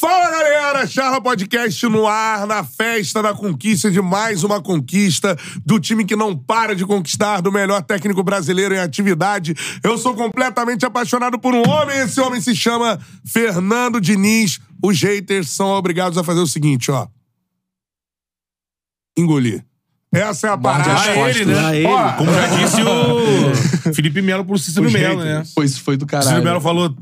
Fala galera, Charla Podcast no ar, na festa da conquista de mais uma conquista, do time que não para de conquistar, do melhor técnico brasileiro em atividade. Eu sou completamente apaixonado por um homem, esse homem se chama Fernando Diniz. Os haters são obrigados a fazer o seguinte, ó. Engolir. Essa é a parada. Ah, ele, né? Ah, ele. Ó, Como já disse o Felipe Melo pro Cícero Melo, né? Foi, foi do caralho. O Cícero Melo falou,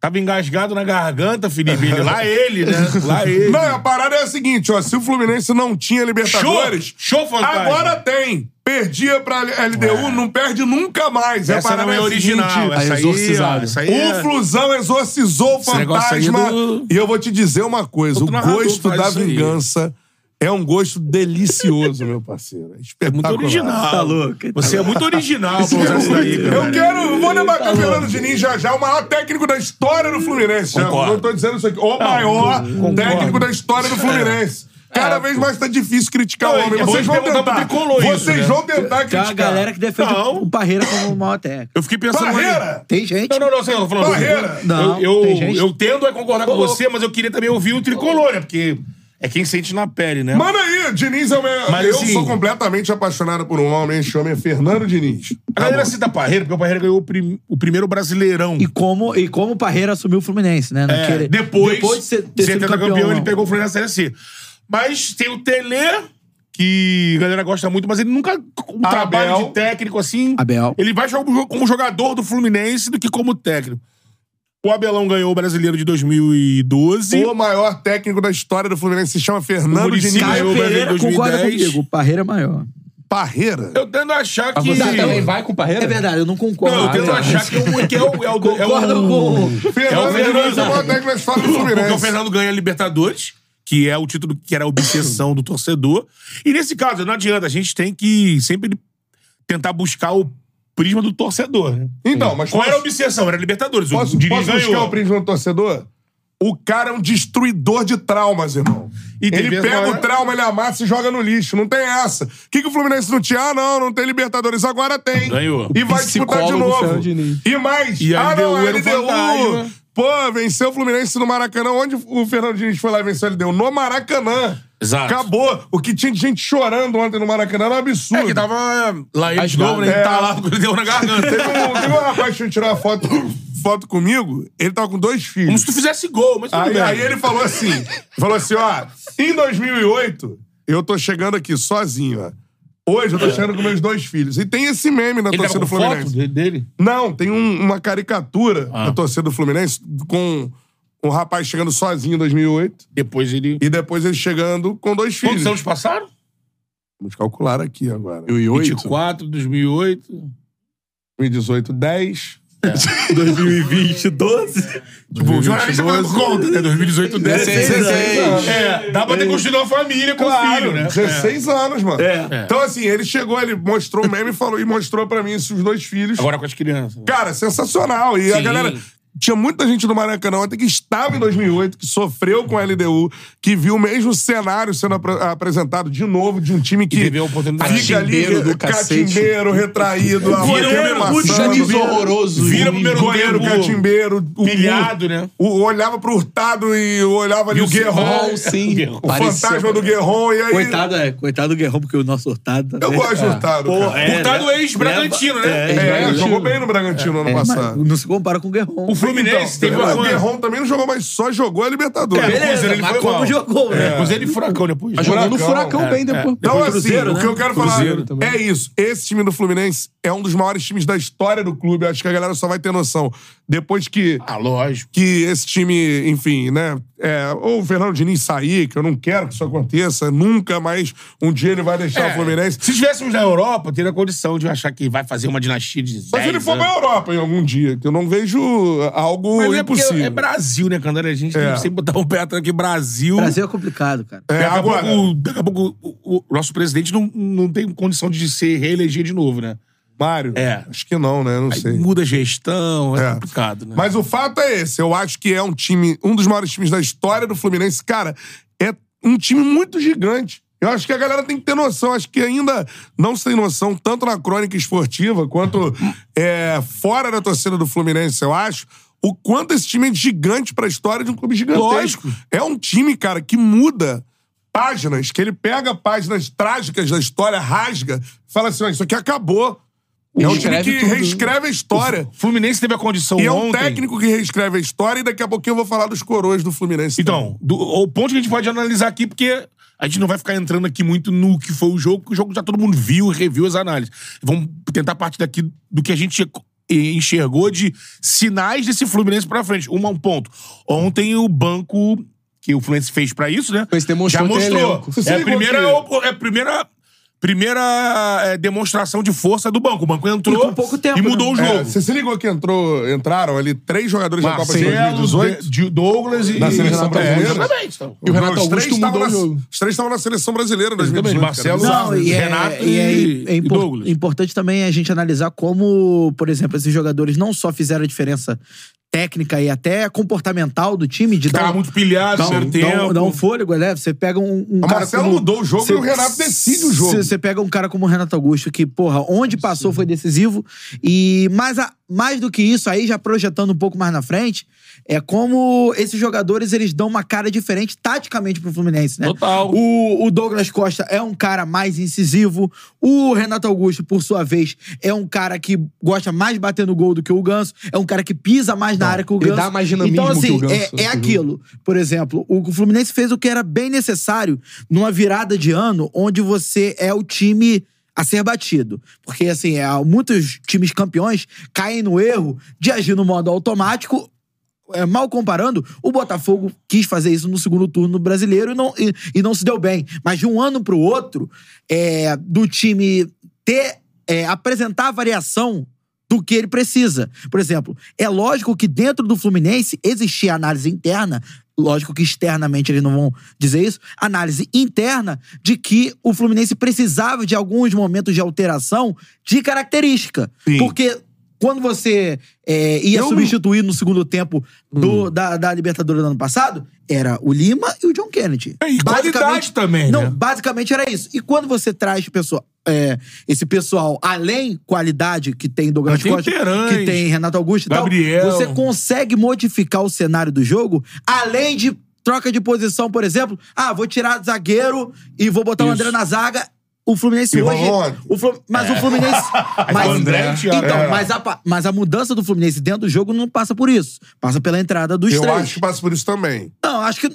Tava engasgado na garganta, Felipe. Ele, lá ele, né? Lá ele. Não, a parada é a seguinte, ó. Se o Fluminense não tinha tá Libertadores... Show, show agora tá tem. Perdia pra LDU, Ué. não perde nunca mais. É. Essa não é, é original. Seguinte, essa, aí, essa aí é... O Flusão exorcizou o fantasma. Do... E eu vou te dizer uma coisa. Outro o gosto da vingança... É um gosto delicioso, meu parceiro. É, é muito original. Tá louco. Você é muito original pra usar isso daí, cara. Eu quero. Vou debater tá Fernando Diniz já já, o maior técnico da história do Fluminense. Concordo. Já. Não tô dizendo isso aqui. O maior Concordo. técnico da história do Fluminense. Cada vez mais tá difícil criticar não, é o homem. Vocês vão tentar. Vocês isso, vão tentar né? criticar. Tem a galera que defende não. o Parreira como o maior técnico. Eu fiquei pensando... Parreira? Aí. Tem gente. Não, não, não. Você tá falando... Parreira? Não, eu, eu, eu tendo a concordar com você, mas eu queria também ouvir o Tricolor, né? Porque... É quem sente na pele, né? Mano aí, Diniz é o meu. Mas, eu assim, sou completamente apaixonado por um homem, esse homem é Fernando Diniz. A galera tá cita Parreira, porque o Parreira ganhou o, prim, o, primeiro brasileirão. E como, e como o Parreira assumiu o Fluminense, né? Naquele, é, depois, depois de ser, ter sido campeão, campeão ele pegou o Fluminense na Série C. Mas tem o Tele, que a galera gosta muito, mas ele nunca. Um Abel, trabalho de técnico assim. Abel. Ele vai jogar como jogador do Fluminense do que como técnico. O Abelão ganhou o brasileiro de 2012. O maior técnico da história do Fluminense se chama Fernando Diniz. Caio Pereira concorda comigo. Parreira é maior. Parreira? Eu tendo a achar que. Ah, Você também vai com o Parreira? Ah, É verdade, eu não concordo. Não, eu tendo a achar que, o, que é o. É o concordo é o, com. Fernando é o Fernando. É o maior técnico da história do Fluminense. Porque o Fernando ganha a Libertadores, que é o título que era a obsessão do torcedor. E nesse caso, não adianta, a gente tem que sempre tentar buscar o prisma do torcedor. Né? Então, mas. Qual posso... era a obsessão? Era Libertadores. Posso, o Diniz posso buscar o prisma do torcedor? O cara é um destruidor de traumas, irmão. E ele pega o trauma, ele amassa e joga no lixo. Não tem essa. O que, que o Fluminense não tinha? Ah, não, não tem Libertadores. Agora tem. Ganhou. E vai disputar de novo. E mais. E ah, não, a LDU. Pô, venceu o Fluminense no Maracanã. Onde o Fernando Diniz foi lá e venceu a LDU? No Maracanã. Exato. Acabou. O que tinha de gente chorando ontem no Maracanã era um absurdo. É que tava lá ele de novo, né? Tá lá, deu na garganta. É. teve, um, teve um rapaz que tirou uma foto, foto comigo, ele tava com dois filhos. Como se tu fizesse gol, mas tudo aí, bem. Aí ele falou assim, falou assim, ó, em 2008, eu tô chegando aqui sozinho, ó. Hoje eu tô chegando com meus dois filhos. E tem esse meme na É. ele torcida do Fluminense. Foto dele? Não, tem um, uma caricatura ah. na torcida do Fluminense com um rapaz chegando sozinho em 2008. Depois ele. E depois ele chegando com dois filhos. Quantos anos passaram? Vamos calcular aqui agora. 2008. 24, 2008. 2018, 10. É. 2020, 12. Tipo, o jornalista vai conta, né? 2018, 10. 16. 16 é, dá pra ter construído uma família com claro, filho, né? 16 é. anos, mano. É. Então, assim, ele chegou, ele mostrou o meme e falou, e mostrou pra mim esses dois filhos. É. Agora com as crianças. Cara, sensacional. E Sim. a galera, tinha muita gente do Maracanã ontem que estava em 2008, que sofreu com a LDU, que viu o mesmo cenário sendo ap apresentado de novo de um time que teve a oportunidade um fica ali, do catimbeiro, retraído, vira horroroso, vira primeiro goleiro, catimbeiro, pilhado, né? O, olhava pro Hurtado e olhava ali e o Guerron, sim, o fantasma do Guerron e aí coitado, é, coitado do Guerron porque o nosso Hurtado Eu gosto do Hurtado. Pô, é, Hurtado é ex-Bragantino, né? É, jogou bem no Bragantino ano passado. Não se compara com o Guerron. O Fluminense teve uma então, Mas o coisa- Guerron também não jogou mais, só jogou a Libertadores. É, beleza, Cruzeiro, ele mas foi como mal. É, jogou, né? Mas ele e furacão depois. Mas jogou no Furacão, Furacão bem depois. Então, Depois assim, do Cruzeiro, o que né? eu quero Cruzeiro falar também. é isso. Esse time do Fluminense é um dos maiores times da história do clube. Acho que a galera só vai ter noção. Depois que, Ah, lógico. que esse time, enfim, né? é, ou o Fernando Diniz sair, que eu não quero que isso aconteça. Nunca mais um dia ele vai deixar É, o Fluminense. Se estivéssemos na Europa, teria condição de achar que vai fazer uma dinastia de 10 É, Mas ele for anos. pra Europa em algum dia, que eu não vejo algo Mas é porque impossível. é Brasil, né, Candela? A gente tem É. que sempre botar um pé atrás que Brasil... Brasil é complicado, cara. É, daqui, a agora- pouco, daqui a pouco o, o nosso presidente não, não tem condição de se reeleger de novo, né? Mário? É. Acho que não, né? Não Aí sei. muda a gestão, é, É. complicado, né? Mas o fato é esse. Eu acho que é um time, um dos maiores times da história do Fluminense. Cara, é um time muito gigante. Eu acho que a galera tem que ter noção. Acho que ainda não se tem noção, tanto na crônica esportiva quanto é, fora da torcida do Fluminense, eu acho. O quanto esse time é gigante pra história de um clube gigantesco. Lógico. É um time, cara, que muda páginas, que ele pega páginas trágicas da história, rasga, fala assim: "Ó, isso aqui acabou. É um time Escreve que tudo, né? reescreve a história. Fluminense teve a condição E é um Então, ontem... técnico que reescreve a história e daqui a pouquinho eu vou falar dos coroas do Fluminense. Então, do- o ponto que a gente pode analisar aqui, porque a gente não vai ficar entrando aqui muito no que foi o jogo, porque o jogo já todo mundo viu e reviu as análises. Vamos tentar partir daqui do que a gente enxergou de sinais desse Fluminense pra frente. Um a um ponto. Ontem o banco que o Fluminense fez pra isso, né? Pois já demonstrou ter mostrou. elenco. É Você a primeira, ligou é a primeira, primeira é, demonstração de força do banco. O banco entrou E com pouco tempo, né? e mudou É, o jogo. você se ligou que entrou, entraram ali três jogadores da Copa de Marcelo, 2018? de de Douglas e Da seleção é, brasileira. Exatamente. Então. E o Renato Os três Augusto estavam mudou o na- jogo. Os três estavam na seleção brasileira em 2018. Marcelo, cara. Não, e é, Renato e é- e- é e impor- Douglas. importante também a gente analisar como, por exemplo, esses jogadores não só fizeram a diferença técnica e até comportamental do time, de Ficava dar, um- muito pilhado dar, no um, primeiro dar, um, tempo. dar um fôlego, né? Você pega um, um O cara Marcelo como- mudou o jogo e o Renato decide o jogo. Você- Você pega um cara como o Renato Augusto, que, porra, onde passou foi decisivo. E mais, a- mais do que isso, aí já projetando um pouco mais na frente, é como esses jogadores eles dão uma cara diferente taticamente pro Fluminense, né? Total. O, o Douglas Costa é um cara mais incisivo. O Renato Augusto, por sua vez, é um cara que gosta mais de bater no gol do que o Ganso. É um cara que pisa mais na área que o ele Ganso. dá mais dinamismo Então, assim, que o Ganso é- é, pro jogo. aquilo. Por exemplo, o Fluminense fez o que era bem necessário numa virada de ano onde você é o time a ser batido. Porque, assim, é, muitos times campeões caem no erro de agir no modo automático é, mal comparando, o Botafogo quis fazer isso no segundo turno do brasileiro e não, e, e não se deu bem. Mas de um ano pro outro, é, do time ter é, apresentar a variação do que ele precisa. Por exemplo, é lógico que dentro do Fluminense existia análise interna, lógico que externamente eles não vão dizer isso, análise interna de que o Fluminense precisava de alguns momentos de alteração de característica. Porque quando você é, ia Eu- substituir no segundo tempo do- Hum. da, da Libertadores do ano passado, era o Lima e o John Kennedy. É, e qualidade também, Não, né? basicamente era isso. E quando você traz pessoa, é, esse pessoal, além qualidade que tem Douglas Mas tem Costa, Terãs, que tem Renato Augusto e Gabriel. tal, você consegue modificar o cenário do jogo, além de troca de posição, por exemplo. Ah, vou tirar zagueiro e vou botar o André na zaga. O Fluminense E hoje. rolou ontem. O Flu- Mas o Fluminense. mas, É. O André, Thiago. então, É. mas, a, pa- mas a mudança do Fluminense dentro do jogo não passa por isso. Passa pela entrada dos Eu três. acho que passa por isso também. Não, acho que.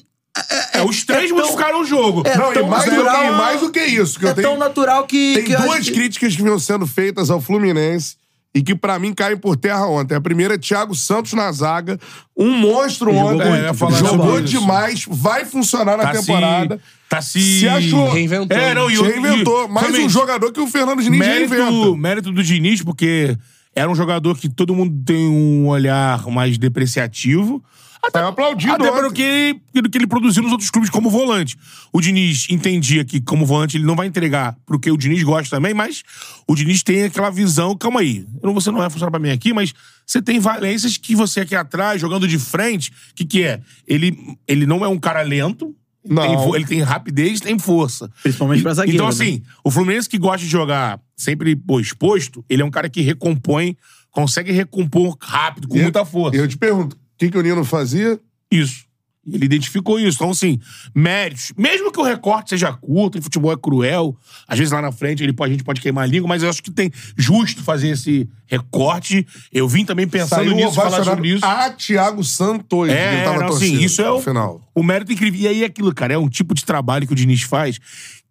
É, os três tão- modificaram o jogo. É não, e tão mais, do natural- que, mais do que isso. Que é eu tenho, tão natural que. Tem que eu acho duas que- críticas que vinham sendo feitas ao Fluminense e que pra mim caem por terra ontem. A primeira é Thiago Santos na zaga, um monstro Jogou ontem. muito, É, eu ia falar jogou jogou muito. demais, vai funcionar na Tá se- temporada. tá se- se achou. Reinventou. É, não, e Se o- e- reinventou. Mais também- um jogador que o Fernando Diniz mérito, reinventa. mérito do Diniz, porque era um jogador que todo mundo tem um olhar mais depreciativo. Até, Saiu Tá aplaudido até ontem. pelo que, pelo que ele produziu nos outros clubes como volante. O Diniz entendia que, como volante, ele não vai entregar pro que o Diniz gosta também, mas o Diniz tem aquela visão. Calma aí, eu não- você não vai funcionar pra mim aqui, mas você tem valências que você aqui atrás, jogando de frente, o que, que é? Ele, ele não é um cara lento. ele tem Não. vo- ele tem rapidez, tem força. Principalmente pra zagueiro, Então, né? assim, o Fluminense que gosta de jogar sempre pô, exposto, ele é um cara que recompõe, consegue recompor rápido, com E- muita força. E eu te pergunto, o que, que o Nino fazia? Isso. Ele identificou isso. Então, assim, méritos. Mesmo que o recorte seja curto, o futebol é cruel, às vezes lá na frente ele pode- a gente pode queimar a língua, mas eu acho que tem justo fazer esse recorte. Eu vim também pensando Saiu nisso, falar ovacionado sobre isso. A Thiago Santos, É, que tava não, torcendo assim, isso é no o, final. o mérito incrível. E aí é aquilo, cara, é um tipo de trabalho que o Diniz faz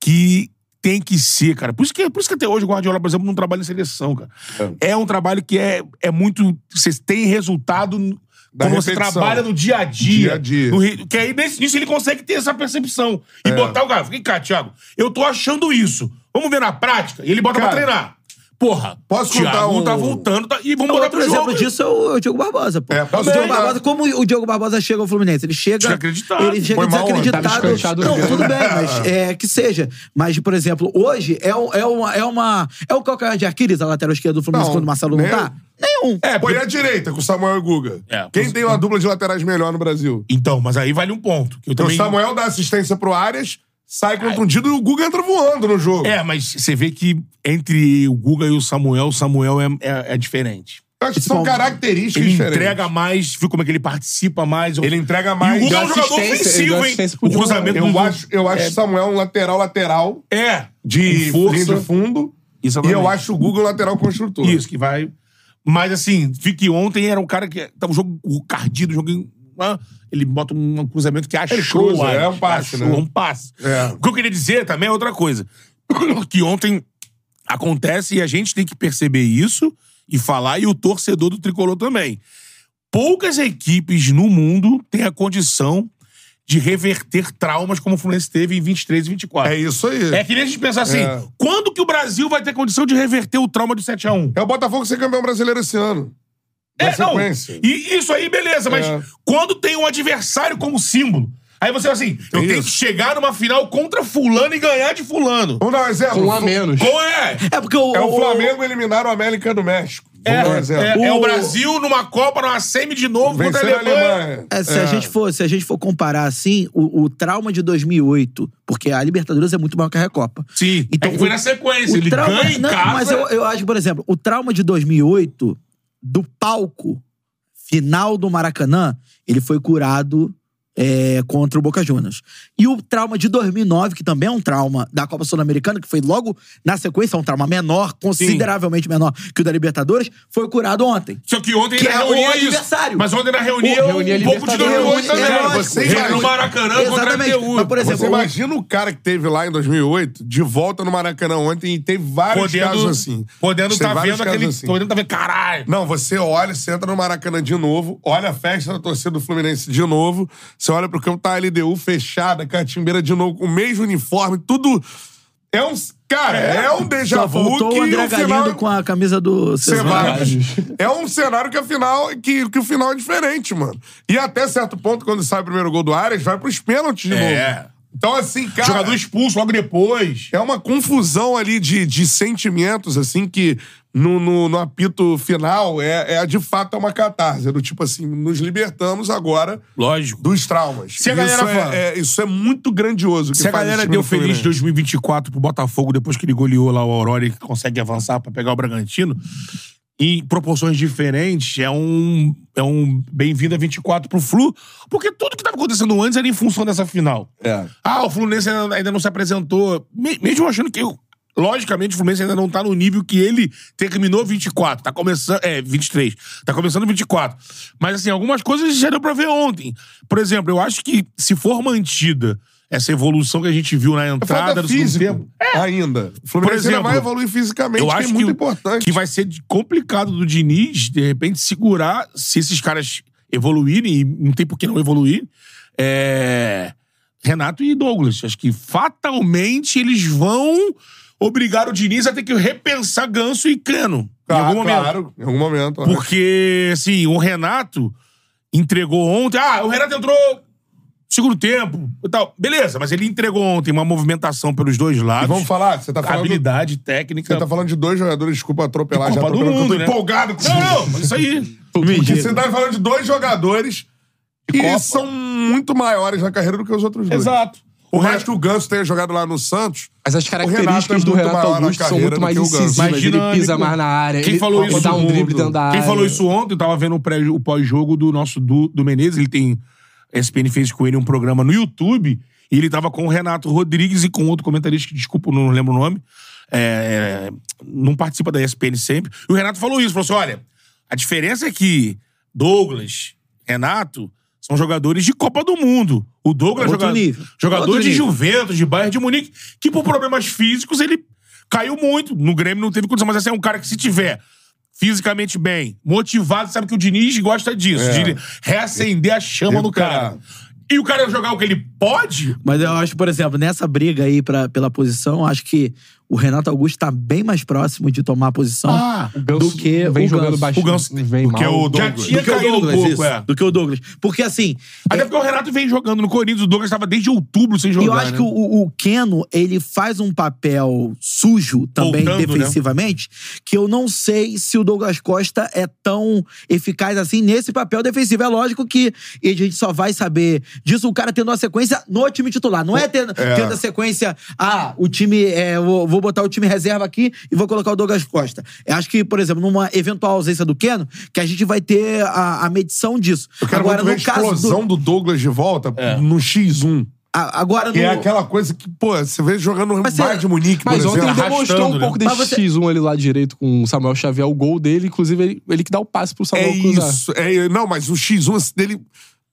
que tem que ser, cara. Por isso que, por isso que até hoje o Guardiola, por exemplo, não trabalha em seleção, cara. É, um trabalho que é, é muito... Você tem resultado n- Da quando você repetição. trabalha no dia a dia. Dia a dia. É. No re- que aí, nesse, nisso, ele consegue ter essa percepção. E botar o cara... Vem cá, Thiago. Eu tô achando isso. Vamos ver na prática? E ele bota Cara, pra treinar. Porra, posso Thiago contar um- tá voltando tá- e vamos botar Outro pro exemplo jogo. disso é o, é o Diogo Barbosa, pô. É, o também, Diogo né? Barbosa, como o Diogo Barbosa chega ao Fluminense? Ele chega. Desacreditado. Ele chega Foi mal, Tá tava desacreditado. escanteado Não, mesmo. tudo bem, mas é, que seja. Mas, por exemplo, hoje é, um- é uma, é uma. É o calcanhar de Aquiles, a lateral esquerda do Fluminense, Não, quando o Marcelo não nem- tá? Nenhum. É, põe a direita com o Samuel e o Guga. É, Quem com- tem uma dupla de laterais melhor no Brasil? Então, mas aí vale um ponto. Que eu Então, também... o Samuel dá assistência pro Arias, sai contundido e o Guga entra voando no jogo. É, mas você vê que entre o Guga e o Samuel, o Samuel é, é- é diferente. Eu acho que são Esse- características então, Ele diferentes. entrega mais, viu como é que ele participa mais. Ele entrega E o mais. Guga é um dá jogador assistência, ele dá ofensivo, hein? assistência pro O Guga. cruzamento Eu do- acho, eu acho o Samuel um lateral lateral É. de Com linha de fundo. E Exatamente. eu acho o Guga um lateral construtor. Isso, que vai. Mas assim, vi que ontem era um cara que. Tava um jogo o cardido, o jogo. ah, Ele bota um cruzamento que achou. Ele cruza, Alex, é um passe, achou né? um passe. É. O que eu queria dizer também é outra coisa. Que ontem acontece e a gente tem que perceber isso e falar, e o torcedor do tricolor também. Poucas equipes no mundo têm a condição de reverter traumas como o Fluminense teve em 23 e 24. É isso aí. É que nem a gente pensar assim, É. quando que o Brasil vai ter condição de um? reverter o trauma do 7x1? É o Botafogo ser campeão brasileiro esse ano. Na É, não. sequência. E isso aí, beleza, mas É. quando tem um adversário como símbolo, aí você fala assim, eu Isso. tenho que chegar numa final contra fulano e ganhar de fulano. Vamos dar um exemplo. Com um a menos. Qual é? É porque o. É o Flamengo eliminar o América do México. Vamos dar um É, exemplo. é- é o O- Brasil numa Copa, numa semi de novo Vencer contra a Alemanha. É, se, A gente for, se a gente for comparar assim, o, o trauma de 2008, porque a Libertadores é muito maior que a Recopa. Então, Sim, é que foi o- na sequência, ele ganha em não, casa. Mas eu, eu acho, que, por exemplo, o trauma de 2008, do palco final do Maracanã, ele foi curado é, contra o Boca Juniors. E o trauma de 2009, que também é um trauma da Copa Sul-Americana, que foi logo na sequência, é um trauma menor, consideravelmente menor que o da Libertadores, foi curado ontem. Só que ontem Que na é o reunia isso. adversário. Mas ontem na reunia O- reunia um pouco de 2008 Libertadores. também. É lógico. Você Você no imagina- Maracanã contra a Exatamente. LDU. Mas, por exemplo, Você o- imagina o cara que teve lá em 2008, de volta no Maracanã ontem, e teve vários podendo, casos assim. podendo Tem tá vários vendo casos aquele... assim. Podendo tá vendo, caralho. Não, você olha, você entra no Maracanã de novo, olha a festa da torcida do Fluminense de novo, você olha pro campo, tá a LDU fechada, Catimbeira de novo, com o mesmo uniforme, tudo... É um... Cara, é, um déjà Só vu voltou que o André o final... Galindo com a camisa do Cesar. Cevares. É um cenário que, afinal, que, que o final é diferente, mano. E até certo ponto, quando sai o primeiro gol do Arias, vai pros pênaltis de É. novo. Então, assim, cara... Jogador expulso logo depois. É uma confusão ali de, de sentimentos, assim, que no, no, no apito final é, é de fato é uma catarse. É do tipo assim, nos libertamos agora Lógico. dos traumas. Se a galera isso, fala- é, é- isso é muito grandioso. o que Se a faz esse galera time né? deu do feliz Fluminense. 2024 pro Botafogo depois que ele goleou lá o Aurora e consegue avançar pra pegar o Bragantino, em proporções diferentes, é um, é um bem-vindo a 24 pro Flu, porque tudo que tava acontecendo antes era em função dessa final. É. Ah, o Fluminense ainda ainda não se apresentou, Me- mesmo achando que eu. Logicamente, o Fluminense ainda não tá no nível que ele terminou 24. Tá começando. É, 23. Tá começando 24. Mas, assim, algumas coisas já deu pra ver ontem. Por exemplo, eu acho que se for mantida essa evolução que a gente viu na É falta entrada do segundo física tempo. ainda. O Fluminense Por exemplo, ainda vai evoluir fisicamente, Eu que acho é muito que, importante. que vai ser de- complicado do Diniz, de repente, segurar se esses caras evoluírem, e não tem por que não evoluir. é, Renato e Douglas. Acho que fatalmente eles vão obrigar o Diniz a ter que repensar Ganso e Cano. em Claro, algum momento. Ah, Claro, em algum momento. né? Porque, assim, o Renato entregou ontem. Ah, o Renato entrou segundo tempo e tal. Beleza, mas ele entregou ontem uma movimentação pelos dois lados. E vamos falar, você tá falando... habilidade Você técnica. tá falando de dois jogadores, desculpa atropelar, já Copa do atropelando, que Mundo, eu tô né? empolgado com isso. Não, não, mas isso é aí. Porque você tá falando de dois jogadores que Copa. são muito maiores na carreira do que os outros dois. é um- Exato. O O resto resto que o Ganso tenha jogado lá no Santos. Mas as o características Renato é do muito Renato maior na Augusto são carreira muito do mais que o Ganso. incisivas. Mais ele pisa dinâmico. mais na área. Quem ele, falou isso Ele dá do um mundo? drible dentro da área. Quem falou isso ontem, eu tava vendo o, pré- o pós-jogo do nosso do, do Menezes, ele tem A SPN fez com ele um programa no YouTube e ele tava com o Renato Rodrigues e com outro comentarista que, desculpa, não lembro o nome. é, não participa da ESPN sempre. E o Renato falou isso: falou assim, olha, a diferença é que Douglas, Renato, são jogadores de Copa do Mundo. O Douglas é Outro jogador, nível. jogador Outro de nível. Juventus, de Bayern de Munique, que por problemas físicos ele caiu muito. No Grêmio não teve condição, mas assim, é um cara que se tiver fisicamente bem, motivado, sabe que o Diniz gosta É. disso, de reacender a chama tá no cara. E o cara jogar o que ele pode, Mas eu acho, por exemplo, nessa briga aí pra, pela posição, eu acho que o Renato Augusto tá bem mais próximo de tomar a posição Ah, o do que vem Então, o jogando Ganso. bastante. o Ganso, Vem que é mal. o Já Douglas, Do que o caiu um Douglas, pouco, isso. é. Do que o Douglas. Porque assim, Até porque o Renato vem jogando no Corinthians, o Douglas estava desde outubro sem jogar. E eu acho né? que o, o Keno, ele faz um papel sujo também Voltando, né? defensivamente, que eu não sei se o Douglas Costa é tão eficaz assim nesse papel defensivo. É lógico que a gente só vai saber disso o cara tendo uma sequência no time titular. Não é tendo, tendo a sequência, ah, o time, é, vou, vou botar o time reserva aqui e vou colocar o Douglas Costa. Eu acho que, por exemplo, numa eventual ausência do Keno, que a gente vai ter a, a medição disso. Eu quero Agora, muito ver no a caso do, explosão do... É. Douglas de volta no X1. a- agora Que no, é aquela coisa que, pô, você vê jogando no Mas você- Bayern de Munique, Mas por ontem exemplo. ele demonstrou arrastando, um pouco né? desse Mas você- X1 ali lá direito com o Samuel Xavier, o gol dele. Inclusive, ele, ele que dá o passe pro Samuel É cruzar. isso. É, não, mas o X1 esse dele.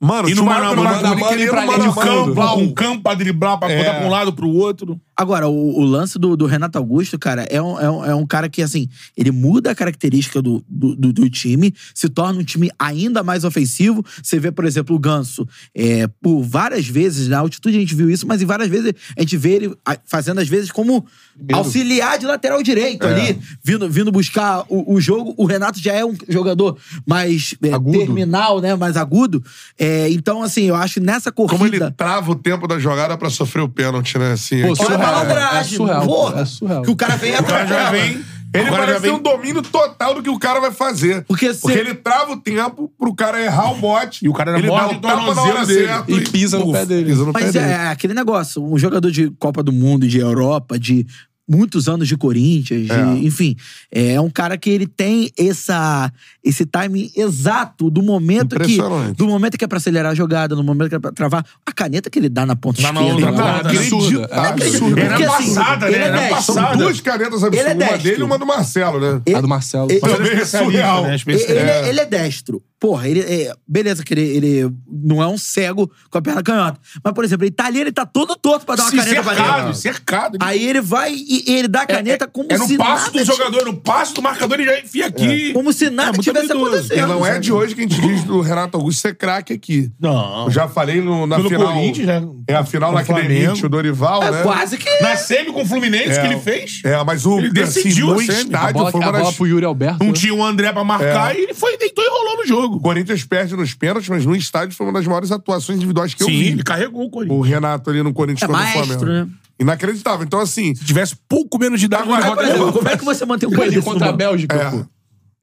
Mano, E tinha no uma mano a época mano, do Bayern de Munique, ele ele pra era ele um de campo, mano a Driblar mano. um campo pra driblar, pra É. botar pra um lado, pro outro. Agora, o, o lance do, do Renato Augusto, cara, é um, é, um, é um cara que, assim, ele muda a característica do, do, do- do time, se torna um time ainda mais ofensivo. Você vê, por exemplo, o Ganso, é, por várias vezes, na altitude a gente viu isso, mas em várias vezes a gente vê ele a- fazendo, às vezes, como auxiliar de lateral direito É. ali, vindo, vindo buscar o, o jogo. O Renato já é um jogador mais é, Agudo. terminal, né? Mais agudo. É, então, assim, eu acho que nessa corrida. Como ele trava o tempo da jogada é pra sofrer o pênalti, né? Assim, Pô, aquilo- Olha a Surreal, malandragem, é surreal, porra, é surreal. Que o cara vem O cara atrás. já vem. Ele Agora já parece ter vem- um domínio total do que o cara vai fazer. Porque se- ele trava o tempo pro cara errar o bote. E o cara ele morde dá o o tapa na tornozelo hora dele. certa. E pisa no pé dele. Pisa no pé Mas dele. é aquele negócio, um jogador de Copa do Mundo, de Europa, de muitos anos de Corinthians, de- enfim, é um cara que ele tem essa esse time exato do momento que Impressionante. do momento que é pra acelerar a jogada, no momento que é pra travar a caneta que ele dá na ponta Na mão, esquerda. na cara. tá. mão, Ele- absurda, Não é absurda. acredito, Era porque, assim, passada, né? ele é Era dez. passada. São duas canetas absurdas. Ele é uma destro. dele e uma do Marcelo, né? A do Marcelo. ele- Mas ele Também é especialista, surreal. né? Ele, Especialista. ele é- ele é destro. Porra, ele é- Beleza, que ele, ele não é um cego com a perna canhota. Mas, por exemplo, ele tá ali, ele tá todo torto pra dar uma Se caneta pra cercado, dentro. Ah, cercado. Aí ele vai e e ele dá a caneta como É no se passo do nada É. jogador, no passo do marcador, ele já enfia aqui. Como se nada muito tivesse habilidoso. acontecendo. E não é de hoje que a gente diz do Renato Augusto ser craque aqui. Não. Eu já falei no, na Pelo final. Corinthians, né? É a final Com lá que Flamengo. demite o Dorival, É né? quase que. Na semi com o Fluminense É. que ele fez. É, mas o Ele assim, decidiu no a semi. né? A estádio bola, foi uma a bola das- pro Yuri Alberto. Não né? tinha o André pra marcar É. e ele foi, deitou e rolou no O jogo. Corinthians perde nos pênaltis, mas no estádio foi uma das maiores atuações individuais que eu Sim, vi. ele carregou o Corinthians. O Renato ali no Corinthians É contra o maestro, Flamengo. né? Inacreditável. Então, assim, Se tivesse pouco menos de idade, Agora, ele Mas, por roda- exemplo, como é que você mantém um Pô, cara ele desse contra a no banco? Bélgica, É. pô.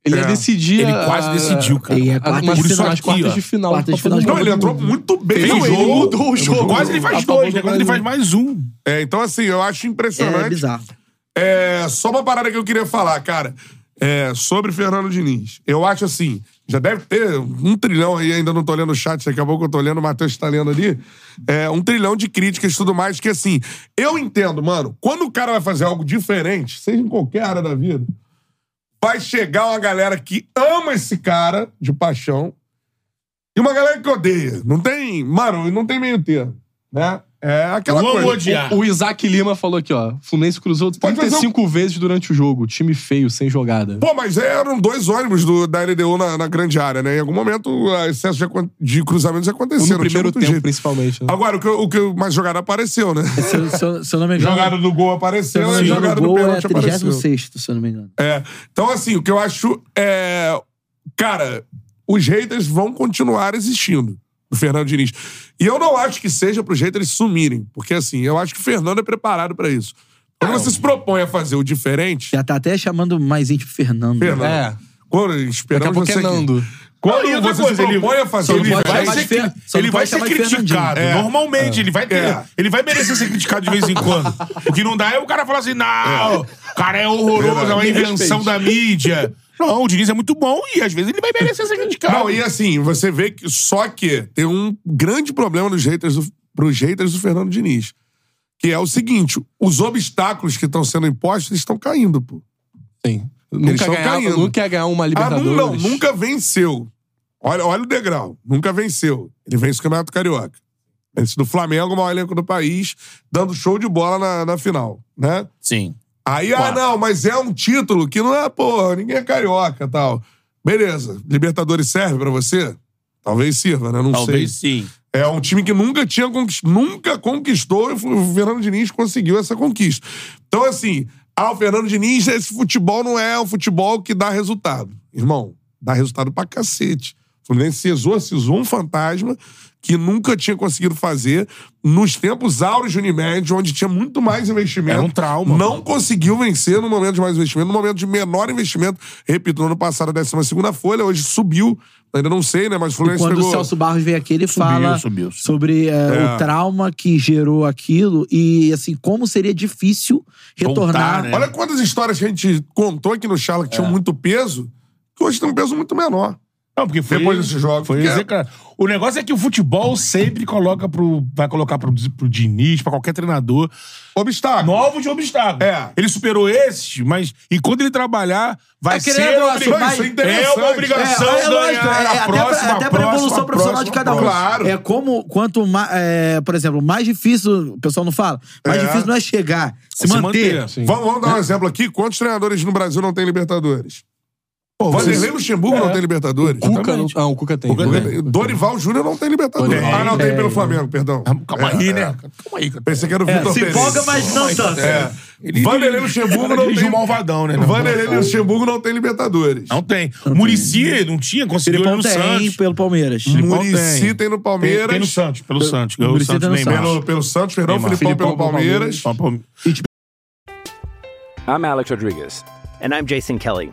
Ele ia É. decidir. Ele a- quase decidiu, cara. Ele é a- Uma quartas de decisão final nas aqui, quartas ó. de final. Quartas de da Copa final do de não, Mundo. ele entrou muito bem. Fez no o jogo. jogo, mudou o jogo. Quase ele A faz favor dois, do né? Quase ele faz mais um. É, então, assim, eu acho É impressionante. bizarro. É, só uma parada que eu queria falar, cara. É, sobre Fernando Diniz. Eu acho assim, já deve ter um trilhão aí, ainda não tô lendo o chat, daqui a pouco eu tô lendo, o Matheus tá lendo ali. É, um trilhão de críticas e tudo mais, que assim, eu entendo, mano, quando o cara vai fazer algo diferente, seja em qualquer área da vida, vai chegar uma galera que ama esse cara de paixão e uma galera que odeia. Não tem, mano, não tem meio termo, né? É aquela Eu amo coisa. odiar. O Isaac Lima falou aqui, ó. Fluminense cruzou Pode fazer 35 vezes durante o jogo. Time feio, sem jogada. Pô, mas eram dois ônibus do- da LDU na, na grande área, né? Em algum momento, o excesso de, acon- de cruzamentos aconteceram. não No tinha primeiro muito tempo, jeito. principalmente. Né? Agora, o que, o que mais jogada apareceu, né? Se eu, se eu- se eu não me engano. jogada do gol se eu apareceu não e me a engano, jogada o do gol pênalti é apareceu. 36, se eu não me engano. É. Então, assim, o que eu acho é. Cara, os haters vão continuar existindo do Fernando Diniz. E eu não acho que seja pros haters sumirem, porque assim, eu acho que o Fernando é preparado pra isso. Quando você se propõe a fazer o diferente, Já tá até chamando mais íntimo Fernando. né? Fernando. né? É. Quando Daqui a esperamos pouco é você aqui. Nando. Quando Não, e outra você coisa, se ele- propõe a fazer só não ele pode vai chamar ser de Fer- cri- só não ele vai pode ser chamar de Fernandinho. criticado. É. Normalmente, ele vai ter. É. Ele vai merecer ser criticado de vez em quando. é o que não dá é o cara falar assim: não, o cara é horroroso, é uma invenção da mídia. Não, o Diniz é muito bom e às vezes ele vai merecer ser criticado. Não, e assim, você vê que só que tem um grande problema nos haters do, pros haters do Fernando Diniz. Que é o seguinte: os obstáculos que estão sendo impostos eles estão caindo, pô. Sim. Eles Nunca tão ganhava- caindo. nunca ia ganhar uma Ah, não, Libertadores. não, nunca venceu. Olha, olha o degrau. Nunca venceu. Ele vence o Campeonato Carioca. Vence do Flamengo, o maior elenco do país, dando show de bola na, na final, né? Sim. Aí, ah, Quatro. não, mas é um título que não é, porra, ninguém é carioca e tal. Beleza, Libertadores serve pra você? Talvez sirva, né? Não Talvez sei. sim. É um time que nunca tinha conquist- nunca conquistou e o Fernando Diniz conseguiu essa conquista. Então, assim, ah, o Fernando Diniz, esse futebol não é um futebol que dá resultado. Irmão, dá resultado pra cacete. O Fluminense exorcizou um fantasma que nunca tinha conseguido fazer nos tempos áureos de Unimed, onde tinha muito mais investimento. Era um trauma. Não conseguiu vencer no momento de mais investimento, no momento de menor investimento. Repito, no ano passado, a 12 segunda folha, hoje subiu. Ainda não sei, né? Mas o Fluminense Quando pegou... o Celso Barros vem aqui, ele fala subiu, subiu. sobre é, o trauma que gerou aquilo e, assim, como seria difícil Voltar, retornar. né? É. Olha quantas histórias que a gente contou aqui no Charla que tinham muito peso, que hoje tem um peso muito menor. Não, porque foi, Depois desse jogo, Foi porque- execrado. O negócio é que o futebol sempre coloca pro. Vai colocar pro, pro Diniz, pra qualquer treinador, Obstáculo. novos obstáculos. É. Ele superou esses, mas enquanto ele trabalhar, vai É que nem ser. negócio, obri- vai- Isso é, interessante. é uma obrigação. É, é lógico, ganhar. é, a até próxima, pra, até pra a próxima, evolução a profissional de próxima, cada um. a próxima. Claro. É como, quanto mais, por exemplo, mais difícil, o pessoal não fala, mais É. difícil não é chegar, se, se manter. manter, sim. Vamos, vamos dar um exemplo aqui. Quantos treinadores no Brasil não tem Libertadores? Vanderlei Luxemburgo É. não tem Libertadores. Cuca não... tá Ah, o Cuca tem. Cuca né? Cuca tem. tem. Dorival Júnior não tem Libertadores. Tem, ah, não, tem pelo Flamengo, perdão. é. Calma É, aí, é. né? Calma aí. cara. É, Pensei que era o Vitor se Pereira. empolga, mas não tanto. É. Ele- Vanderlei ele- Luxemburgo ele não dirige tem... o Malvadão, né? Não. Vanderlei Luxemburgo não tem Libertadores. Não tem. Murici não tinha, conseguiu ele Filipão no tem Santos. pelo Palmeiras. Filipão Muricy tem no Palmeiras. Tem, tem no Santos, pelo Santos. Ganhou o Muricy Santos tem tá no nem Santos. mais. Pelo, pelo Santos, perdão, tá. Neymar. Filipão pelo Filipão pelo Palmeiras. Só pra- I'm Alex Rodriguez. And I'm Jason Kelly.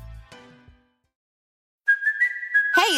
Hey,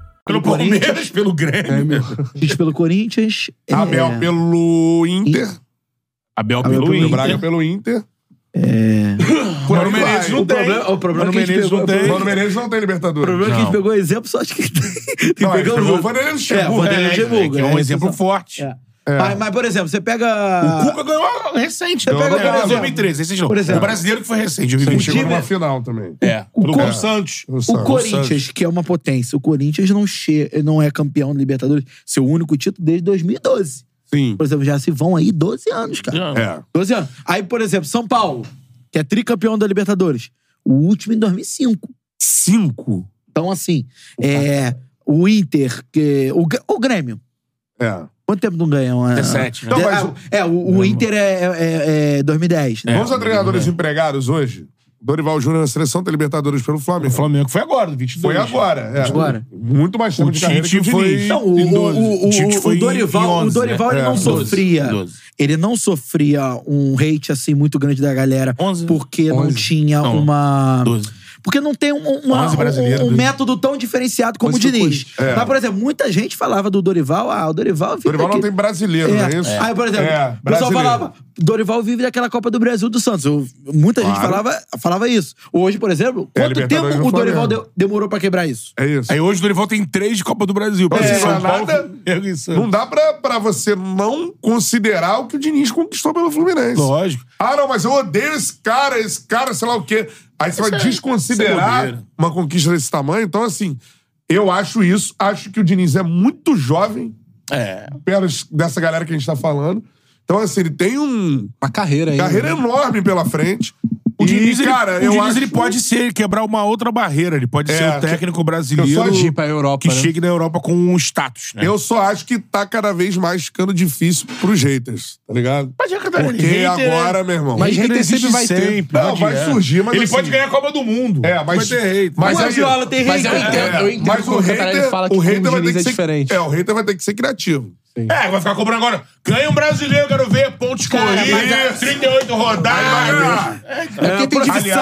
Pelo Palmeiras, É, pelo Grêmio. Diz pelo Corinthians. é, Abel pelo Inter. Abel Abel pelo pelo O Inter. Braga pelo Inter. é. Por Mano aí vai. Menezes não O tem. problema- o problema Mano é que a gente Menezes não pegou- tem. Mano Menezes não tem O Libertadores. problema é que a Não. gente pegou exemplo, só acho que tem. tem Não, a gente pegou pegar os o Vanderlei outros. É, Luxemburgo, o Vanderlei Luxemburgo. que é um é, exemplo isso. forte. É. Mas, mas, por exemplo, você pega. O Cuca ganhou recente. Você né? Ganhou pega- em por exemplo, 2013. Esses não. por exemplo. o brasileiro que foi recente. 2020. Chegou time- numa final também. É. O Pelo Cuca- Galo. Santos. O O Santos. Corinthians, que é uma potência, o Corinthians não, che não é campeão da Libertadores, seu único título desde 2012. Sim. Por exemplo, já se vão aí 12 anos, cara. É. 12 anos. Aí, por exemplo, São Paulo, que é tricampeão da Libertadores, o último em 2005. Cinco. Então, assim, é, o Inter, que, o, Gr- o Grêmio. É. Quanto tempo não ganha? Uma... 17, né? De- Então, mas ah, o- É, o, o Inter é, é- é 2010. né? Vamos a treinadores empregados hoje? Dorival Júnior na seleção tem Libertadores pelo O Flamengo. Flamengo foi agora, 22. Foi agora. é. Agora. Muito mais tempo O de carreira que Tite o Diniz. foi... Não, o, em o- 12. o- o- Tite o foi em Dorival, 11, o Dorival né? ele É, não 12, sofria. 12. Ele não sofria um hate assim muito grande da galera 11? porque não 11? tinha Não, uma 12. porque não tem um, uma- 11 brasileiro, um, um 12. método tão diferenciado como o 11 foi Diniz. Mas por exemplo, muita gente falava do Dorival, ah, o Dorival vive É. Dorival não daquele- tem brasileiro, não é isso? Aí, por exemplo, É, o pessoal brasileiro. falava, Dorival vive daquela Copa do Brasil do Santos. Eu- muita gente falava, falava isso. Hoje, por exemplo, É, quanto tempo Libertadores o do Dorival Flamengo. de- demorou pra quebrar isso? É isso. Aí hoje o Dorival tem três de Copa do Brasil. Pelo É, São Paulo, nada- Flamengo e Santos. Não dá pra, pra você não considerar o que o Diniz conquistou pelo Fluminense. Lógico. Ah, não, mas eu odeio esse cara, esse cara, sei lá o quê. Aí você vai isso é desconsiderar bobeira. uma conquista desse tamanho. Então, assim, eu acho isso. Acho que o Diniz é muito jovem. É. Pernas dessa galera que a gente tá falando. Então, assim, ele tem um. Uma carreira aí. né? Carreira enorme pela frente. Uhum. O Diniz, e, ele- cara, o eu Diniz, acho ele que- pode ser, quebrar uma outra barreira. Ele pode É, ser o que- técnico que eu brasileiro só digo pra Europa, que né? chegue na Europa com um status, né? Eu só acho que tá cada vez mais ficando difícil pros haters, tá ligado? Mas já que tá Porque hater, agora, meu irmão. Mas hater existe sempre vai ter. sempre, Não, vai adianta. surgir, mas Ele assim- pode ganhar a Copa do Mundo. É, mas. Vai ter hater. Mas Mas aí- Guardiola tem mas hater. eu entendo- É, eu entendo Mas quando o o Cantarelli hater, fala que o o hater vai Diniz ter que é ser diferente. É, o hater vai ter que ser criativo. É, vai ficar cobrando agora. Ganha um brasileiro, quero ver pontos corridos, 38 rodadas. vai ver. É porque tem Aliás, é, diferença.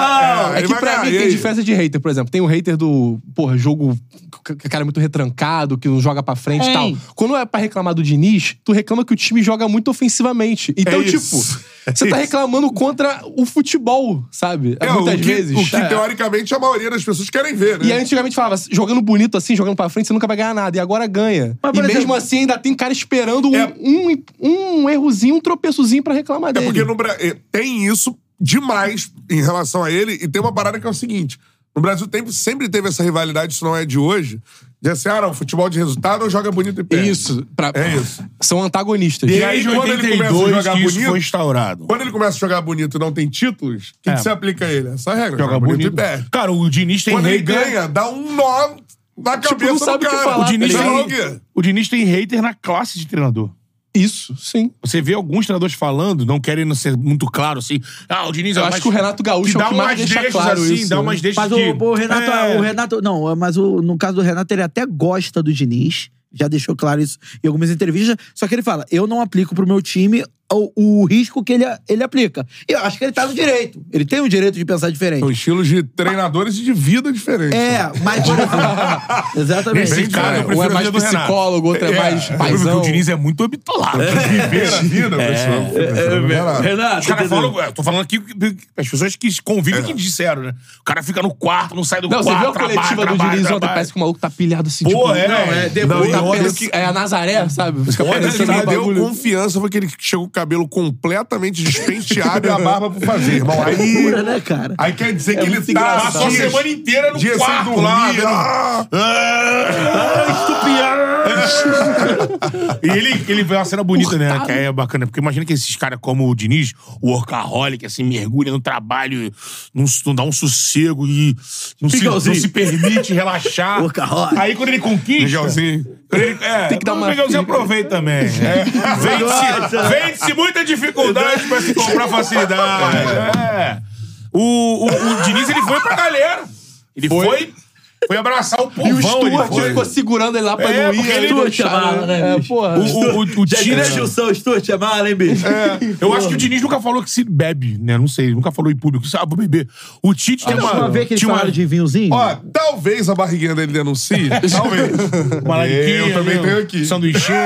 É, ele que vai pra ganhar, mim e tem aí? diferença de hater, por exemplo. Tem o hater do, porra, jogo que o cara é muito retrancado, que não joga pra frente e tal. Quando é pra reclamar do Diniz, tu reclama que o time joga muito ofensivamente. Então, É tipo, isso. É você tá isso. reclamando contra o futebol, sabe? É, Muitas o que, vezes. O que, É. teoricamente, a maioria das pessoas querem ver, né? E aí, antigamente falava, jogando bonito assim, jogando pra frente, você nunca vai ganhar nada. E agora ganha. Mas, e por mesmo exemplo- assim, ainda tem cara esperando um, É. um, um errozinho, um tropeçozinho pra reclamar É dele. porque no Bra- eh, tem isso demais em relação a ele, e tem uma parada que é o seguinte: no Brasil tem- sempre teve essa rivalidade, isso não é de hoje, de assim, ah, não, futebol de resultado ou joga bonito e perde. Isso. pra- É isso. São antagonistas. E aí, Desde quando ele começa a 82 jogar que isso bonito- foi instaurado. Quando ele começa a jogar bonito e não tem títulos, o que, É. que você aplica a ele? Essa regra: Joga bonito. é. e perde. Cara, o Diniz tem Quando ele hater- ganha, dá um nó na Tipo, cabeça não sabe do o que cara. falar, O tá Diniz, Vai falar tá o tem, quê? o Diniz tem hater na classe de treinador. Isso, sim. Você vê alguns treinadores falando, não querendo ser muito claro assim. Ah, o Diniz é Eu acho mais- que o Renato que Gaúcho é o dá que mais umas deixa deixas claro assim, isso, Dá né? umas deixas Mas de- o, o Renato, É. o Renato. Não, mas o, no caso do Renato, ele até gosta do Diniz. Já deixou claro isso em algumas entrevistas. Só que ele fala: eu não aplico pro meu time o, o risco que ele, ele aplica. E eu acho que ele tá no direito. Ele tem o direito de pensar diferente. São estilos de treinadores e de vida diferentes. É, mas. por exemplo, Exatamente. Nesse caso, eu Um é prefiro mais a do Renato. psicólogo, outro é, mais paizão. O Diniz é muito habitolado. Viver a vida, pessoal. Os caras falam, eu tô falando aqui que as pessoas que É. convivem que disseram, né? O cara fica no quarto, não sai do Não, você quarto. viu a coletiva do trabalha, Diniz trabalha, ontem? Parece que o maluco tá pilhado assim, Pô, tipo... é, é, depois- tá olha pens- que- É a Nazaré, sabe? Fica Olha, Ele pensando ele um no me deu bagulho. confiança, foi que ele chegou com o cabelo completamente despenteado e a barba pra fazer, irmão. Pura, Aí, né, cara? aí quer dizer que ele muito tá engraçado. Passou a dias- semana inteira no né? dias sem quarto dormir, lá, vendo- Ah! ah, E ele, ele vê uma cena bonita, né? Que é bacana. Porque imagina que esses caras como o Diniz, o workaholic, assim, mergulha no trabalho, não, s- não dá um sossego e não se, não Miguelzinho. se permite relaxar. Workaholic. Aí quando ele conquista... Miguelzinho. quando ele- é, Tem que dar o uma- Miguelzinho aproveita também. É. Vende-se vende-se muita dificuldade pra se comprar facilidade. É. O, o, o Diniz, ele foi pra galera. Ele foi... foi abraçar o povão. E o ele Stuart foi. ficou segurando ele lá pra É, não porque ir. ele- aí não deixaram. Chamava, né, É, bicho? porra. O, o, o Tira... o Stuart é mala, hein, bicho? É. Eu acho que o Diniz nunca falou que se bebe, né? Não sei, nunca falou em público. Ah, vou beber. O Tite tem Tem uma. uma vez que eles tinha uma- falaram de vinhozinho? Ó, talvez a barriguinha dele denuncie. talvez. Uma lariquinha, Eu também né? tenho aqui. Sanduichinho.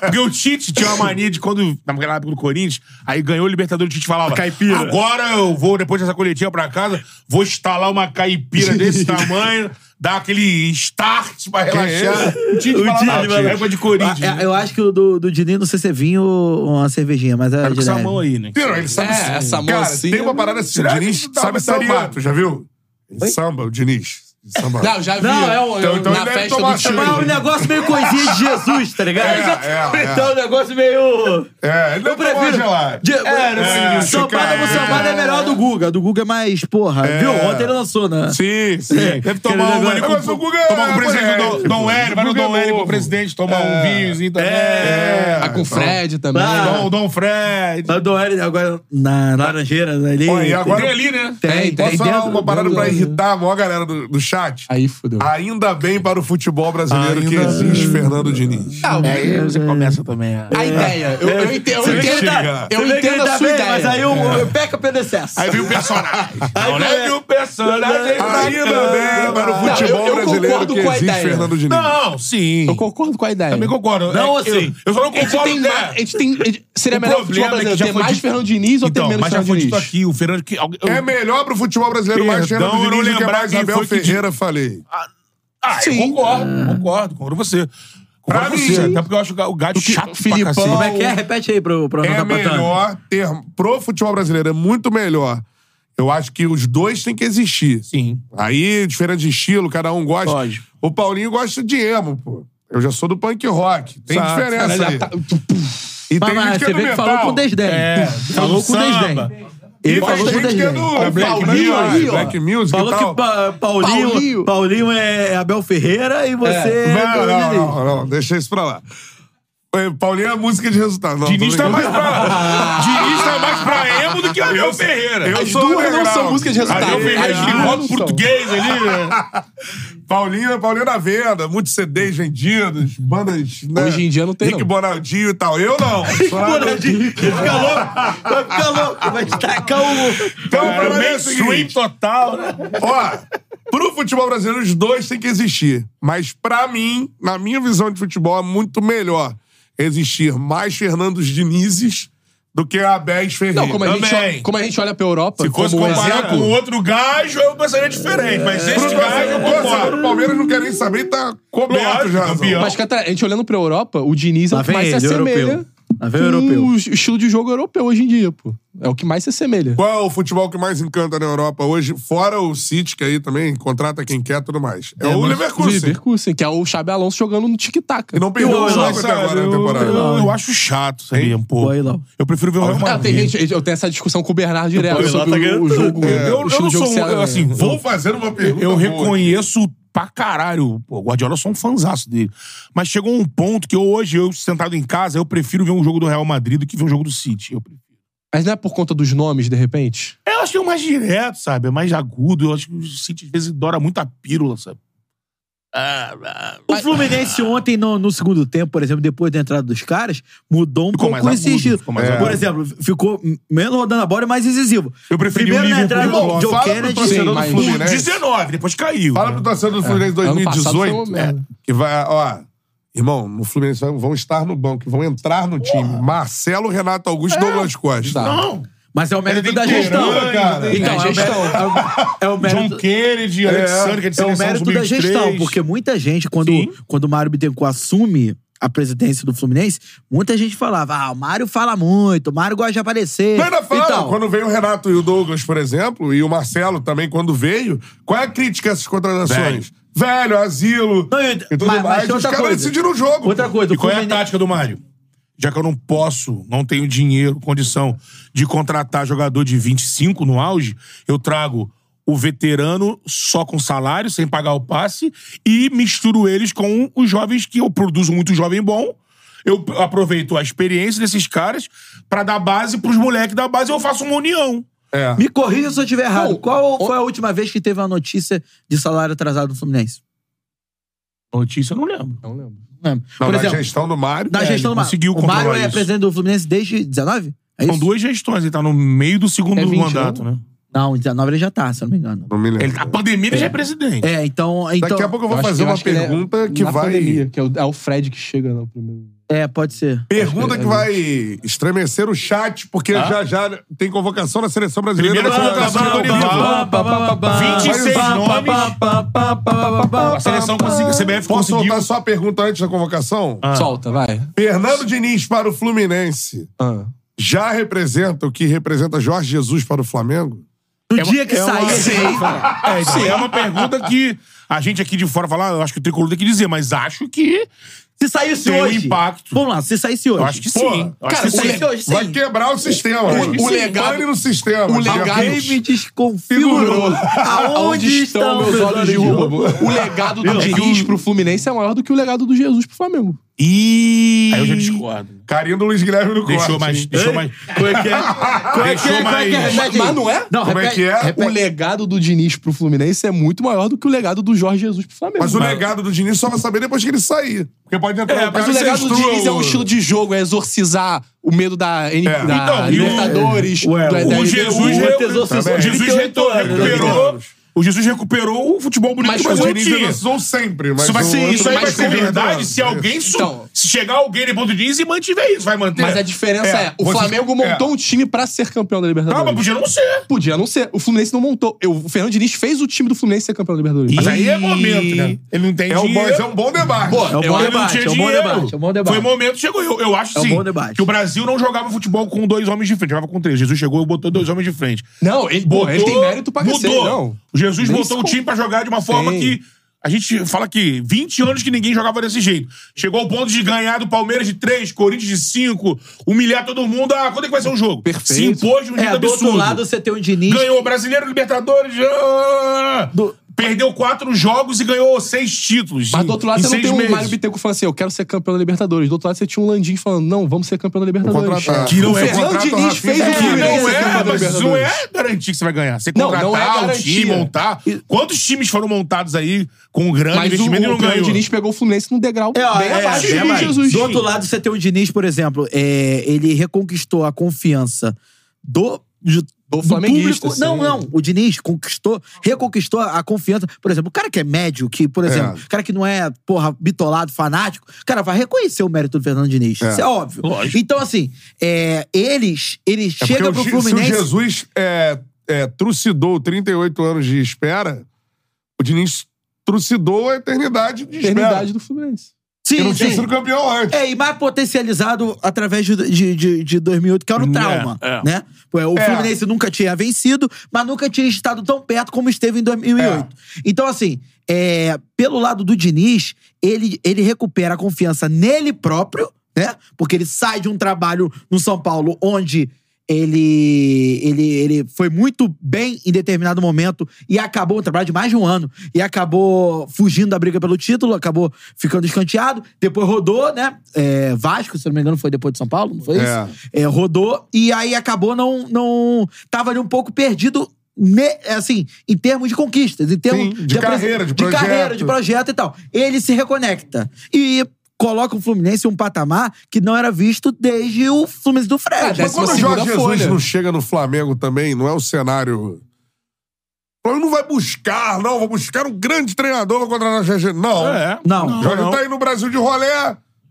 Porque o Tite tinha uma mania de quando, naquela época do Corinthians, aí ganhou o Libertadores, o Tite falava, caipira. agora eu vou, depois dessa coletiva pra casa, vou instalar uma caipira desse tamanho, dar aquele start pra relaxar. O Tite O Tite, falava, na mano. época de Corinthians. Ah, é, eu acho que o do, do Diniz, não sei se é vinho ou uma cervejinha, mas é. com essa mão aí, né? Não, ele sabe É, sim. essa mão Cara, assim tem é- uma parada assim. O Será que Diniz ele tava sabe estaria- sambar, tu já viu? Ele Samba, o Diniz. Samba. Não, já vi. Não, é o- então, então na ele deve festa tomar do time. Mas é um negócio meio coisinha de Jesus, tá ligado? É, é, é. Então, um negócio meio. É, ele Eu não tomou prefiro. gelado. De... É, não sei É, disso, Sambada cara. pro sambada é melhor a do Guga. A do Guga é mais, porra. Viu? Ontem ele lançou, né? Sim, sim. É, Deve aquele tomar uma negócio- ali com Mas o Guga é- tomar com o presidente do Dom- Dom Hélio, vai no Guga é Dom Hélio com novo. o presidente, tomar um É. vinhozinho também. É. Tá com o Fred também. Ah, Dom, Dom Fred. Mas do L agora na Laranjeira ali. Olha, e agora- Tem ali, né? Tem, tem. Posso falar dentro- uma parada dentro pra do- irritar a maior galera do, do chat? Aí fudeu. Ainda bem para o futebol brasileiro que Ainda existe Fernando Diniz. Não, Aí você começa também a... a ideia. Eu, eu ente- eu Você vê que entendo, É. ele tá- eu É. Você vê que entendo ele a tá sua bem, ideia. Mas aí o eu peca PDCS. Aí viu o personagem. Não, vem- né? Viu o personagem. Ainda bem para o Não, eu- futebol eu brasileiro concordo que com a existe ideia. Fernando Diniz. Não, sim. Eu concordo com a ideia. Também concordo. Não, É, assim, Eu, eu só não A gente concordo. tem né? mais- a gente tem- a gente- seria O melhor o futebol problema é que brasileiro já ter foi mais dito- Fernando Diniz ou ter Então, menos mas já Fernando foi dito Diniz? aqui, o Fernando... Que, alguém- eu- É melhor pro futebol brasileiro mais Perdão, Fernando eu não Diniz do que lembrar mais quem Abel foi que Ferreira, falei. Ah, eu Sim. concordo, concordo, concordo com você. Pra Concordo com mim, você. sim. Até porque eu acho o Ga- o Gato O que- chato o Filipão- pra cacete. Como é que é? Repete aí pro pro É Ronaldo Patani. melhor ter... Pro futebol brasileiro é muito melhor. Eu acho que os dois têm que existir. Sim. Aí, diferente de estilo, cada um gosta. Lógico. O Paulinho gosta de emo, pô. Eu já sou do punk rock. Tem Exato. diferença Cara, aí. já tá- E Mas, tem mas gente que é você do vê que metal. falou com desdém. É. Falou Tem com do desdém. samba. Ele E tem falou com gente que é desdém. do É black Paulinho aí, music, ó. black music Falou e tal. que pa- Paulinho, Paulinho. é Abel Ferreira e você... é Não, não, não, não, deixa isso pra lá. É, Paulinho é música de resultado. Não, Diniz tô tá mais brincando. pra lá. Diniz tá mais pra emo do que o Abel Ferreira. eu As sou duas não underground. são músicas de resultado. Abel Ferreira, As duas Gilberto não são. português ali. né? Paulinho, Paulinho na venda, muitos CDs vendidos, bandas. Né? Hoje em dia não tem, Rick não. Bonaldinho e tal. Eu não. Rick Bonaldinho. Fica louco. Vai ficar louco. Vai destacar o... Então, Era pra mim é o mainstream seguinte. total, né? Ó, pro futebol brasileiro, os dois têm que existir. Mas pra mim, na minha visão de futebol, é muito melhor existir mais Fernandos Dinizes do que Abéis Ferreira. Não, como a, gente, Também. olha- como a gente olha pra Europa, Se fosse como um comparar com exemplo... outro gajo, eu pensaria diferente. Mas É. Pro esse gajo, Brasil, eu o torcedor do concordo. Palmeiras não quer nem saber e tá coberto Lógico, já. campeão. Mas, Catarina, a gente olhando pra Europa, o Diniz é Lá o que vem mais se ele, o assemelha europeu. Lá É vem o com europeu. o estilo de jogo é europeu hoje em dia, pô. É o que mais se assemelha. Qual é o futebol que mais encanta na Europa hoje? Fora o City, que aí também contrata quem quer e tudo mais. É, o mas- Leverkusen. Leverkusen, que é o Xabi Alonso jogando no tic-tac. E não perdeu o jogo até Sabe, agora eu, na temporada. eu, eu acho chato, sabia? Um pouco. Põe lá. Eu prefiro ver o Tá, Real Ah, tem Madrid. gente, eu tenho essa discussão com o tá Bernardo direto Pô, sobre o, o jogo. É, eu, o eu estilo não de jogo sou um- cearense. assim, Vou vou fazer uma pergunta. Eu boa. reconheço pra caralho. Pô, o Guardiola, eu sou um fanzaço dele. Mas chegou um ponto que eu, hoje, eu sentado em casa, eu prefiro ver um jogo do Real Madrid do que ver um jogo do City. Eu, prefiro. Mas não é por conta dos nomes, de repente? eu acho que é o mais direto, sabe? É mais agudo. Eu acho que o City, às vezes, dora muita pílula, sabe? Ah, ah, O Fluminense ontem, no, no segundo tempo, por exemplo, depois da entrada dos caras, mudou um Ficou pouco mais esse agudo, estilo. É. ficou mais Por agudo. exemplo, ficou menos rodando a bola e mais incisivo. Eu preferi Primeiro o na Liverpool entrada, do Klopp. Joe Fala pro Kennedy. torcedor Sim, do mas- Fluminense. 19, depois caiu. Fala pro torcedor É. do Fluminense Ano passado foi 2018. uma merda. que vai, ó, irmão, no Fluminense vai- vão estar no banco, vão entrar no time. Marcelo, Renato Augusto, É. Douglas Costa. Tá. Não. Mas é o mérito tem da gestão. Pereira, cara. Então, É é, o gestão. mérito- é o- é o John mérito. Kennedy, Alexandre, que é de é o seleção mérito da sub-23. gestão, porque muita gente, quando, Sim. quando o Mário Bittencourt assume a presidência do Fluminense, muita gente falava: ah, o Mário fala muito, o Mário gosta de aparecer. Mas ainda fala, Então, quando veio o Renato e o Douglas, por exemplo, e o Marcelo também, quando veio, qual é a crítica a essas contratações? Velho, asilo Não, e- e tudo mas- mas mais. tem Os outra caras coisa. decidiram o jogo. Outra coisa, E qual é a Fluminense- tática do Mário? Já que eu não posso, não tenho dinheiro, condição de contratar jogador de 25 no auge, eu trago o veterano só com salário, sem pagar o passe, e misturo eles com os jovens que eu produzo muito jovem bom. Eu p- aproveito a experiência desses caras pra dar base pros moleques da base, eu faço uma união. É. Me corrija se eu estiver errado. Não, Qual o- foi a última vez que teve uma notícia de salário atrasado no Fluminense? Notícia eu não lembro. Não lembro. Não, Por na exemplo, gestão do Mário. na é, gestão do ele Mário. conseguiu o Mário controlar é isso. presidente do Fluminense desde 19? É São isso? duas gestões, ele tá no meio do segundo É 21? mandato, né? Não, em 19 ele já tá, se eu não me engano. Não me lembro. tá Ele- a né? pandemia ele já é presidente. É, então. então Daqui a pouco eu vou acho fazer que- uma acho que ele é pergunta que, na vai. pandemia, que é o, é o Fred que chega no primeiro. É, pode ser. Pergunta Acho que que é- vai estremecer o chat, porque Ah? já já tem convocação da seleção brasileira. Primeira Vai convocação convocar do tá Dorival. Dorival. 26 nomes. A seleção conseguiu, a CBF Posso conseguiu. soltar só a pergunta antes da convocação? Solta, vai. Fernando Diniz para o Fluminense Ah. já representa o que representa Jorge Jesus para o Flamengo? No dia que é uma- sair. É, isso aí é uma pergunta que a gente aqui de fora fala, "Ah, eu acho que o tricolor tem que dizer, mas acho que. Se saísse Tem um hoje. impacto. Vamos lá, se saísse hoje. Eu acho que sim. Eu acho cara, que Se sim. saísse é hoje, sim. Vai quebrar o sistema. O- Acho que o sim. legado- Pane no sistema. um o Já legado- vi. Alguém me desconfigurou. Figurou. Aonde estão meus olhos de rubro? rubro? O legado do Não, é que Diniz o- pro Fluminense é maior do que o legado do Jesus pro Flamengo. E... Aí eu já discordo. Carinho do Luiz Guilherme no Deixou corte, mais. hein? Deixou mais. Como é que é? Como é que Deixou é? Como é que é? mais- Repete aí. Mas não é? Não, Como é repete- que é? O legado do Diniz pro Fluminense é muito maior do que o legado do Jorge Jesus pro Flamengo. Mas o legado do Diniz só vai saber depois que ele sair. Porque pode entrar É, um Mas cara o e você legado do destrua Diniz é um estilo de jogo, é exorcizar o medo da, N- É. da Então, e o- Libertadores. Ué, do- o da- É, O da- Jesus, o re- exorcismo o um Jesus de retou- 38 anos, né? recuperou. O Jesus recuperou o futebol bonito Mas que o O Brasil Diniz é tinha. exorcizou sempre, mas... Isso, vai o ser, outro é isso aí mas vai ser tem verdade retorno. se alguém. su- Então- se chegar alguém no ponto de diz e mantiver isso, vai manter. Mas a diferença é, o você- Flamengo montou um time pra ser campeão da Libertadores. Calma, podia não ser. Podia não ser. O Fluminense não montou. Eu- o Fernando Diniz fez o time do Fluminense ser campeão da Libertadores. Mas aí é momento, né? Ele não tem É um, bom, dinheiro. é um bom debate. Pô, É um Eu bom acho que não debate, tinha é um bom dinheiro. debate, é um bom debate. Foi o momento, chegou. Eu, eu acho É um sim, bom debate. que o Brasil não jogava futebol com dois homens de frente, jogava com três. Jesus chegou e botou dois homens de frente. Não, ele, pô, ele tem mérito pra mudou. cacete, não. O Jesus Nem botou se o time pra jogar de uma forma Sim. que A gente fala que 20 anos que ninguém jogava desse jeito. Chegou ao ponto de ganhar do Palmeiras de 3, Corinthians de 5, humilhar todo mundo. Ah, quando é que vai ser o jogo? Perfeito. Se impôs de um É, jeito do absurdo. outro lado você tem um Diniz. Ganhou o Brasileiro, Libertadores. ah, Perdeu quatro jogos e ganhou seis títulos. Mas do outro lado, você não tem um Mário Bittencourt falando assim, eu quero ser campeão da Libertadores. Do outro lado, você tinha um Landim falando, não, vamos ser campeão da Libertadores. contratar. Que não o é Fernando contrato, Diniz Rafinha. fez o É, Fluminense não ser é, campeão da mas isso Libertadores. não é garantir que você vai ganhar. Você Não, contratar não é o time, garantia. montar. Quantos times foram montados aí com um grande Mas o, o, investimento e não Fernando ganhou? Diniz pegou o Fluminense num degrau É, ó, bem é, abaixo é, de mas Jesus. Do outro lado, você tem o Diniz, por exemplo, é, ele reconquistou a confiança do. de- Do, flamenguista, assim. público. sim. Não, não. O Diniz conquistou, reconquistou a confiança. Por exemplo, o cara que é médio, que, por exemplo, o cara que não é, porra, bitolado, fanático, cara, vai reconhecer o mérito do Fernando Diniz. Isso é óbvio. Então, assim, é, eles, ele É porque chega pro o Je- Fluminense. Se o Jesus é, é, trucidou 38 anos de espera, o Diniz trucidou a eternidade de Eternidade espera. do Fluminense. Sim, Porque não tinha sim. sido campeão antes. É, e mais potencializado através de, de, de, de 2008, que era o trauma, é. né? Pô, O É. Fluminense nunca tinha vencido, mas nunca tinha estado tão perto como esteve em 2008. Então, assim, é, pelo lado do Diniz, ele, ele recupera a confiança nele próprio, né? Porque ele sai de um trabalho no São Paulo onde ele, ele, ele foi muito bem em determinado momento e acabou, um trabalho de mais de um ano, e acabou fugindo da briga pelo título, acabou ficando escanteado, depois rodou, né? É, Vasco, se eu não me engano, foi depois de São Paulo, não foi É. isso? É, rodou, e aí acabou não, não... Tava ali um pouco perdido, ne- assim, em termos de conquistas, em termos... Sim, de apres- carreira, de projeto. carreira, de projeto e tal. Ele se reconecta. E... Coloca o Fluminense em um patamar que não era visto desde o Fluminense do Fred. assim, Ah, Mas décima quando o Jorge segunda Jesus folha. não chega no Flamengo também, não é o cenário. O Flamengo não vai buscar, não. Vou buscar um grande treinador, vou contratar o Jorge. Não. É. Não. O Jorge tá aí no Brasil de rolê.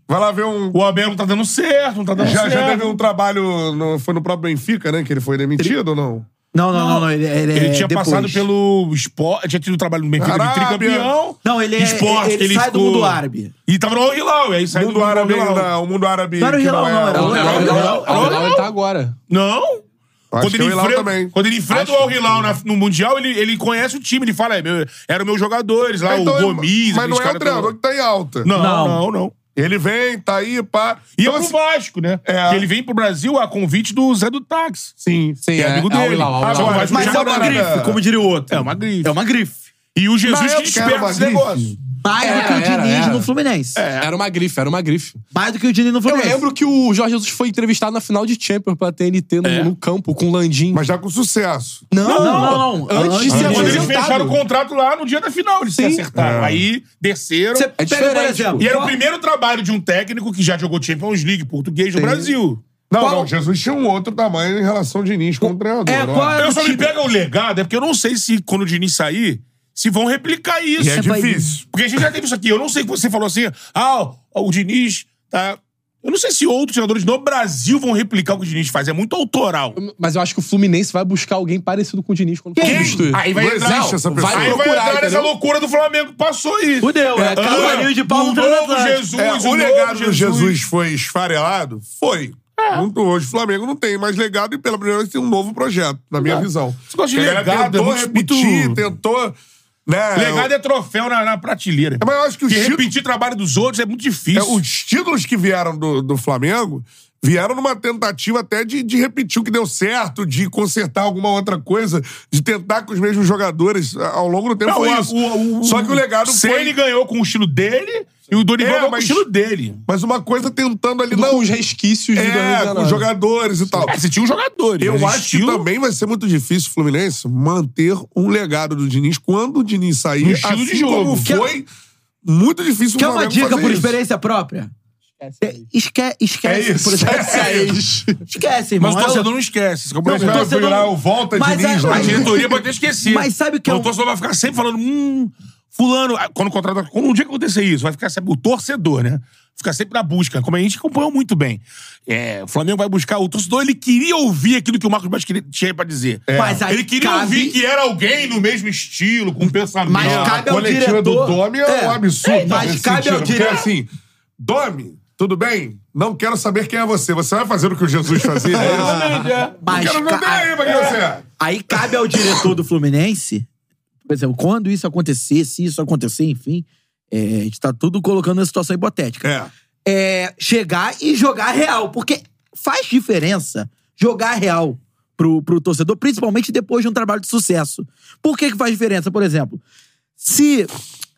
Vai lá ver um. O Abel não tá dando certo, não tá dando Já, certo. É. já teve um trabalho. no- Foi no próprio Benfica, né? Que ele foi demitido ou não? Não, não, não, não, Ele, ele, Ele é tinha depois. passado pelo esporte, tinha tido trabalho no Benfica de Arábia. tricampeão. Não, ele é- esporte, ele sai do mundo árabe. E tava no Al Hilal, e aí O saiu mundo do árabe Al Hilal. ainda. O mundo árabe. Não era o que é Hilal, não, era o Não, não, Hilal. Não, não, não, não, não, ele tá agora. Não. Acho Quando que ele, o Hilal enfrenta, também. quando ele enfrenta Acho o Al que- Hilal na- no Mundial, ele, ele conhece o time. Ele fala, é, meu, eram meus jogadores lá, Então, o Mas Gomes... não é aqueles o caras treinador que tá em alta. todos. Não, não, não. Ele vem, tá aí, pá. E é Então, pro assim, Vasco, né? É. Que ele vem pro Brasil a convite do Zé do Táxi. Sim, sim. Que é amigo Al dele. Hilal, Al Ah, Hilal. só o Vasco Mas já é uma não era- grife, como diria o outro. É uma grife. É uma grife. E o Na Jesus que época era desperta uma esse grife. negócio. Mais Era, É, do que o era, Diniz era. no Fluminense. Era uma grife, era uma grife. Mais do que o Diniz É. no Eu Fluminense. lembro que o Jorge Jesus foi entrevistado na final de Champions pela TNT no, no campo com o Landim. Mas já com sucesso. não, não, não. Antes de ser Antes. Quando eles apresentado. fecharam o contrato lá no dia da final, eles se Sim. acertaram. É. Aí desceram. Você pega, por diferente, exemplo... É E era o qual- primeiro trabalho de um técnico que já jogou Champions League português do Brasil. Não, Qual- não. Jesus tinha um outro tamanho em relação ao Diniz como treinador. É, ó. qual era Eu o só me time? pega o legado, é porque eu não sei se quando o Diniz sair, se vão replicar isso. E é difícil. Porque a gente já teve isso aqui. Eu não sei que você falou assim, ah, o Diniz tá. Eu não sei se outros jogadores no Brasil vão replicar o que o Diniz faz. É muito autoral. Mas eu acho que o Fluminense vai buscar alguém parecido com o Diniz quando for Quem? substituir. Aí vai Não entrar, existe essa pessoa. Aí vai procurar, entrar nessa entendeu? loucura do Flamengo que passou aí. Ah, Fudeu, é cavalinho de pau o no novo transatlântico. Jesus, É. É, o o legado novo do Jesus foi esfarelado? Foi. Muito- Hoje o Flamengo não tem mais legado e pela primeira vez tem um novo projeto, na minha visão. Esse negócio É. de Porque a galera legado é tentou muito- repetir, muito- tentou. Né, Legado é troféu na, na prateleira. Mas eu acho É que os Porque títulos- repetir trabalho dos outros é muito difícil. é, os títulos que vieram do, do Flamengo vieram numa tentativa até de, de repetir o que deu certo, de consertar alguma outra coisa, de tentar com os mesmos jogadores a- ao longo do tempo. Não, foi o- isso. o- o- Só que o legado foi. Ceni ganhou com o estilo dele e o Dorival É, ganhou com o mas- estilo dele. Mas uma coisa tentando ali. Do- não, Com os resquícios de é, 2019. com os jogadores e tal. É, você tinha os jogadores. Eu mas acho estilo- que também vai ser muito difícil o Fluminense manter um legado do Diniz quando o Diniz sair. No estilo assim de jogo. Como Que- foi muito difícil Quer o uma Flamengo dica fazer por isso. experiência própria? Esquece, esquece, É isso, por exemplo. esquece isso. Esquece, irmão. Mas o É torcedor não esquece. Não, mas o torcedor não- volta Mas Diniz é- lá. A mas- diretoria pode ter esquecido. Mas sabe o que é Então um- O torcedor vai ficar sempre falando, hum, fulano... Ah, Quando contrata... Quando um dia que acontecer isso, vai ficar sempre... O torcedor, né? Fica sempre na busca. Como a gente acompanhou muito bem. É, o Flamengo vai buscar... O torcedor, ele queria ouvir aquilo que o Marcos Braz queria- tinha pra dizer. É. Mas aí ele queria cabe- ouvir que era alguém no mesmo estilo, com pensamento. Mas Não, cabe a ao coletiva diretor- do Domi é, É. um absurdo. Mas nesse cabe ao sentido, porque, diretor- assim, Domi, tudo bem? Não quero saber quem é você. Você vai fazer o que o Jesus fazia? É isso? Mas Não quero ca- ver aí pra quem você é. Aí cabe ao diretor do Fluminense Por exemplo, quando isso acontecer, se isso acontecer, enfim, é, a gente tá tudo colocando na situação hipotética. É. chegar e jogar real, porque faz diferença jogar real pro, pro torcedor, principalmente depois de um trabalho de sucesso. Por que, que faz diferença, por exemplo? Se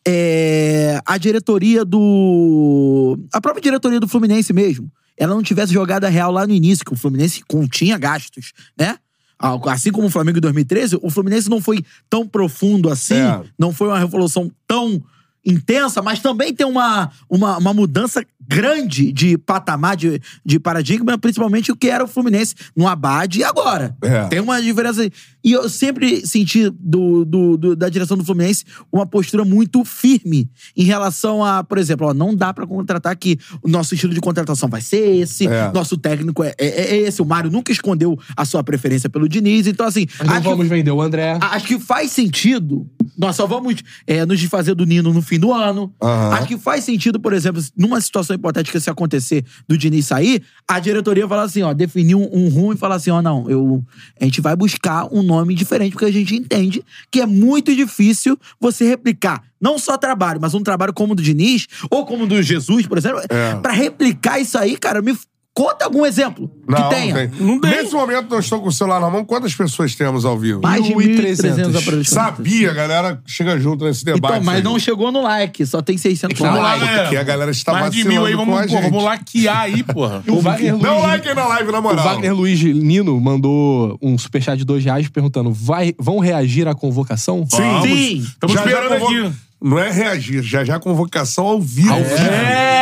é, a diretoria do. A própria diretoria do Fluminense mesmo, ela não tivesse jogado a real lá no início, que o Fluminense continha gastos, né? Ah, Assim como o Flamengo em 2013, o Fluminense não foi tão profundo assim, É. não foi uma revolução tão intensa, mas também tem uma, uma, uma mudança grande de patamar, de, de paradigma, principalmente o que era o Fluminense no Abade e agora. É. Tem uma diferença. aí. E eu sempre senti do, do- do- da direção do Fluminense uma postura muito firme em relação a, por exemplo, ó, não dá pra contratar aqui. O nosso estilo de contratação vai ser esse, É. nosso técnico é, é- é esse. O Mário nunca escondeu a sua preferência pelo Diniz. Então, assim. Mas não acho que- vamos vender o André. Acho que faz sentido. Nós só vamos é, nos desfazer do Nino no fim do ano. Ah. Aham. Acho que faz sentido, por exemplo, numa situação hipotética, se acontecer do Diniz sair, a diretoria falar assim, ó, definir um, um rumo e falar assim, ó, não, eu, a gente vai buscar um nome diferente, porque a gente entende que é muito difícil você replicar não só trabalho, mas um trabalho como o do Diniz, ou como o do Jesus, por exemplo. É. Pra replicar isso aí, cara, me f- conta algum exemplo Não, que tenha. não tem. Nesse momento, nós estamos com o celular na mão. Quantas pessoas temos ao vivo? Mais de 1.300 aproximadamente. Sabia, galera chega junto nesse debate. Então, mas aí. não chegou no like, só tem 600 um Vamos lá, likes. é galera. Porque a galera está Mais de vacilando mil aí, com a vamos, porra, gente. vamos laquear aí, porra. E o Wagner Dá um Luiz- like aí na live, na O moral. Wagner Luiz Nino mandou um superchat de dois reais perguntando: vai, vão reagir à convocação? Sim. Sim. Estamos Já, já esperando convoca- aqui. Não é reagir, já já convocação ao vivo.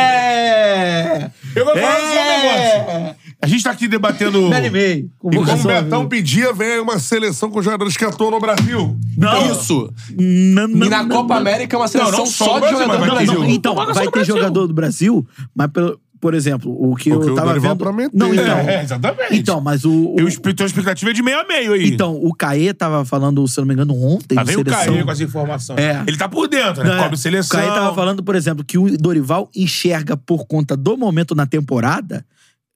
É! Eu vou falar só É. um negócio. A gente tá aqui debatendo. Pera e meio. E como o é, Convocação, então, Betão pedia, vem aí uma seleção com jogadores que atuam no Brasil. Não. Isso! Não, não, e na não, Copa não. América é uma seleção Não, não, só só o de Brasil, jogadores mas do Não, vai Brasil. não, então, Convocação vai do ter Brasil. jogador do Brasil, mas pelo, por exemplo, o que O que eu o tava Dorival vendo. prometeu. Não, então. É, exatamente. Então, mas o. o- Eu, espe- tua expectativa é de meio a meio aí. então, o Caê tava falando, se eu não me engano, ontem Lá de Ah, vem o seleção. Caê com essa informação. É. Ele tá por dentro, né? Não, é. Cobre seleção. O Caí tava falando, por exemplo, que o Dorival enxerga por conta do momento na temporada,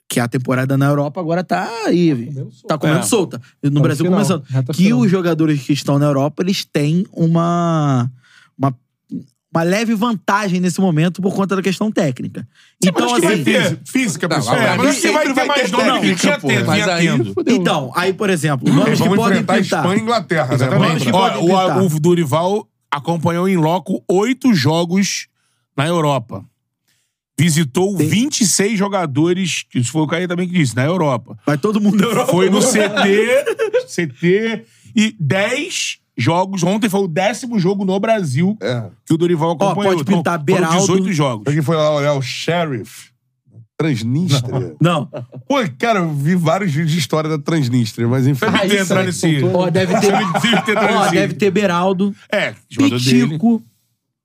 que a temporada na Europa agora tá aí. Tá comendo É. solta. No no Brasil final, começando. reta Que final. os jogadores que estão na Europa, eles têm uma. uma uma leve vantagem nesse momento por conta da questão técnica. então, acho que vai assim, ter. Física, Não, pessoal. agora É, mas acho que sempre vai ter vai mais ter nome que técnica, tinha pô. tendo. Mas ia aí- tendo. então, aí, por exemplo, nomes que Vamos podem enfrentar a Espanha pintar. e Inglaterra, Exatamente. né? que Vamos Ó, podem o, a- pintar. o Dorival acompanhou em loco oito jogos na Europa. Visitou 26 jogadores, que isso foi o Caio também que disse, na Europa. Vai todo mundo na Europa. Foi no CT, CT, e 10 jogos. Ontem foi o décimo jogo no Brasil É. que o Dorival pode acompanhou. Então, pintar foram Beraldo. 18 jogos. Alguém foi lá olhar o Sheriff. é Transnistria. Não. Pô, cara, eu vi vários vídeos de história da Transnistria, mas enfim. Deve ter entrado nesse... Ó, deve ter. Deve ter entrado Ó, nesse- deve ter Beraldo, É, Então, assim, jogador dele. Pitico.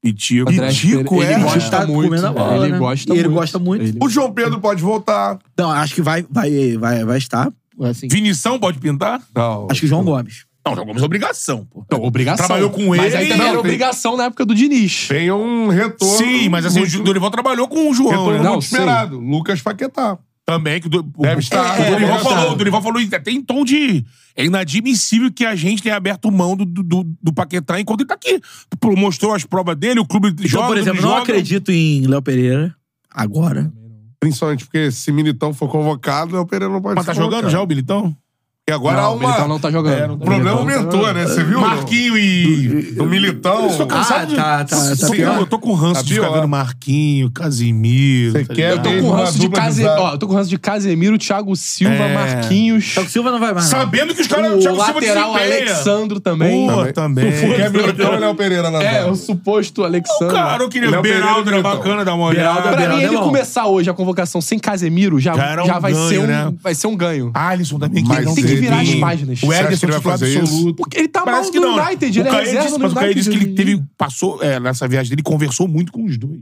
Pitico. André Pitico, Pereira, é? Ele Ele tá gosta comendo a muito. bola, Ele né? gosta Ele muito. gosta muito. Ele- O João Pedro pode voltar. Não, acho que vai, vai, vai, vai estar. Assim, Vinição pode pintar? Não. acho que João Gomes. Não, jogamos obrigação, pô. Não, obrigação. Trabalhou com Mas ele, aí também não, era tem- obrigação na época do Diniz. Tem um retorno. Sim, mas assim, o muito, Dorival trabalhou com o João, retorno né? Não, muito sim. esperado. Lucas Paquetá. Também, que o, Do- o- Deve estar. o É, Dorival deve falou, estar. o Dorival falou isso, até em tom de. É inadmissível que a gente tenha aberto mão do, do- do, do Paquetá enquanto ele tá aqui. Pô, Mostrou as provas dele, o clube Então, joga, por o exemplo, clube não joga. acredito em Léo Pereira agora. Principalmente porque se Militão for convocado, o Pereira não pode Mas ser tá jogando convocado. já o Bilitão? E agora há Não, o uma... Militão não tá jogando. É, O problema Militão tá aumentou, jogando. né? Você viu? Marquinho e. O Militão... Eu tô Ah, cansado de- tá, tá, tá Sou- pior. Eu tô com ranço Tá de ficar pior. vendo Marquinho, Casimiro. Você tá quer ligado? Eu tô Ele com na ranço de dupla de Case... zaga. Ó, eu tô com ranço de Casemiro, Thiago Silva, É. Tá. Marquinhos. Então, o Silva não vai mais. não. Sabendo que os caras. O Thiago Silva lateral desempenha. Alexandro também. Pô, também. Você quer É Militão ou Léo Pereira na É, zaga? o suposto Alexandro. Cara, eu queria. Léo Beraldo Pereira era e Militão. bacana dar uma olhada. Beraldo é Ah, Pra mim, Gabriel ele Alemão. começar hoje a convocação sem Casemiro já, né, Já era já, um vai, ganho, ser um, né? vai ser um ganho. Alisson também Mas não tem tem que virar as bem. páginas. O Você acha que Ederson ele vai titular fazer isso? absoluto. Porque ele tá Parece mal que no não. né? United, ele o é Caio reserva disse, no Mas o Caio United né? disse que ele hoje. teve, passou, é, nessa viagem dele, conversou muito com os dois.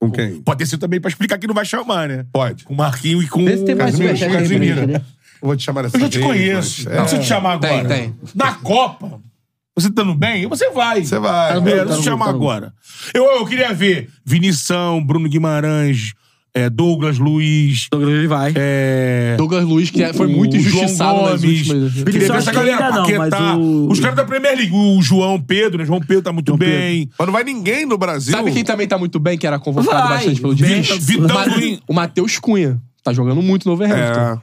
Com quem? Pode ter sido também pra explicar que não vai chamar, né? Pode. Com o Marquinho e com Vê se tem o mais Casemiro, superchat com o aí pra Casemiro. gente, né? Eu vou te chamar essa Eu já te vez, conheço. É, mas- é. Não preciso te chamar Tem, agora. tem. Na Copa, você estando bem, você vai. Você vai. É, Tá no não grupo, se tá chamar no grupo. agora. Eu, eu queria ver Vinição, Bruno Guimarães, É, Douglas Luiz. Douglas Luiz vai. É, Douglas Luiz, que é- foi muito o injustiçado João nas Gomes. últimas- Queria Ele ver só essa acho que galera. ainda não, mas Paquetá. o- Os caras da Premier League. O João Pedro, né? João Pedro tá muito bem. Mas não vai ninguém no Brasil. Sabe quem também tá muito bem, que era convocado Vai. bastante pelo Bem, Diniz? Vitão O Mate- Luiz. O Matheus Cunha. Tá jogando muito no É. Overhampton.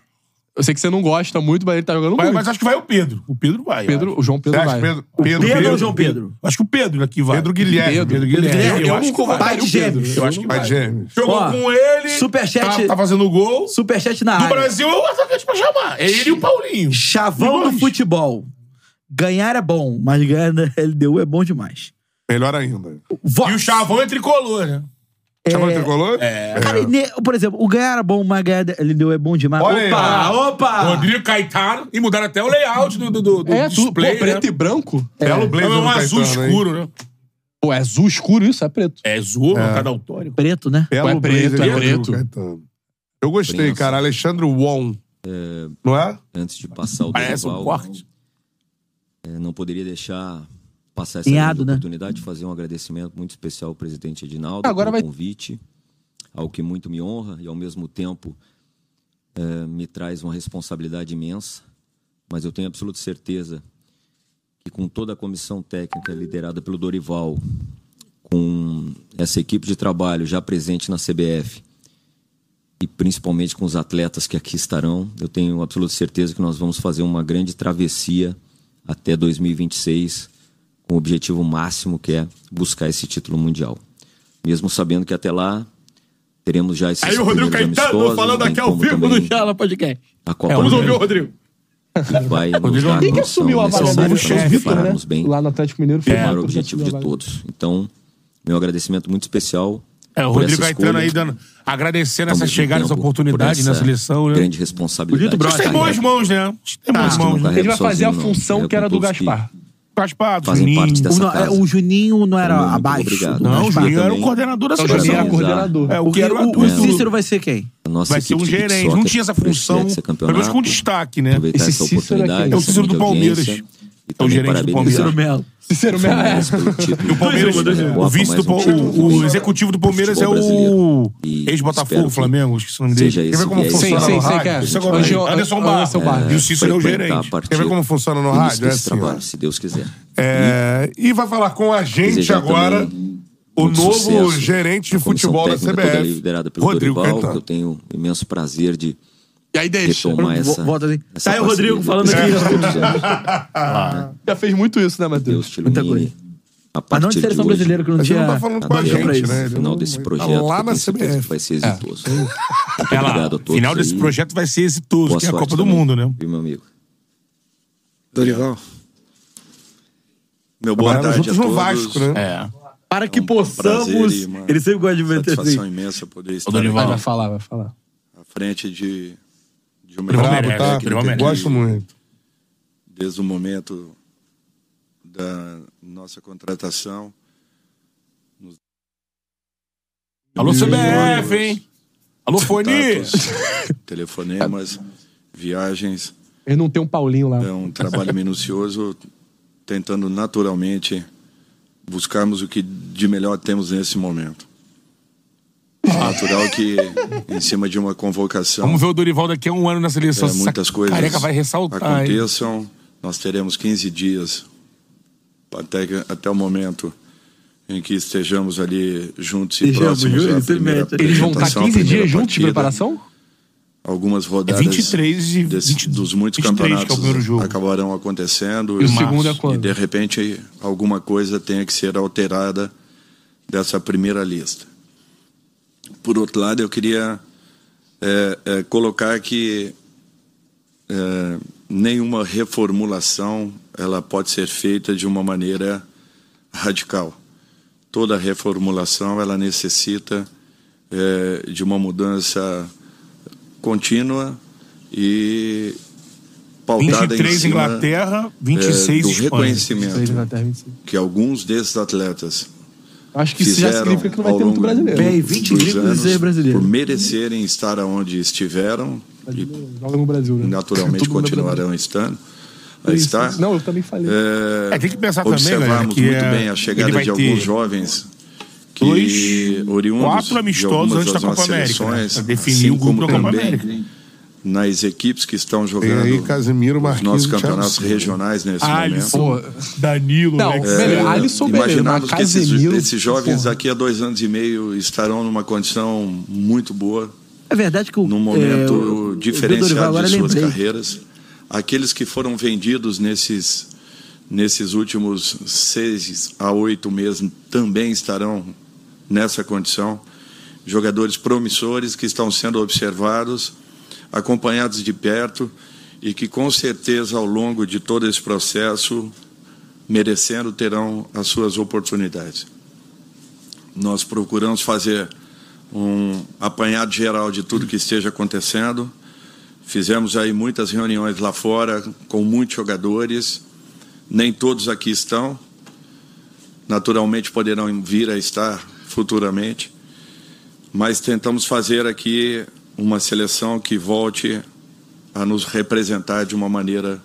Eu sei que você não gosta muito, mas ele tá jogando Vai, muito. mas acho que vai o Pedro. O Pedro vai. Pedro, o João Pedro Você acha vai. que Pedro- Pedro- Pedro- Acho que o Pedro aqui vai. Pedro Guilherme. Pedro Guilherme. Guilherme. Eu Eu não acho que convocaria vai. o Pedro. Eu acho que Vai, vai. James. Jogou Ó, com ele. superchat- Tá, tá fazendo gol. Superchat na Do área. Brasil é o atacante pra chamar. É ele e o Paulinho. Chavão do futebol. Ganhar é bom, mas ganhar na LDU é bom demais. Melhor ainda. Vox. E o Chavão é tricolor, né? Chamou tricolor? É. Cara, e ne- por exemplo, o ganhar é bom, mas ganhar da LDU é bom demais. Olha aí, opa, ó. opa! Rodrigo Caetano. E mudaram até o layout do, do, do, do É, tudo. Pô, display. né? preto e branco? Belo blazer É do um azul Caetano, hein? escuro, né? Pô, é azul escuro isso? É preto. É azul, é. cadautório. Preto, né? Belo Pô, é preto, blazer é do Rodrigo preto. Caetano. Eu gostei, cara. Alexandre Wong. Não é? Antes de passar o Parece um Dorival, corte. eh, não poderia deixar passar essa Linhado, grande né? oportunidade de fazer um agradecimento muito especial ao presidente Edinaldo Ah, Agora pelo vai- convite, ao que muito me honra e ao mesmo tempo eh, me traz uma responsabilidade imensa, mas eu tenho absoluta certeza que com toda a comissão técnica liderada pelo Dorival, com essa equipe de trabalho já presente na CBF, e principalmente com os atletas que aqui estarão, eu tenho absoluta certeza que nós vamos fazer uma grande travessia até 2026, com o objetivo máximo que é buscar esse título mundial. Mesmo sabendo que até lá teremos já esses Aí o Rodrigo primeiros Caetano amistosos, falando bem aqui ao como vivo também no Fala, podcast. a Copa Vamos do ouvir o Mundo, Rodrigo. que vai nos dar Quem que noção assumiu a vaga necessária dele? para nós ficarmos bem né? Lá no Atlético Mineiro foi o o maior Vitor que objetivo assumiu de a vaga. todos. Então, meu agradecimento muito especial. É, o por Rodrigo essa Caetano escolha, aí dando, agradecendo ao essa mesmo chegada, essa tempo, oportunidade por na essa seleção. Né? Grande responsabilidade. Bonito, Acho que brother. tem boas mãos, né? Acho que Tem boas Acho que mãos, não né? carrega Ele vai fazer a sozinho, não. função Carrega que era com do todos que Gaspar. Gaspar, Fazem parte Juninho. dessa O, no- é, casa. o Juninho não era Muito abaixo. obrigado. do Não, o Gaspar. Juninho era o também. coordenador da Então, o seleção. Juninho era Parabenizar. coordenador. É, O, o que era o o, o atual. Cícero vai ser quem? A nossa Vai ser equipe um de gerente. soccer Não tinha essa para esse função. hexacampeonato. Pelo menos com destaque, né? Aproveitar Esse essa Cícero oportunidade. aqui. É o essa Cícero do muita Palmeiras. audiência. E o também gerente do parabenizar Palmeiras. Melo. Sincero o mesmo. é. Palmeiras pelo título. E o Palmeiras, Dois, dois, o Copa, vice do mais um Pal- título o, o também. executivo do Futebol Palmeiras é brasileiro. o E espero ex-Botafogo, que Flamengo, esqueci o nome dele. Seja Quer ver esse como viés funciona Sim, sim, no sim, rádio? cara. Isso Esse agora- Anjo- é Anderson Barra. Anderson Barra. E o Cícero é o frequentar gerente. a partir Quer ver como funciona no do rádio? início É desse assim, ó. trabalho, se Deus quiser. É, e vai falar com a gente Desejar agora um também o muito novo sucesso gerente de à comissão futebol da técnica toda CBF, liderada pelo Rodrigo Dorival, que tá. Caetano. eu tenho imenso prazer de E aí deixa. retomar Vo- essa. volta aí. essa Tá aí o parceria Rodrigo de falando aqui. todos os anos. Já fez muito isso, né, Deus Matheus? te Muita ilumine. A Mas partir não de seleção hoje, brasileira que não Mas ele tinha. não tá falando com a Deixa pra gente, isso. né? No Ele final não- desse ele tá projeto, lá que eu na tenho certeza CBF. que vai ser exitoso. É, Muito Ela- obrigado a todos. final desse aí. projeto vai ser Boa exitoso, que é a sorte Copa do também, Mundo, né? Viu, meu amigo? Dorival. Meu boa Trabalharam tarde juntos a no todos. Vasco, né? É. Para que possamos. prazer e uma Ele sempre gosta de meter Satisfação assim. imensa poder estar Dorival. Vai falar, vai falar. à frente de, de um né? uma Brabo, merece, tá? Dorival merece. Gosto muito. desde o momento da nossa contratação. Alô, CBF, hein? Tá, Alô, Foni. contatos, Telefonemas, viagens. Ele não tem um Paulinho lá. É um trabalho minucioso, tentando naturalmente buscarmos o que de melhor temos nesse momento. tá, Natural que, em cima de uma convocação, Vamos ver o Dorival daqui a um ano na seleção. é, Essa muitas coisas Careca vai ressaltar. hein? aconteçam. Nós teremos 15 dias até, que- até o momento em que estejamos ali juntos e Estejamos próximos juntos, à ele primeira mete. Eles vão estar apresentação, à 15 primeira dias juntos de partida. preparação? Algumas rodadas 23 É e desse- 20 dos muitos 23 que é o campeonatos primeiro jogo. acabarão acontecendo. E o Mas- segundo é quando? E de repente alguma coisa tenha que ser alterada dessa primeira lista. Por outro lado, eu queria eh, eh, colocar que eh, nenhuma reformulação ela pode ser feita de uma maneira radical. Toda reformulação ela necessita eh, de uma mudança contínua e pautada 23 em cima, Inglaterra, eh, 26 do Espanha. Seis reconhecimento na Terra, 25. que alguns desses atletas Acho que isso já fizeram significa que não vai ao ter muito longo brasileiro. Bem, dos 20 gringos anos, dizer brasileiro. por é merecerem estar onde estiveram e Joga no Brasil, né? naturalmente Todo mundo é continuarão estando a estar. Não, eu também falei. É, É, tem que pensar também, observamos galera, que muito é- bem a ele chegada vai de alguns ter- jovens que Dois, oriundos quatro amistosos de algumas antes da das Copa nossas América, né? seleções, Pra definir assim o grupo como da Copa também América. nas equipes que estão jogando aí, Casemiro, os Marquinhos nossos e Thiago campeonatos Silva. regionais nesse Alisson, momento. É, Danilo, Não, Alex. melhor, Alisson, Imaginamos Beleza, que esses, Casemiro, esses jovens daqui a dois anos e meio estarão numa condição muito boa, É verdade que o. num é, momento o- o Dorival, diferenciado agora de suas lembrei. carreiras. Aqueles que foram vendidos nesses, nesses últimos seis a oito meses também estarão nessa condição. Jogadores promissores que estão sendo observados, acompanhados de perto e que, com certeza, ao longo de todo esse processo, merecendo, terão as suas oportunidades. Nós procuramos fazer um apanhado geral de tudo que esteja acontecendo. Fizemos aí muitas reuniões lá fora com muitos jogadores. Nem todos aqui estão. Naturalmente poderão vir a estar futuramente. Mas tentamos fazer aqui uma seleção que volte a nos representar de uma maneira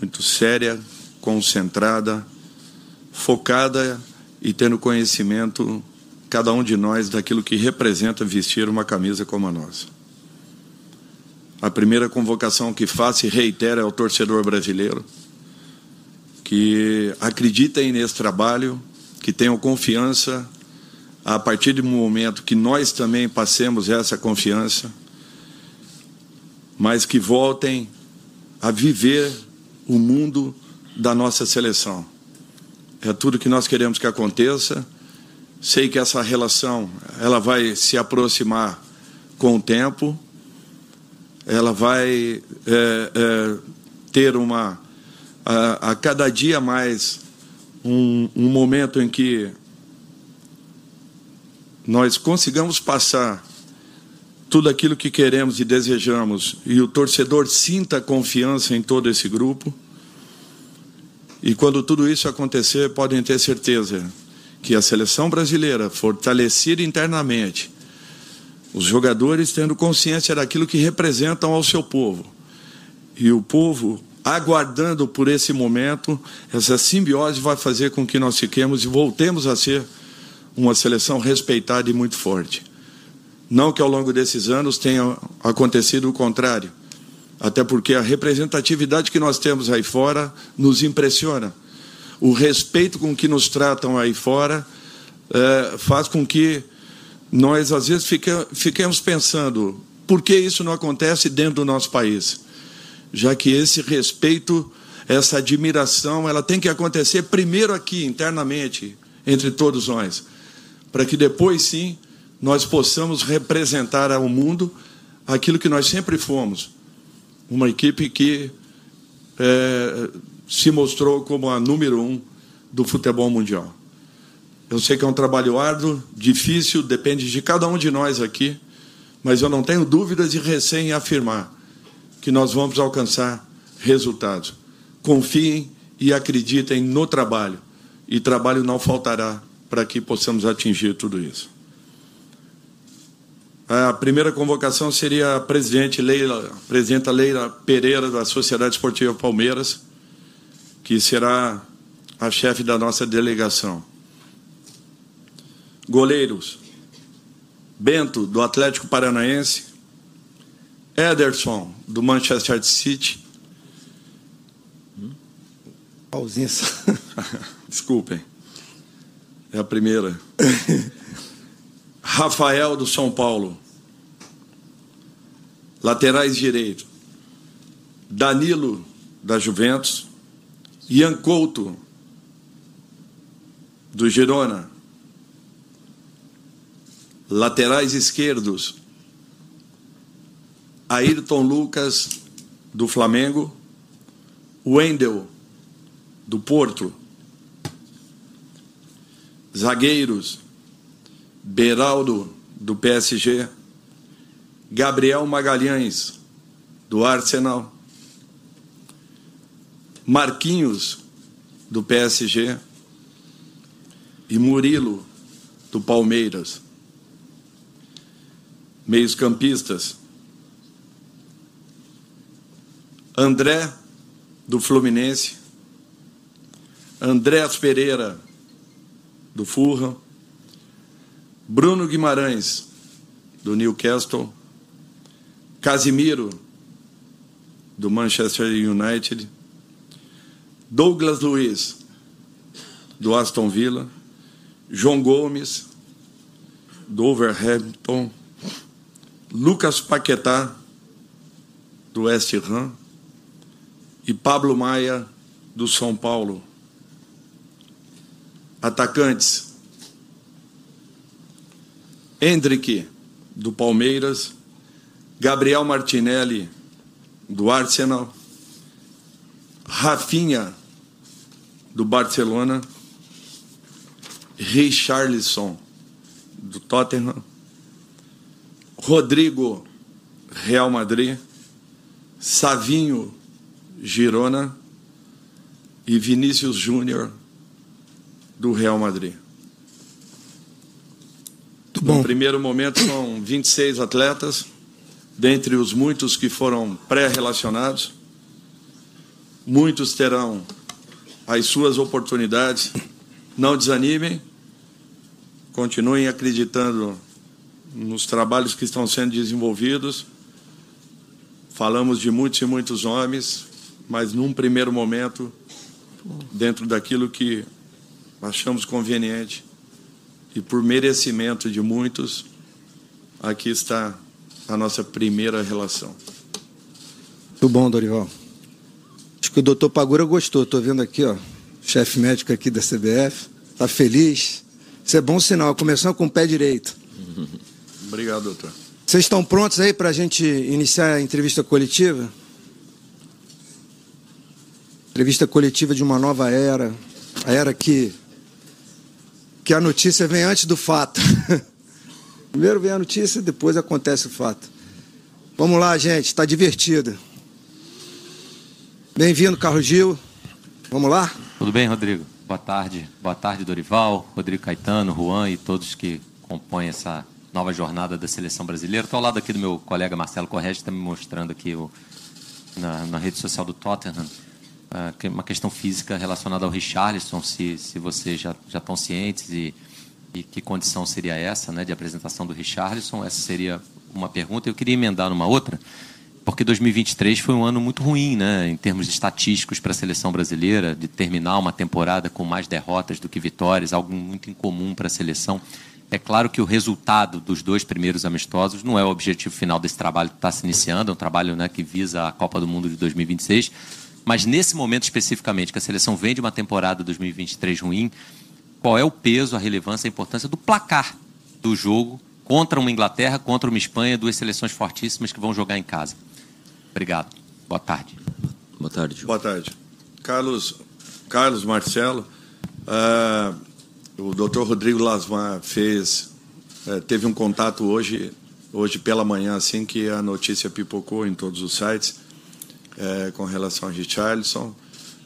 muito séria, concentrada, focada e tendo conhecimento cada um de nós daquilo que representa vestir uma camisa como a nossa. A primeira convocação que faço e reitero é ao torcedor brasileiro que acreditem nesse trabalho, que tenham confiança. A partir do momento que nós também passemos essa confiança, mas que voltem a viver o mundo da nossa seleção. É tudo que nós queremos que aconteça. Sei que essa relação ela vai se aproximar com o tempo, ela vai é, é, ter uma a, a cada dia mais um, um momento em que nós consigamos passar tudo aquilo que queremos e desejamos e o torcedor sinta confiança em todo esse grupo. E quando tudo isso acontecer, podem ter certeza que a seleção brasileira, fortalecida internamente, os jogadores tendo consciência daquilo que representam ao seu povo, e o povo aguardando por esse momento, essa simbiose vai fazer com que nós fiquemos e voltemos a ser uma seleção respeitada e muito forte. Não que ao longo desses anos tenha acontecido o contrário, até porque a representatividade que nós temos aí fora nos impressiona. O respeito com que nos tratam aí fora eh, faz com que nós, às vezes, fica- fiquemos pensando por que isso não acontece dentro do nosso país, já que esse respeito, essa admiração, ela tem que acontecer primeiro aqui, internamente, entre todos nós, para que depois sim nós possamos representar ao mundo aquilo que nós sempre fomos uma equipe que eh, se mostrou como a número um do futebol mundial. Eu sei que é um trabalho árduo, difícil, depende de cada um de nós aqui, mas eu não tenho dúvidas e recém em afirmar que nós vamos alcançar resultados. Confiem e acreditem no trabalho, e trabalho não faltará para que possamos atingir tudo isso. A primeira convocação seria a presidente Leila, presidenta Leila Pereira da Sociedade Esportiva Palmeiras, que será a chefe da nossa delegação. Goleiros: Bento do Atlético Paranaense, Ederson do Manchester City. Ausência. Desculpem. É a primeira. Rafael do São Paulo. Laterais direito. Danilo da Juventus. Ian Couto do Girona. Laterais esquerdos. Ayrton Lucas do Flamengo. Wendel do Porto. Zagueiros. Beraldo, do PSG, Gabriel Magalhães, do Arsenal, Marquinhos, do PSG, e Murilo, do Palmeiras. Meios campistas. André, do Fluminense. Andrés Pereira, do Furran. Bruno Guimarães, do Newcastle. Casimiro, do Manchester United. Douglas Luiz, do Aston Villa. João Gomes, do Overhampton. Lucas Paquetá, do West Ham. E Pablo Maia, do São Paulo. Atacantes: Hendrick, do Palmeiras. Gabriel Martinelli, do Arsenal. Rafinha, do Barcelona. Richarlison, do Tottenham. Rodrigo, Real Madrid. Savinho, Girona. E Vinícius Júnior, do Real Madrid. No primeiro momento são 26 atletas, dentre os muitos que foram pré-relacionados. Muitos terão as suas oportunidades. Não desanimem, continuem acreditando nos trabalhos que estão sendo desenvolvidos. Falamos de muitos e muitos homens, mas num primeiro momento, dentro daquilo que achamos conveniente e por merecimento de muitos, aqui está a nossa primeira relação. Muito bom, Dorival. Acho que o doutor Pagura gostou. Estou vendo aqui, ó, chefe médico aqui da CBF. Está Tá feliz. Isso é bom sinal. Começando com o pé direito. Obrigado, doutor. Vocês estão prontos aí para a gente iniciar a entrevista coletiva? Entrevista coletiva de uma nova era. A era que, que a notícia vem antes do fato. Primeiro vem a notícia, depois acontece o fato. Vamos lá, gente. Está divertido. Bem-vindo, Carlos Gil. Vamos lá? Tudo bem, Rodrigo? Boa tarde. Boa tarde, Dorival, Rodrigo Caetano, Juan e todos que compõem essa nova jornada da seleção brasileira. Estou ao lado aqui do meu colega Marcelo Correa, que está me mostrando aqui o- na, na rede social do Tottenham ah, que- uma questão física relacionada ao Richarlison, se, se vocês já, já estão cientes e, e que condição seria essa né, de apresentação do Richarlison. Essa seria uma pergunta. Eu queria emendar numa outra porque 2023 foi um ano muito ruim, né, em termos estatísticos para a seleção brasileira, de terminar uma temporada com mais derrotas do que vitórias, algo muito incomum para a seleção. É claro que o resultado dos dois primeiros amistosos não é o objetivo final desse trabalho que está se iniciando, é um trabalho né, que visa a Copa do Mundo de 2026. Mas nesse momento especificamente, que a seleção vem de uma temporada 2023 ruim, qual é o peso, a relevância, a importância do placar do jogo contra uma Inglaterra, contra uma Espanha, duas seleções fortíssimas que vão jogar em casa? Obrigado. Boa tarde. Boa tarde. Boa tarde. Carlos, Carlos Marcelo, ah, o doutor Rodrigo Lasmar fez, eh, teve um contato hoje, hoje pela manhã, assim que a notícia pipocou em todos os sites, eh, com relação a Richarlison.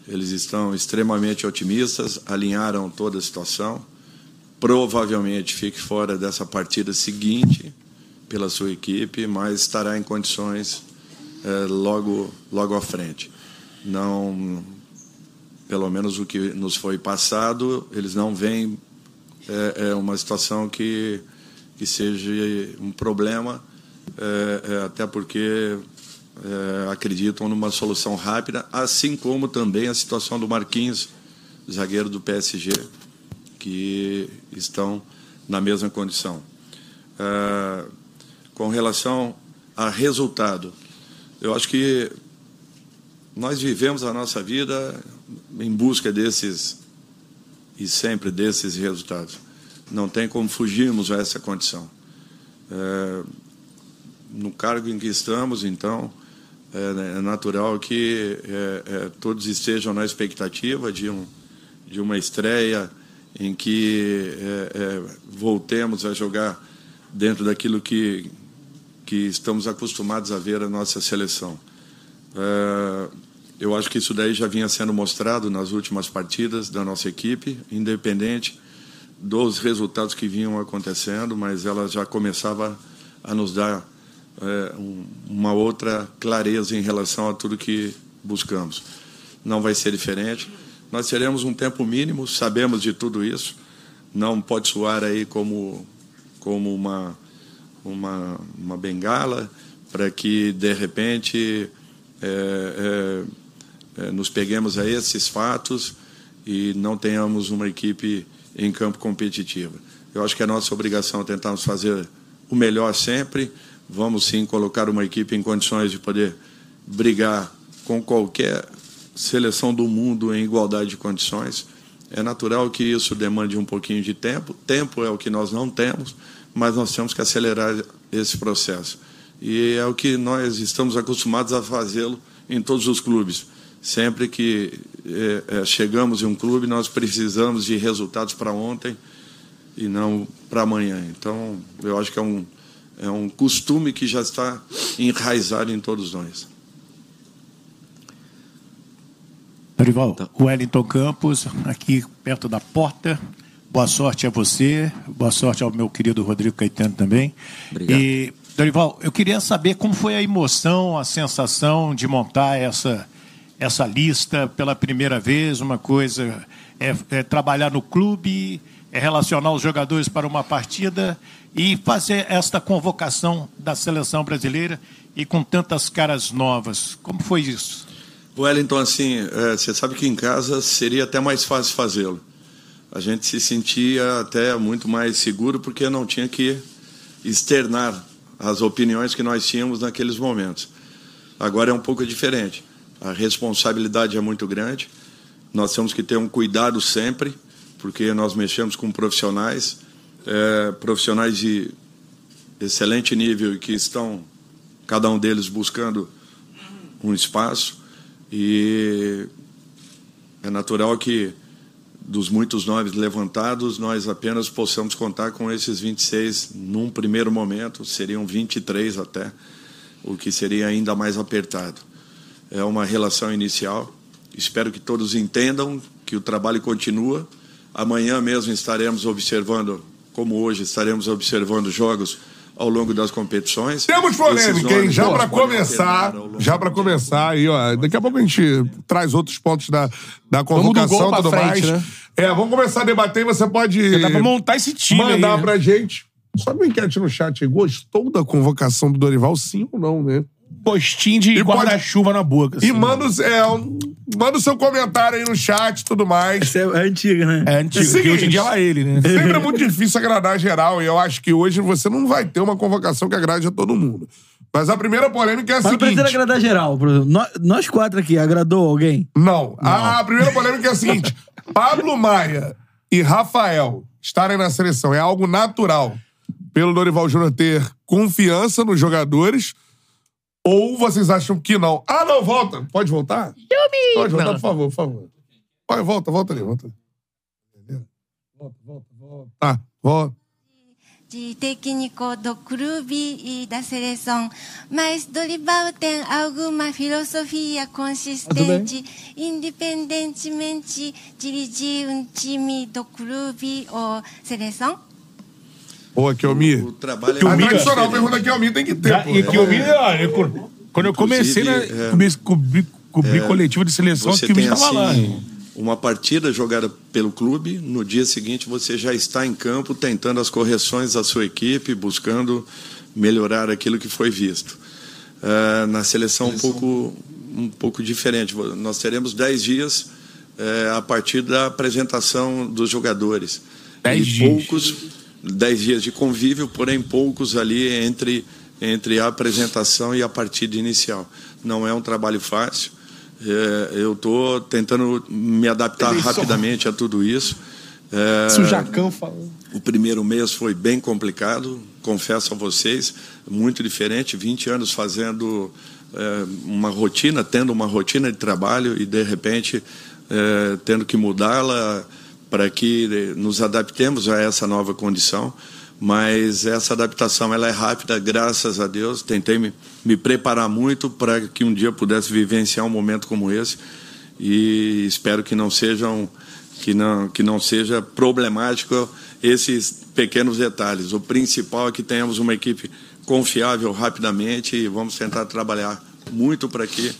Eles estão extremamente otimistas, alinharam toda a situação. Provavelmente fique fora dessa partida seguinte pela sua equipe, mas estará em condições eh, logo, logo à frente não pelo menos o que nos foi passado eles não veem é, é uma situação que que seja um problema é, é, até porque é, acreditam numa solução rápida assim como também a situação do Marquinhos zagueiro do PSG que estão na mesma condição É, com relação a resultado eu acho que nós vivemos a nossa vida em busca desses e sempre desses resultados. Não tem como fugirmos a essa condição. É, no cargo em que estamos, então, é, é natural que é, é, todos estejam na expectativa de, um, de uma estreia em que é, é, voltemos a jogar dentro daquilo que, que estamos acostumados a ver a nossa seleção. É, eu acho que isso daí já vinha sendo mostrado nas últimas partidas da nossa equipe, independente dos resultados que vinham acontecendo, mas ela já começava a nos dar é, um- uma outra clareza em relação a tudo que buscamos. Não vai ser diferente. Nós teremos um tempo mínimo, sabemos de tudo isso. Não pode soar aí como como uma, uma, uma bengala para que, de repente, é, é, é, nos peguemos a esses fatos e não tenhamos uma equipe em campo competitiva. Eu acho que é nossa obrigação tentarmos fazer o melhor sempre. Vamos sim colocar uma equipe em condições de poder brigar com qualquer seleção do mundo em igualdade de condições. É natural que isso demande um pouquinho de tempo. Tempo é o que nós não temos, mas nós temos que acelerar esse processo. E é o que nós estamos acostumados a fazê-lo em todos os clubes. Sempre que é, é, chegamos em um clube, nós precisamos de resultados para ontem e não para amanhã. Então, eu acho que é um, é um costume que já está enraizado em todos nós. Dorival, Wellington Campos, aqui perto da porta. Boa sorte a você, boa sorte ao meu querido Rodrigo Caetano também. Obrigado. E, Dorival, eu queria saber como foi a emoção, a sensação de montar essa, essa lista pela primeira vez. Uma coisa é, é trabalhar no clube, é relacionar os jogadores para uma partida e fazer esta convocação da seleção brasileira e com tantas caras novas. Como foi isso? Wellington, assim, é, você sabe que em casa seria até mais fácil fazê-lo. A gente se sentia até muito mais seguro porque não tinha que externar as opiniões que nós tínhamos naqueles momentos. Agora é um pouco diferente. A responsabilidade é muito grande. Nós temos que ter um cuidado sempre, porque nós mexemos com profissionais, é, profissionais de excelente nível e que estão, cada um deles, buscando um espaço. E é natural que dos muitos nomes levantados, nós apenas possamos contar com esses 26 num primeiro momento, seriam 23 até, o que seria ainda mais apertado. É uma relação inicial. Espero que todos entendam que o trabalho continua. Amanhã mesmo estaremos observando, como hoje estaremos observando jogos ao longo das competições. Temos polêmica, hein? Esses Já nomes para podem começar, já para começar aí, ó. Daqui a pouco a gente traz outros pontos da, da convocação gol e pra tudo mais. frente, né? É, vamos começar a debater e você pode. Dá pra montar esse time Mandar aí, né? pra gente. Só uma enquete no chat aí. Gostou da convocação do Dorival? Sim ou não, né? Postinho de guarda-chuva na boca. assim. E manda, os- é, um- manda o seu comentário aí no chat e tudo mais. Essa é antiga, né? É antiga, porque hoje em dia ela é ele, né? Sempre é muito difícil agradar geral, e eu acho que hoje você não vai ter uma convocação que agrade a todo mundo. Mas a primeira polêmica é a Mas não precisa seguinte. agradar geral, por exemplo. Nós, nós quatro aqui, agradou alguém? Não. A, a primeira polêmica é a seguinte: Pablo Maia e Rafael estarem na seleção é algo natural pelo Dorival Júnior ter confiança nos jogadores? Ou vocês acham que não? Ah, não, volta. Pode voltar? Pode voltar, Não. por favor, por favor. Pode, volta, volta ali, volta. Tá, volta. de técnico do clube e da seleção, mas Dorival tem alguma filosofia consistente, independentemente dirigir um time do clube ou seleção? Boa, Kiomi. O trabalho é tradicional. Pergunta Kiomi tem que ter. Tá, pô. É e que eu vi, ó, eu co- quando eu comecei na é, cobri, cobri, cobri É, coletivo de seleção, você que me tem, estava lá. né? assim, Uma partida jogada pelo clube, no dia seguinte você já está em campo tentando as correções da sua equipe, buscando melhorar aquilo que foi visto. Ah, na seleção, Um, pouco, um pouco diferente. Vo- Nós teremos 10 dias eh, a partir da apresentação dos jogadores. 10 e dias. poucos 10 dias de convívio, porém poucos ali entre, entre a apresentação e a partida inicial. Não é um trabalho fácil. É, eu estou tentando me adaptar Ele só- rapidamente a tudo isso. É, Isso o Jacan falou. o primeiro mês foi bem complicado, confesso a vocês, muito diferente. 20 anos fazendo eh, uma rotina, tendo uma rotina de trabalho e de repente eh, tendo que mudá-la para que eh, nos adaptemos a essa nova condição. Mas essa adaptação ela é rápida, graças a Deus. Tentei me, me preparar muito para que um dia pudesse vivenciar um momento como esse e espero que não sejam que não que não seja problemático esses pequenos detalhes. O principal é que tenhamos uma equipe confiável rapidamente e vamos tentar trabalhar muito para que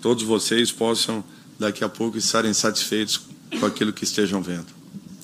todos vocês possam daqui a pouco estarem satisfeitos com aquilo que estejam vendo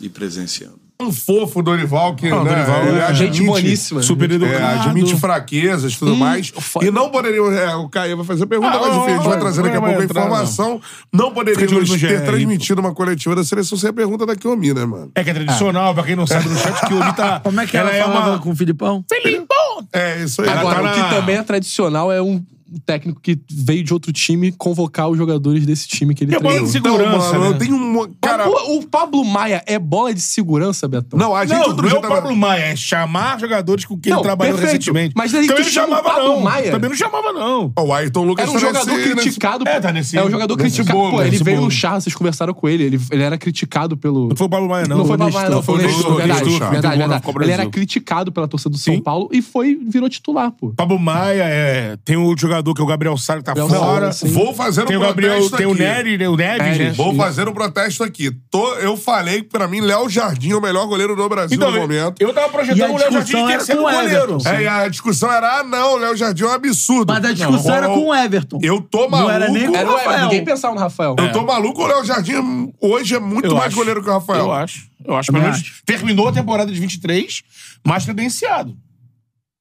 e presenciando. um fofo Dorival, que Não, né, Dorival ele é gente boníssima. Super Gente educado. educado. admite fraquezas e tudo mais. E não poderíamos. é, o Caio vai fazer a pergunta, Ah, mas não, enfim, a gente não, vai trazer daqui a não vai pouco a entrar, informação. Não Fica de olho poderíamos no GE ter aí, transmitido uma coletiva da seleção sem a pergunta da Kiomi, né, mano? É que é tradicional, pra quem não sabe do chat, que o tá. Como é que ela, é falava uma. com o Filipão? Filipão! É, isso aí. Agora, Ela tá o que na- também é tradicional é um técnico que veio de outro time convocar os jogadores desse time que ele É bola treinou. de segurança, Então, mano, né? eu tenho um. Cara. O, o Pablo Maia é bola de segurança, Betão? Não, tá- a gente Não, outro não é dia o tava- Pablo Maia, é chamar jogadores com quem Não, ele trabalhou perfeito. recentemente. Mas daí também tu não chama o chamava, Pablo não. Maia. Também não chamava, não. Ó, O Ayrton Lucas Era um tá jogador nesse- nesse- criticado. É, tá nesse- é um jogador nesse criticado. bolo, Pô, ele nesse veio bolo. no char, vocês conversaram com ele. Ele, ele era criticado pelo. Não foi o Pablo Maia, não. Não foi o Pablo Maia, não. Foi o Nestor. Nestor, Verdade, Nestor, verdade, Nestor, verdade. Copa Ele Brasil. era criticado pela torcida do São Paulo e foi, virou titular, pô. Pablo Maia, é, tem o jogador que é o Gabriel Sara, que tá Gabriel fora. Sara, sim. Vou fazer um Tem o Gabriel- protesto tem o aqui. Nery, né, o Neves, né? Vou Sim. fazer um protesto aqui. Tô- eu falei que, pra mim, Léo Jardim é o melhor goleiro do Brasil Então, no momento. eu tava E a projetando o Léo Jardim discussão de era terceiro com o goleiro. Everton. É, e a discussão era, ah, não, o Léo Jardim é um absurdo. Mas a discussão era com o Everton. Eu tô maluco. Não era nem com Era o Everton. Rafael. Ninguém pensava no Rafael. Eu tô maluco, o Léo Jardim hoje é muito Eu mais acho. goleiro que o Rafael. Eu acho. Eu acho. Pelo Também menos terminou a temporada de 23 mais credenciado.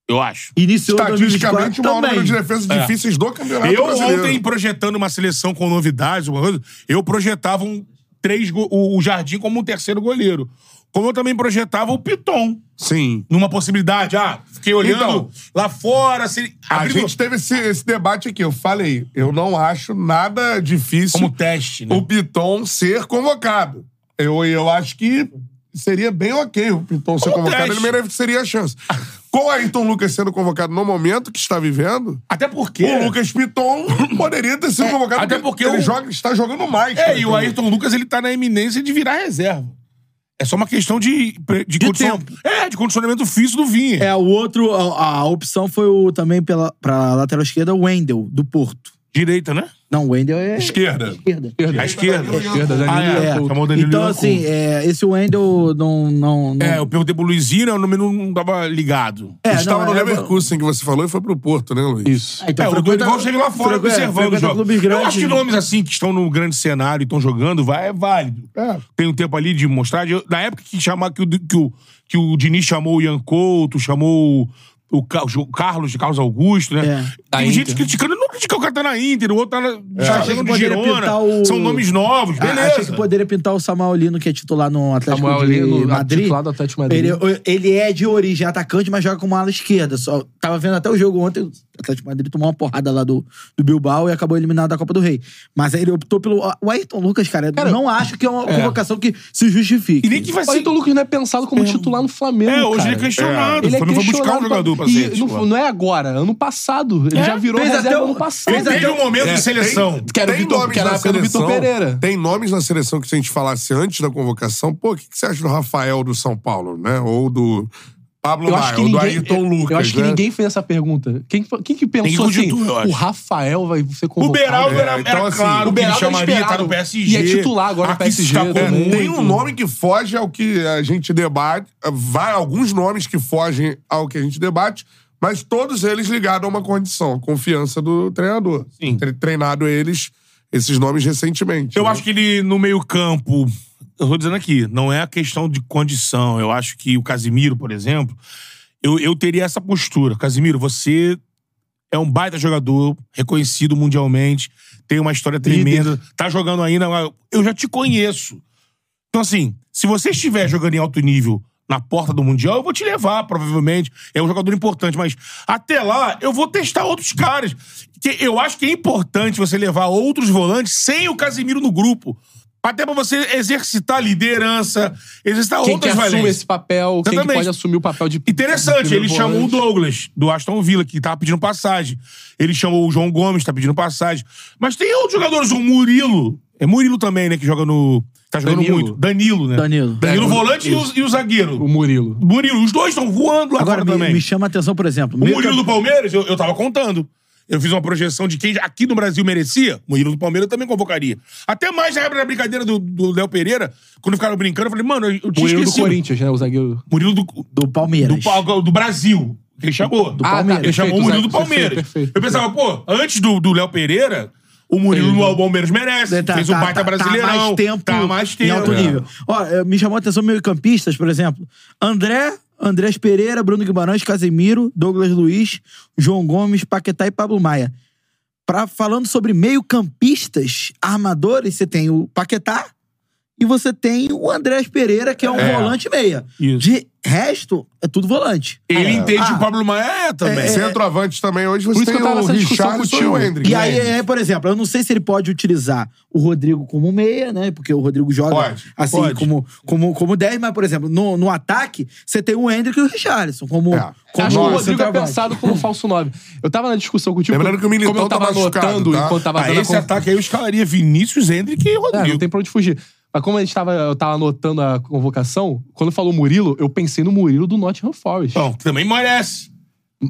Eu acho. Iniciou Estatisticamente, 2004 o maior número também. de defesas É. difíceis do campeonato Eu brasileiro. ontem, projetando uma seleção com novidades, alguma coisa, eu projetava um três go- o o Jardim como um terceiro goleiro. Como eu também projetava o Piton. Sim. Numa possibilidade, ah, fiquei olhando Então, lá fora, se ele- A abriu- gente teve esse, esse debate aqui, eu falei, eu não acho nada difícil como teste, né? o Piton ser convocado. Eu, eu acho que seria bem ok o Piton ser Como convocado, teste. ele mereceria a chance. Com o Ayrton Lucas sendo convocado no momento que está vivendo, Até porque o Lucas Piton poderia ter sido convocado. É. até porque ele o- joga, está jogando mais. É, cara, e então. o Ayrton Lucas, ele tá na eminência de virar reserva. É só uma questão de, de, condicion- É, de condicionamento físico do Vinha. É, o outro, a, a opção foi o também pela, pra lateral esquerda, o Wendel, do Porto. Direita, né? Não, o Wendel é. Esquerda. Esquerda. A esquerda. A esquerda, Danilo Ah, é. Iacout. Chamou o Danilo Então, Iacout. assim, é, esse Wendel não. não, não- É, eu perguntei pro Luizinho, né, o número não tava ligado. É, Estava não, no é- Leverkusen que você falou e foi pro Porto, né, Luiz? Isso. Ah, então é, o frequenta- Dorival chega lá fora frequenta- observando o frequenta jogo. clubes Eu acho que grandes, nomes assim que estão no grande cenário e estão jogando, vai, é válido. É. Tem um tempo ali de mostrar. Eu- na época que chamar que o, que o, que o Diniz chamou o Ian Couto, chamou o, o, Ca- o Carlos, Carlos Augusto, né? É. Da Tem gente Inter. criticando, não critica o cara tá na Inter, o outro tá na, Achei tá É. que chegando de poderia Girona. pintar o- São nomes novos, Ah, Achei que beleza. poderia pintar o Samuelino, que é titular no Atlético Samuel de Lino, Madrid. titular do Atlético de Madrid. Ele, ele é de origem atacante, mas joga como ala esquerda. Só, tá, tava vendo até o jogo ontem, o Atlético de Madrid tomou uma porrada lá do, do Bilbao e acabou eliminado da Copa do Rei. Mas ele optou pelo... O Ayrton Lucas, cara, eu não acho que é uma convocação que se justifique. E nem que vai O ser. Ayrton Lucas não é pensado como titular no Flamengo. É, hoje cara. ele é questionado. Ele é o Flamengo foi buscar um questionado pra- jogador pra e ser. não, titular. não é agora, ano passado. Ele É, já virou fez reserva até o- ano passado. fez Teve até um momento de seleção. Que era o tem Vitor- nomes que era na a época do Vitor seleção- Pereira. Tem nomes na seleção que se a gente falasse antes da convocação, pô, o que, que você acha do Rafael do São Paulo, né? Ou do Pablo Eu acho Maia, que ou do ninguém, Ayrton Lucas, eu acho que é. né? ninguém fez essa pergunta. Quem, quem que pensou Ninguém assim, cogitou, eu acho. o Rafael vai ser O convocado? Beraldo É, era, então, era assim, claro o que ele Beraldo era chamaria, tá esperado. no PSG. E é titular agora no Aqui se PSG destacou também. muito. Tem um nome que foge ao que a gente debate, vai alguns nomes que fogem ao que a gente debate, mas todos eles ligados a uma condição, a confiança do treinador. Sim. Ter treinado eles, esses nomes recentemente. Eu né? acho que ele, no meio-campo, eu tô dizendo aqui, não é a questão de condição. Eu acho que o Casimiro, por exemplo, eu, eu teria essa postura. Casimiro, você é um baita jogador, reconhecido mundialmente, tem uma história tremenda, tá jogando ainda. Eu já te conheço. Então, assim, se você estiver jogando em alto nível na porta do Mundial, eu vou te levar, provavelmente. É um jogador importante, mas até lá eu vou testar outros caras. Que eu acho que é importante você levar outros volantes sem o Casimiro no grupo. Até pra você exercitar liderança, exercitar Quem que outras assume valências. esse papel? Quem que Exatamente. pode assumir o papel de Interessante, primeiro ele chamou o volante? Douglas, do Aston Villa, que tava pedindo passagem. Ele chamou o João Gomes, tá pedindo passagem. Mas tem outros jogadores, o Murilo. É Murilo também, né? Que joga no. Tá jogando Danilo. muito. Danilo, né? Danilo. Danilo É, volante e o, e o O zagueiro. Murilo. Murilo, os dois estão voando lá Agora, fora me, também. me chama a atenção, por exemplo... O meio Murilo campo- do Palmeiras, eu, eu tava contando. Eu fiz uma projeção de quem aqui no Brasil merecia. O Murilo do Palmeiras eu também convocaria. Até mais na época da brincadeira do, do Léo Pereira, quando ficaram brincando, eu falei, mano, eu, eu tinha Murilo do esquecido. Corinthians, né? O zagueiro. Murilo do, do Palmeiras. do, Pal- do Brasil. Ele chamou. Ah, tá, Ele perfeito, chamou o Murilo do Zé, perfeito, Palmeiras. perfeito. Eu pensava, pô, antes do do Léo Pereira, O Murilo no Palmeiras merece. fez um baita brasileirão. Tá mais tempo, Tá mais tempo. em alto nível. Ó, eh, me chamou a atenção meio-campistas, por exemplo. André, Andrés Pereira, Bruno Guimarães, Casemiro, Douglas Luiz, João Gomes, Paquetá e Pablo Maia. Pra, falando sobre meio-campistas, armadores, você tem o Paquetá e você tem o Andrés Pereira, que é um É. volante meia. De resto, é tudo volante. Ele Ah, entende ah, o Pablo Maia também. é- Centroavante também. Hoje Por você isso tem que eu tava o nessa discussão Richardson e contigo. o Hendrick. E aí, é, por exemplo, eu não sei se ele pode utilizar o Rodrigo como meia, né? Porque o Rodrigo joga assim pode. como como como 10, mas por exemplo, no, no ataque você tem o Hendrick e o Richarlison como como Acho que o Rodrigo é centroavante. pensado como falso 9. Eu tava na discussão contigo. Lembrando que o Militão como eu tava tá machucado, anotando tá? enquanto tava Ah, dando a esse con- ataque aí eu escalaria Vinícius, Hendrick e Rodrigo. É, não tem pra onde fugir. Mas como a gente tava, eu tava anotando a convocação, quando falou Murilo, eu pensei no Murilo do Nottingham Forest. Bom, também merece.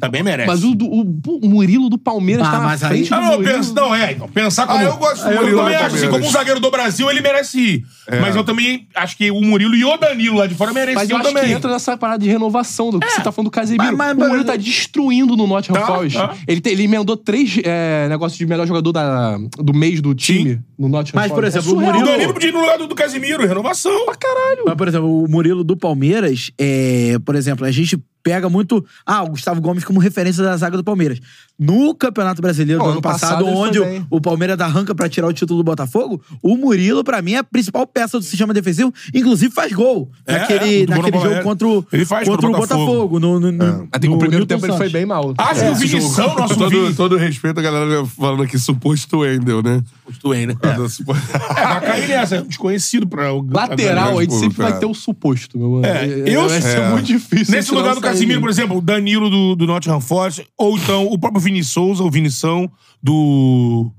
Também Tá merece. Mas o, do- o- pô, o Murilo do Palmeiras Ah, tá na mas aí- frente Ah, do não, eu Murilo. penso- não, é, então, pensar como- Ah, eu gosto do Ah, eu Murilo também do acho, Palmeiras. assim, como um zagueiro do Brasil, ele merece ir. É. Mas eu também acho que o Murilo e o Danilo lá de fora mereciam Mas eu acho também. É. que entra nessa parada de renovação do que você tá falando do Casemiro. Mas- mas- o Murilo tá destruindo no Nottingham Tá, Forest. tá. Ele, te- ele emendou três é, negócios de melhor jogador da- do mês do time no Nottingham Mas, por Forest. É exemplo, o surreal. Murilo- O Danilo podia ir no lugar do, do Casimiro, renovação. Pra caralho. Mas, por exemplo, o Murilo do Palmeiras, é, por exemplo, a gente pega muito. Ah, o Gustavo Gomes como referência da zaga do Palmeiras. No Campeonato Brasileiro Bom, do ano ano passado passado, ele foi onde o, bem. o Palmeiras arranca pra tirar o título do Botafogo, o Murilo, pra mim, é a principal peça do sistema defensivo. Inclusive, faz gol. É, naquele é, do naquele Bruno jogo Bahia. contra, o- Ele faz contra o contra o Botafogo. Botafogo. No, É. no, Até É. que o primeiro tempo ele Santos. foi bem É. mal. Acho que o Vinição, nosso todo, Vini- todo respeito, a galera falando aqui, suposto Wendel, né? Suposto Wendel. É, vai cair nessa. Desconhecido pra... Tá, o- Lateral, pra- a gente sempre vai ter o suposto, meu mano. É, É, eu... vai ser muito difícil. Nesse tirar lugar do essa aí. Casimiro, por exemplo, o Danilo do, do Nottingham Forest, ou então o próprio Vini Souza, o Vinição do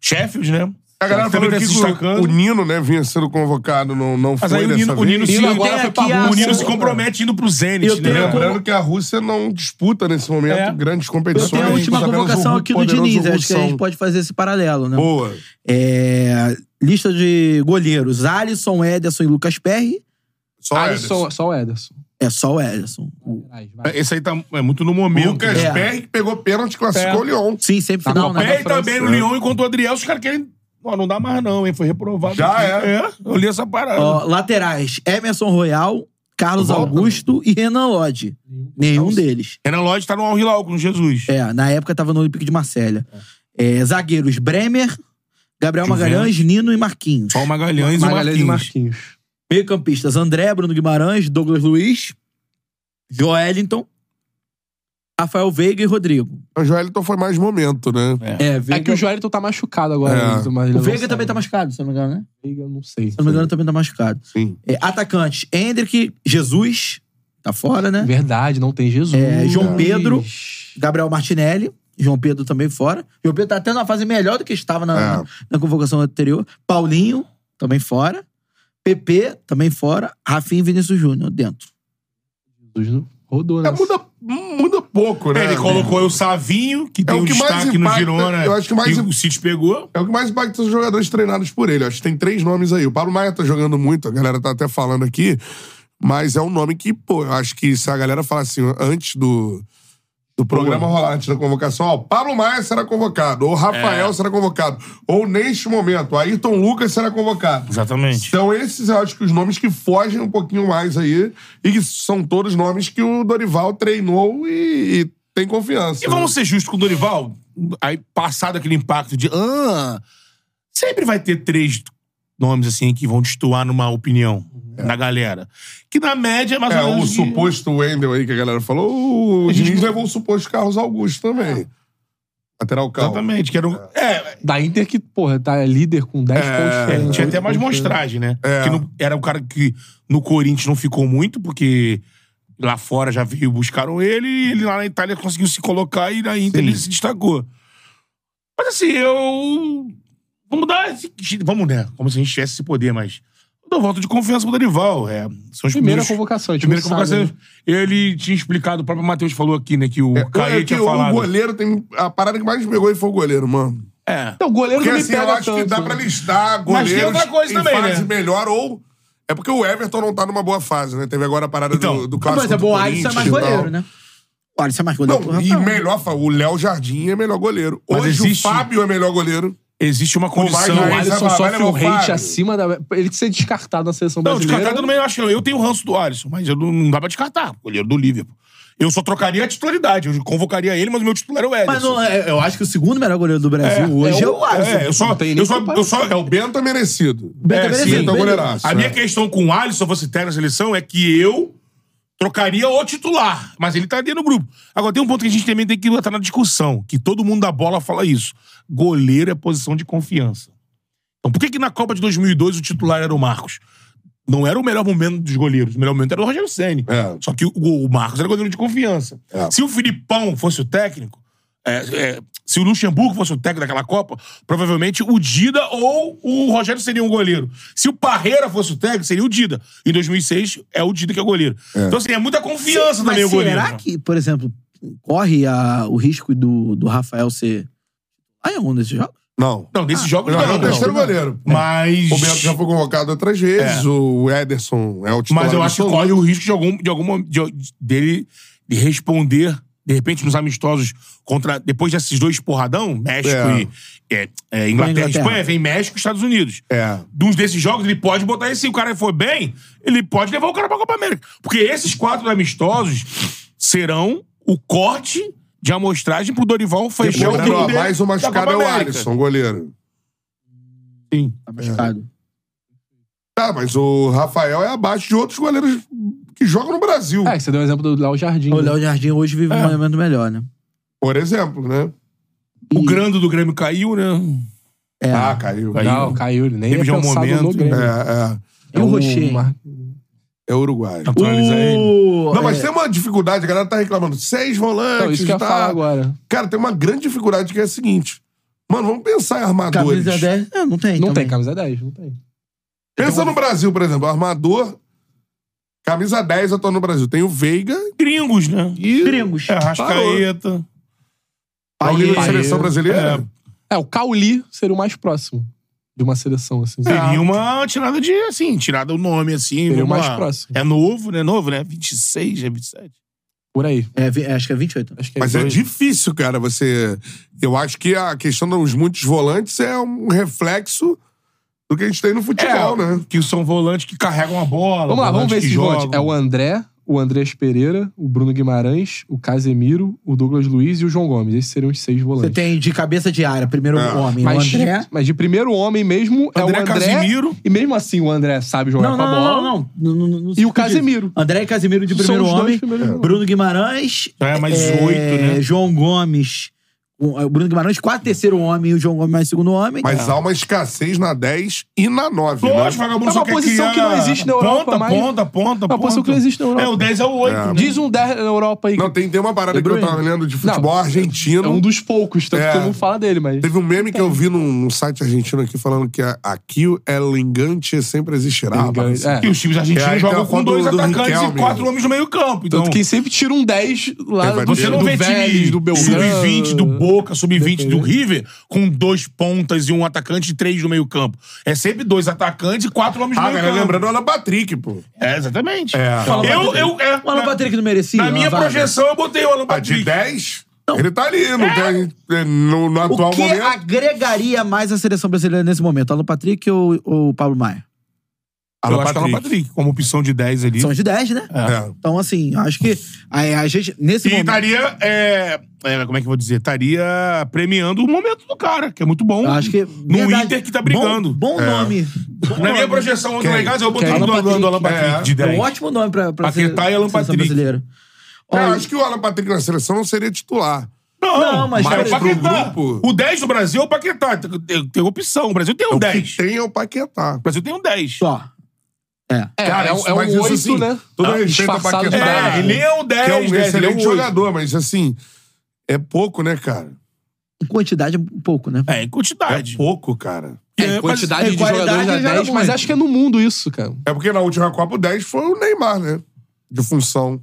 Sheffield, né? A galera falando Também tá aqui se que o, destacando. o Nino, né, vinha sendo convocado, não, não Mas foi aí o dessa Nino, o vez. Nino, se, o Nino né? se compromete indo pro Zenit, Eu tenho né? Lembrando que a Rússia não disputa nesse momento É. grandes Eu competições. tenho a última apenas o convocação aqui do poderoso Diniz, acho que a Russão. gente pode fazer esse paralelo, né? Boa. É, lista de goleiros: Alisson, Ederson e Lucas Perry. Só Alisson, só o Ederson. É só o Ederson. O- Esse aí tá é muito no momento. Lucas né? Perry que pegou pênalti, É. classificou o Lyon. Sim, sempre Tá com a Perry também né? no Lyon, enquanto o Adriel, os caras querem... Ó, não dá mais não, hein? Foi reprovado. Já aqui. é. Eu li essa parada. Ó, laterais: Emerson Royal, Carlos Augusto e Renan Lodge. Nenhum deles. Renan Lodge tá no Al Hilal com Jesus. É, na época tava no Olympique de Marselha. É, zagueiros: Bremer, Gabriel Juventus. Magalhães, Nino e Marquinhos. Só o Magalhães, Magalhães e e o Marquinhos. Meio-campistas: André, Bruno Guimarães, Douglas Luiz, Joelinton, Rafael Veiga e Rodrigo. O Joelito foi mais momento, né? É, Veiga- É que o Joelito tá machucado agora. É. né, mas ele O não Veiga sabe. também tá machucado, se eu não me engano, né? Veiga, eu não sei. Se eu não me engano, também tá machucado. Sim. É, atacantes, Hendrick, Jesus, tá fora, né? Verdade, não tem Jesus. É, João Pedro, Gabriel Martinelli, João Pedro também fora. João Pedro tá até numa fase melhor do que estava na, na, na convocação anterior. Paulinho, também fora. PP, também fora. Rafinha e Vinícius Júnior, dentro. Rodou, né? É, muda, muda pouco, né? É, Ele colocou o Savinho, que É tem o um que mais destaque no impacta- Girona. eu acho que mais e im- o City pegou. É o que mais impacta são os jogadores treinados por ele. Acho que tem três nomes aí. O Pablo Maia tá jogando muito, a galera tá até falando aqui. Mas é um nome que, pô, eu acho que se a galera falar assim, antes do, do programa rolar, antes da convocação, ó, Pablo Maia será convocado, ou Rafael É. será convocado, ou neste momento, Ayrton Lucas será convocado. Exatamente. Então, esses eu acho que os nomes que fogem um pouquinho mais aí, e que são todos nomes que o Dorival treinou e, e tem confiança. E vamos ser justos com o Dorival. Aí, passado aquele impacto de. Ah, sempre vai ter três nomes assim que vão destoar numa opinião da galera. Que na média é mais Uhum. É, ou o menos. que- suposto Wendel aí que a galera falou, "Uh, o Diniz levou o suposto Carlos Augusto também. Lateral calmo. Exatamente, que era um... É, Da Inter que, porra, tá líder com 10 pontos. É, né? tinha até Oito mais pontos. mostragem, né? É. Que não- era um cara que no Corinthians não ficou muito, porque lá fora já veio, buscaram ele, e ele lá na Itália conseguiu se colocar e na Inter ele se destacou. Mas assim, eu. Vamos dar. esse- Vamos, né? Como se a gente tivesse esse poder, mas. eu Dou voto de confiança pro Dorival. É, são os Primeira primeiros- convocação, a gente Primeira não sabe, né? convocação. Ele tinha explicado, o próprio Matheus falou aqui, né? Que o Caio É que tinha o falado. goleiro tem. A parada que mais me pegou aí foi o goleiro, mano. É. Então, o goleiro Porque não me assim, eu pega acho que tanto, dá né? pra listar Mas tem goleiros outra coisa em também, fase né? melhor ou... É porque o Everton não tá numa boa fase, né? Teve agora a parada Então, do, do Mas, por clássico exemplo, do o Alisson é Corinthians mais e tal. goleiro, né? O Alisson é mais goleiro. que o Não, e Rafael. melhor, o Léo Jardim é melhor goleiro. Mas Hoje existe- o Fábio é melhor goleiro. Existe uma condição. O Alisson Vai, vai, vai sofre levar um o hate Fábio. acima da. Ele ser descartado na seleção Não, brasileira. descartado no meio, acho que não. Eu tenho o ranço do Alisson, mas eu não, não dá pra descartar. Goleiro do Liverpool. Eu só trocaria a titularidade. Eu convocaria ele, mas o meu titular é o Ederson. Mas não, é- eu acho que o segundo melhor goleiro do Brasil hoje é o Alisson. É, eu só, eu só, eu só, é o Bento é merecido. Bento é merecido, então, Bento. A minha É. questão com o Alisson, você ter na seleção, é que eu trocaria o titular, mas ele tá ali no grupo. Agora, tem um ponto que a gente também tem que botar na discussão, que todo mundo da bola fala isso. Goleiro é posição de confiança. Então, por que que na Copa de 2002 o titular era o Marcos? Não era o melhor momento dos goleiros. O melhor momento era o Rogério Ceni. Só que o, o Marcos era goleiro de confiança. É. Se o Filipão fosse o técnico, é, é, se o Luxemburgo fosse o técnico daquela Copa, provavelmente o Dida ou o Rogério seria um goleiro. Se o Parreira fosse o técnico, seria o Dida. Em 2006, é o Dida que é o goleiro. Então, assim, é muita confiança Sim, também o mas goleiro. Será que, por exemplo, corre a- o risco do, do Rafael ser. Ah, é um desses jogos? Não. Não, Ah. desses jogos Não, não. é o terceiro não. goleiro. Mas. O Bento já foi convocado outras vezes, É. o Ederson é o titular. Mas eu acho que absoluto. corre o risco de algum, de alguma de- dele de responder de repente nos amistosos contra depois desses dois porradão, México É. e é, é, Inglaterra, Inglaterra. e Espanha, vem México, e Estados Unidos. É. De uns desses jogos ele pode botar esse, se o cara for bem, ele pode levar o cara pra Copa América, porque esses quatro amistosos serão o corte de amostragem pro Dorival fechar o Depois, grupo ó, dele mais um da machucado Copa é o América. Alisson, goleiro. Sim. Tá machucado. Tá, mas o Rafael é abaixo de outros goleiros que jogam no Brasil. É, você deu o exemplo do Léo Jardim. né? O Léo Jardim hoje vive um momento melhor, né? Por exemplo, né? O grande do Grêmio caiu, né? É. Ah, caiu. Não, caiu. Ele nem Teve ia já um pensado no momento. Grêmio. É, E o Rocher? é. É uruguaio. Naturaliza ele. Não, mas é. tem uma dificuldade, a galera tá reclamando. Seis volantes, Então, isso que eu ia tá? falar agora. Cara, tem uma grande dificuldade que é a seguinte. Mano, vamos pensar em armadores. Camisa 10? É, não tem. Não também. tem camisa 10, não tem. Pensa no Brasil, por exemplo. Armador, camisa 10 eu tô no Brasil. Tem o Veiga é Gringos, né? e... Gringos. É, Arrascaeta. É o líder da Paê. seleção brasileira? É, o Cauli seria o mais próximo de uma seleção, assim. É, Seria uma tirada de, assim, tirada o nome, assim. Seria o vamos mais lá. próximo. É novo, né? Novo, né? 26, é 27. Por aí. É, vi- acho que é 28. Acho que Mas é dois. difícil, cara, você... Eu acho que a questão dos muitos volantes é um reflexo do que a gente tem no futebol, né? É, Que são volantes que carregam a bola. É, Vamos lá, vamos volantes ver que esse jogam. volantes. É o André, o Andrés Pereira, o Bruno Guimarães, o Casemiro, o Douglas Luiz e o João Gomes. Esses seriam os seis Você volantes. tem de cabeça de área, primeiro É. homem, mas, o André. mas de primeiro homem mesmo é André o André. Casemiro. E mesmo assim o André sabe jogar Não, com a não, bola. não, não, não, não, não, não E o se confunde. Casemiro. André e Casemiro de São primeiro os dois homem. primeiros volantes. Bruno Guimarães. Já é mais oito, né? João Gomes. O o Bruno Guimarães, quase terceiro homem, e o João Gomes mais segundo homem. É. Mas há uma escassez na 10 e na 9, Lógico, né? vagabundo É só uma quer posição criar que não existe na Europa Ponta, mais. ponta, ponta, É uma posição que não existe na Europa. É, o 10 é o 8, né? Diz um 10 na Europa aí. Não, tem, tem uma parada De que eu Bruyne. tava lendo de futebol Não. argentino. É um dos poucos, tanto É. que todo mundo fala dele, mas. Teve um meme que eu vi num, num site argentino aqui falando que a- aqui o El Engante sempre existirá. Engante, parece. é. E os times argentinos É, aí tem jogam a com foto dois do- do atacantes Riquelme. e quatro homens no meio campo. Então, Tanto que sempre tira um 10 lá Tem do, você não do vê Vélez, time do Belgrano. sub-20 do Boca, sub-20 do River, com dois pontas e um atacante e três no meio campo. É sempre dois atacantes e quatro homens no né, Ah, meio cara, campo. lembrando o Alan Patrick, pô. É, exatamente. É. Eu, eu, é, O Alan Patrick não merecia. na minha uma vaga? projeção, eu botei o Alan A Ah, de Patrick. 10, ele tá ali, não É. tem, é, no, no O atual que momento. agregaria mais à seleção brasileira nesse momento? Alan Patrick ou ou o Pablo Maia? eu acho que é o Alan Patrick, como opção de 10 ali. São de 10, né? É. Então, assim, acho que a, a gente, nesse E momento. estaria. é, é, como é que eu vou dizer? Estaria premiando o momento do cara, que é muito bom. eu acho que. No Inter que tá brigando. Bom, bom É. nome. Bom Na minha nome. projeção, ontem lá em casa, eu botei Quem? o do Alan Alan, do Alan Patrick. Patrick de É um 10. ótimo nome pra, pra Paquetá sele- e Alan seleção Patrick. brasileira. É, eu Olha, acho que o Alan Patrick na seleção não seria titular. Não, mas é o mas pro Paquetá. grupo- O 10 do Brasil é o Paquetá. Tem, tem- tem opção. O Brasil tem um O que 10. tem é o Paquetá. O Brasil tem um 10. só. É. É, Cara, é, um- isso- é mas um isso 8, assim, né? Todo Ah, respeito ao disfarçado Paquetá. de É, ele é um 10. que é um 10, ele é excelente um jogador, mas assim, é pouco, né, cara? Em quantidade, um pouco, né? É, em quantidade. É pouco, cara. É, mas- quantidade é, de qualidade jogadores na joga 10, mas muito. acho que é no mundo isso, cara. É porque na última Copa o 10 foi o Neymar, né? De função.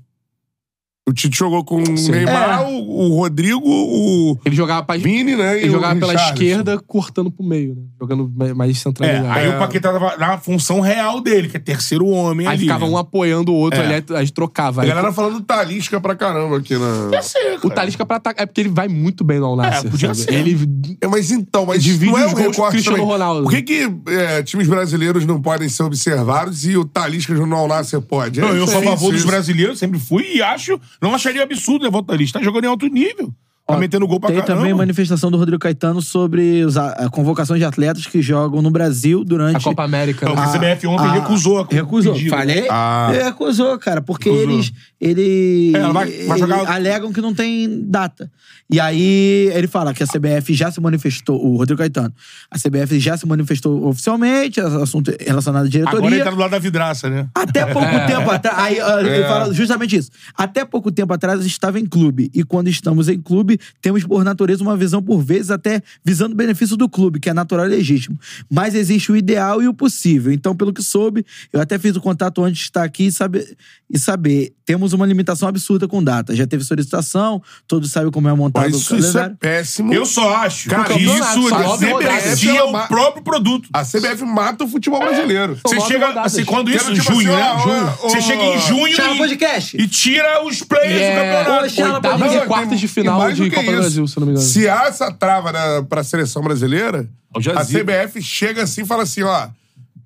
O Tite jogou com o Sim. Neymar, É. o o Rodrigo, o Ele jogava pra... Vini, né? e Ele o jogava pela Richarlison. esquerda, cortando pro meio, né? Jogando mais- mais Tá É, centralizado. aí o Paquetá tava na função real dele, que é terceiro homem Aí ali. ficava né? um apoiando o outro É. ali, aí a gente trocava. A Aí- galera assim, falando Talisca pra caramba aqui né? na. O Talisca pra atacar. É porque ele vai muito bem no Al-Nassr. É, podia sabe? ser. Ele É, mas então, mas divide não é os um gols com o recorte Cristiano também. Ronaldo. Por que, que é, times brasileiros não podem ser observados e o Talisca no Al-Nasser pode? É Não, eu sou a difícil favor dos isso. brasileiros, sempre fui e acho. Não acharia absurdo levar o Thalys. Tá jogando em alto nível. Tá metendo gol pra Tem caramba. também manifestação do Rodrigo Caetano sobre os a- a convocações de atletas que jogam no Brasil durante. A Copa América. né? É, o CBF ontem recusou a- Recusou. o pedido, né? Falei? Ah. Ele Recusou, cara, porque Recusou. eles. Ele, É, ela vai- vai ele- jogar- alegam que não tem data. E aí ele fala que a CBF já se manifestou, o Rodrigo Caetano. A CBF já se manifestou oficialmente, é assunto relacionado à diretoria. Agora ele tá do lado da vidraça, né? Até pouco É, tempo atrás. Aí, ah, É. ele fala justamente isso. Até pouco tempo atrás estava em clube. E quando estamos em clube, temos por natureza uma visão, por vezes, até visando o benefício do clube, que é natural e legítimo. Mas existe o ideal e o possível. Então, pelo que soube, eu até fiz o contato antes de estar aqui e saber, e saber temos uma limitação absurda com data. Já teve solicitação, todos sabem como é montado Mas o isso, isso é calendário. péssimo. Eu só acho Cara, que isso isso desmerecia o próprio produto. é A CBF mata o futebol é brasileiro. Você chega, assim, quando isso, em junho, né? Você chega em junho Chama e, podcast. e tira os players É, do campeonato. hoje ela Oitavas pode- e quartas de final mais de que Copa do Brasil, se não me engano. Se há essa trava na, pra seleção brasileira, O Jazzy. a CBF chega assim e fala assim, ó...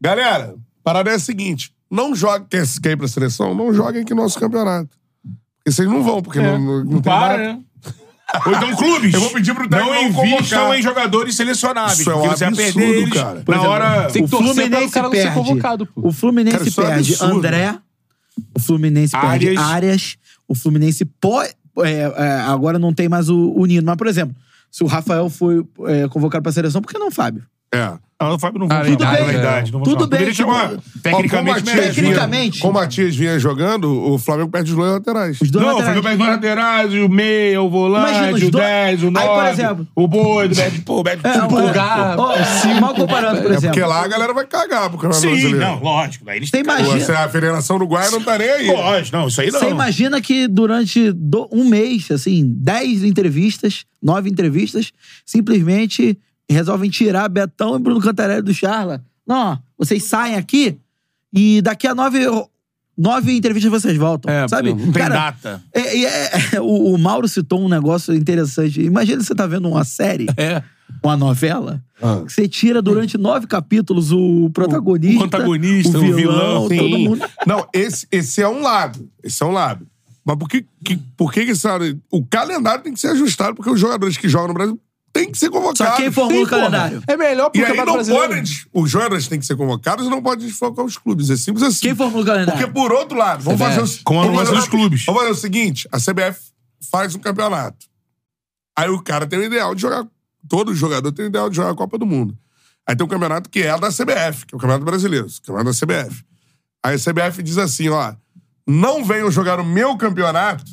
Galera, a parada é a seguinte. Não joguem... Quer, quer ir pra seleção? Não joguem aqui no nosso campeonato. Porque vocês não vão, porque É. não, não, não tem Para, nada. né? Ou então clubes. Eu vou pedir pro técnico Não não invistam convocar. em jogadores selecionáveis. Isso é um porque você vai absurdo, perder eles cara. Por Na exemplo, hora... Tem que torcer pra o cara não ser perde. convocado, pô. Cara, O Fluminense isso é um perde absurdo. André. O Fluminense perde Áreas. áreas. O Fluminense pode. é, é, agora não tem mais o, o Nino. Mas, por exemplo, se o Rafael foi é, convocado pra seleção, por que não o Fábio? É. Ah, o Fábio não vai Tudo é. jogar, bem, na verdade. não vou tudo jogar. bem, Poderia tipo, chamar. Como Tecnicamente, né? o Matias merece. vinha- Tecnicamente. Como o Matias vinha jogando, o Flamengo perde os dois laterais. Os dois Não, o laterais. Flamengo perde dois laterais, o meia, o Imagina os volante, o dois- 10, o Aí, por 9, exemplo- o boi, perde, pô, perde É, tudo. pulgar, ó, cinco. mal comparando, por É porque exemplo. lá a galera vai cagar pro Campeonato Sim, Brasileiro. não, lógico. daí eles Você imagina- Pô, A Federação Uruguaia não tá nem aí. Lógico, não, isso aí não. Você imagina que durante do- um mês, assim, 10 entrevistas, nove entrevistas, simplesmente resolvem tirar Betão e Bruno Cantarelli do Charla. Não, ó, vocês saem aqui e daqui a nove, nove entrevistas vocês voltam. É, sabe? não tem Cara, data. é- é- é- o, o Mauro citou um negócio interessante. Imagina você tá vendo uma série, É. uma novela, Ah. que você tira durante nove capítulos o protagonista, o antagonista, o o vilão, vilão, todo sim. mundo. Não, esse, esse é um lado. Esse é um lado. Mas por que, que- por que, que esse lado- o calendário tem que ser ajustado? Porque os jogadores que jogam no Brasil têm que ser convocados. Só quem formou o calendário. É melhor pro E aí Campeonato não Brasileiro. podem. Os jogadores têm que ser convocados e não pode desfocar os clubes. É simples assim. Quem formou o Porque, calendário? por outro lado, vamos CBF. fazer os. Com a vamos aprovação fazer- dos clubes. Vamos fazer o seguinte: a CBF faz um campeonato. Aí o cara tem o ideal de jogar. Todo jogador tem o ideal de jogar a Copa do Mundo. Aí tem um campeonato que é da CBF, que é o Campeonato Brasileiro, o campeonato da CBF. Aí a CBF diz assim: ó, não venham jogar o meu campeonato,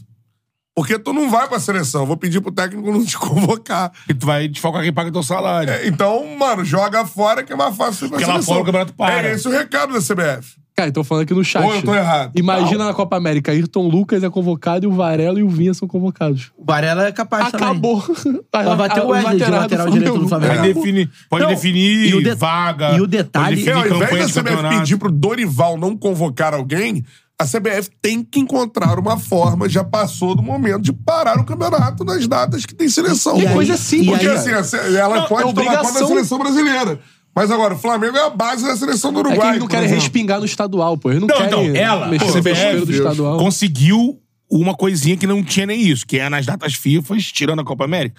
porque tu não vai pra seleção. Eu Vou pedir pro técnico não te convocar. E tu vai desfocar quem paga teu salário. É, Então, mano, joga fora que é mais fácil ir pra Porque lá seleção. fora o campeonato para. É esse o recado da CBF. Cara, estão falando aqui no chat. Ou eu tô errado. Imagina na Copa América, Ayrton Lucas é convocado e o Varela e o Vinha são convocados. O Varela é capaz também. Acabou. Vai bater o Wesley de lateral do lateral Flamengo. direito do Flamengo. Aí define- pode É. Não, definir e o de- vaga. e o detalhe- pode Não, ao definir campanha invés de da CBF campeonato. pedir pro Dorival não convocar alguém, a CBF tem que encontrar uma forma, já passou do momento, de parar o campeonato nas datas que tem seleção. E aí- coisa assim, simples, Porque cara. assim, a C- ela Não, pode é tomar conta da obrigação. seleção brasileira. Mas agora, o Flamengo é a base da seleção do É que Uruguai. eles não por querem exemplo. respingar no estadual, pô. Eles não, Não, querem então, ela, mexer pô, no desespero do Deus, estadual. conseguiu uma coisinha que não tinha nem isso, que é nas datas FIFA, tirando a Copa América.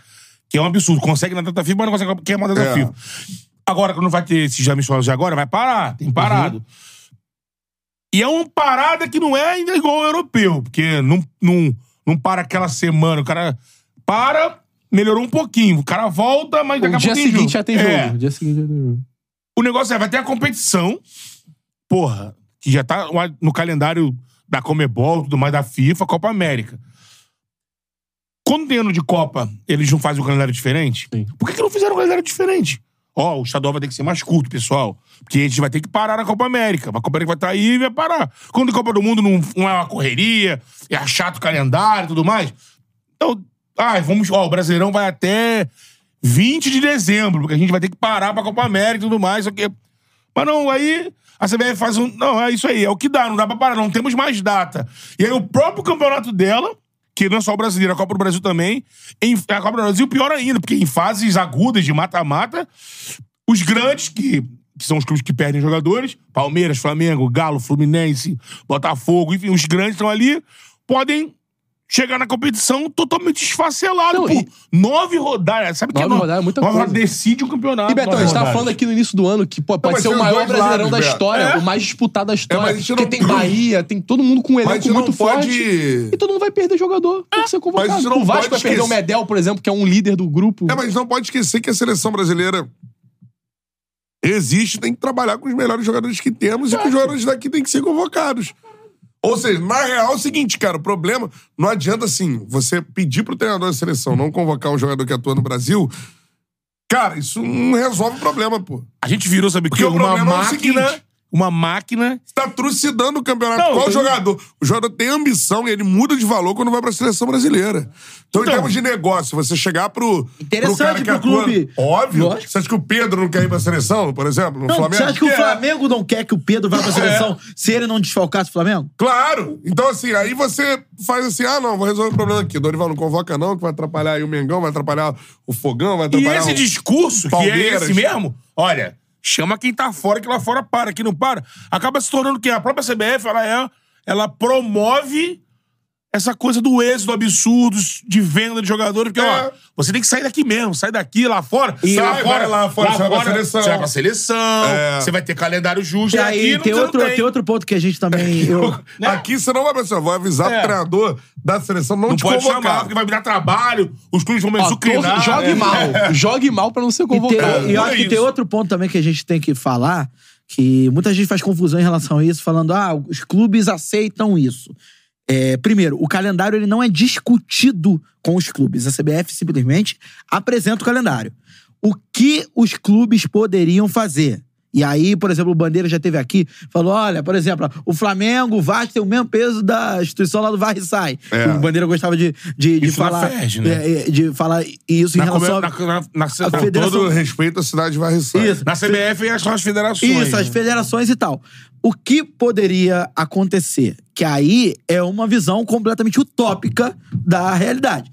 Que é um absurdo. Consegue na data FIFA, mas não consegue porque é uma data É. FIFA. Agora, quando vai ter esses já mencionados de agora, vai parar. Uhum. Tem parado. E é uma parada que não é ainda igual ao europeu, porque não, não, não para aquela semana. O cara para, melhorou um pouquinho. O cara volta, mas daqui O a pouco dia tem seguinte jogo. já tem É. jogo. O dia seguinte já tem jogo. O negócio é, vai ter a competição, porra, que já tá no calendário da Comebol, tudo mais, da FIFA, Copa América. Quando tem ano de Copa, eles não fazem um calendário diferente? Por que, que não fizeram um calendário diferente? Ó, o estadual vai ter que ser mais curto, pessoal. Porque a gente vai ter que parar na Copa América. A Copa América vai estar aí e vai parar. Quando a Copa do Mundo não, não é uma correria, é chato o calendário e tudo mais. Então, ai, vamos. Ó, o Brasileirão vai até 20 de dezembro, porque a gente vai ter que parar pra Copa América e tudo mais. Só que... Mas não, aí a CBF faz um. Não, é isso aí, é o que dá, não dá pra parar, não temos mais data. E aí o próprio campeonato dela, que não é só o brasileiro, a Copa do Brasil também, em- é a Copa do Brasil pior ainda, porque em fases agudas de mata-mata, os grandes, que, que são os clubes que perdem jogadores, Palmeiras, Flamengo, Galo, Fluminense, Botafogo, enfim, os grandes estão ali, podem. Chegar na competição totalmente esfacelado, pô. Nove rodadas. Sabe o que é Nove rodadas é muita nove coisa. rodadas decide um campeonato. E Betão, a nove gente tava rodadas. falando aqui no início do ano que pô, pode mas ser o tem os maior dois brasileirão lados, da Beto. história, É. o mais disputado da história. mas a gente porque não- tem Bahia, tem todo mundo com um Mas a elenco gente muito não pode- forte. E todo mundo vai perder jogador. Tem que ser convocado. mas a gente não o Vasco pode vai perder o esquecer- Medel, por exemplo, que é um líder do grupo. É, mas não pode esquecer que a seleção brasileira existe, tem que trabalhar com os melhores jogadores que temos e que os jogadores daqui têm que ser convocados. Ou seja, na real é o seguinte, cara, o problema não adianta assim, você pedir pro treinador da seleção não convocar um jogador que atua no Brasil. Cara, isso não resolve o problema, pô. A gente virou, sabe o Porque quê? o Uma problema é o máquina. seguinte. uma máquina. Você tá trucidando o campeonato. Não, Qual tem- jogador? O jogador tem ambição e ele muda de valor quando vai pra seleção brasileira. Então, em termos de negócio, você chegar pro. Interessante pro, cara que pro atua- clube. Óbvio. Lógico. Você acha que o Pedro não quer ir pra seleção, por exemplo? No Não, Flamengo? É, você acha que o Quer. é Flamengo não quer que o Pedro vá pra seleção se ele não desfalcasse o Flamengo? Claro! Então, assim, aí você faz assim: ah, não, vou resolver o problema aqui. Dorival não convoca, não, que vai atrapalhar aí o Mengão, vai atrapalhar o Fogão, vai E atrapalhar. esse o discurso, que é Palmeiras. esse mesmo, olha, chama quem tá fora, que lá fora para, que não para, acaba se tornando que a própria CBF, ela é, ela promove essa coisa do êxito absurdo de venda de jogadores, porque, ó, você tem que sair daqui mesmo, sai daqui, lá fora, É. E lá vai, fora, vai lá fora, você vai pra seleção. você vai pra seleção, É. você vai ter calendário justo, E e aí, aqui tem não, outro, não tem. tem outro ponto que a gente também. eu- Né? né? Aqui você não vai pra seleção, vai avisar o treinador da seleção não, Não te pode convocar. chamar, porque vai me dar trabalho, os clubes vão me Ó, sucrinar. torce- jogue É. mal. Jogue mal pra não ser E, tem- convocado. e eu acho que tem outro ponto também que a gente tem que falar, que muita gente faz confusão em relação a isso, falando, ah, os clubes aceitam isso. É, primeiro, o calendário ele não é discutido com os clubes. A CBF simplesmente apresenta o calendário. O que os clubes poderiam fazer? E aí, por exemplo, o Bandeira já teve aqui, falou: olha, por exemplo, o Flamengo, o Vasco tem o mesmo peso da instituição lá do Vai e Sai. É. O Bandeira gostava de, de, de Isso na falar. Ferj, né? é, é, de falar isso em Na, relação. come- a- na, na, na, a com federação- todo respeito, a cidade vai receber. Isso. Na CBF e as, as federações. Isso, as né? federações e tal. O que poderia acontecer? Que aí é uma visão completamente utópica da realidade.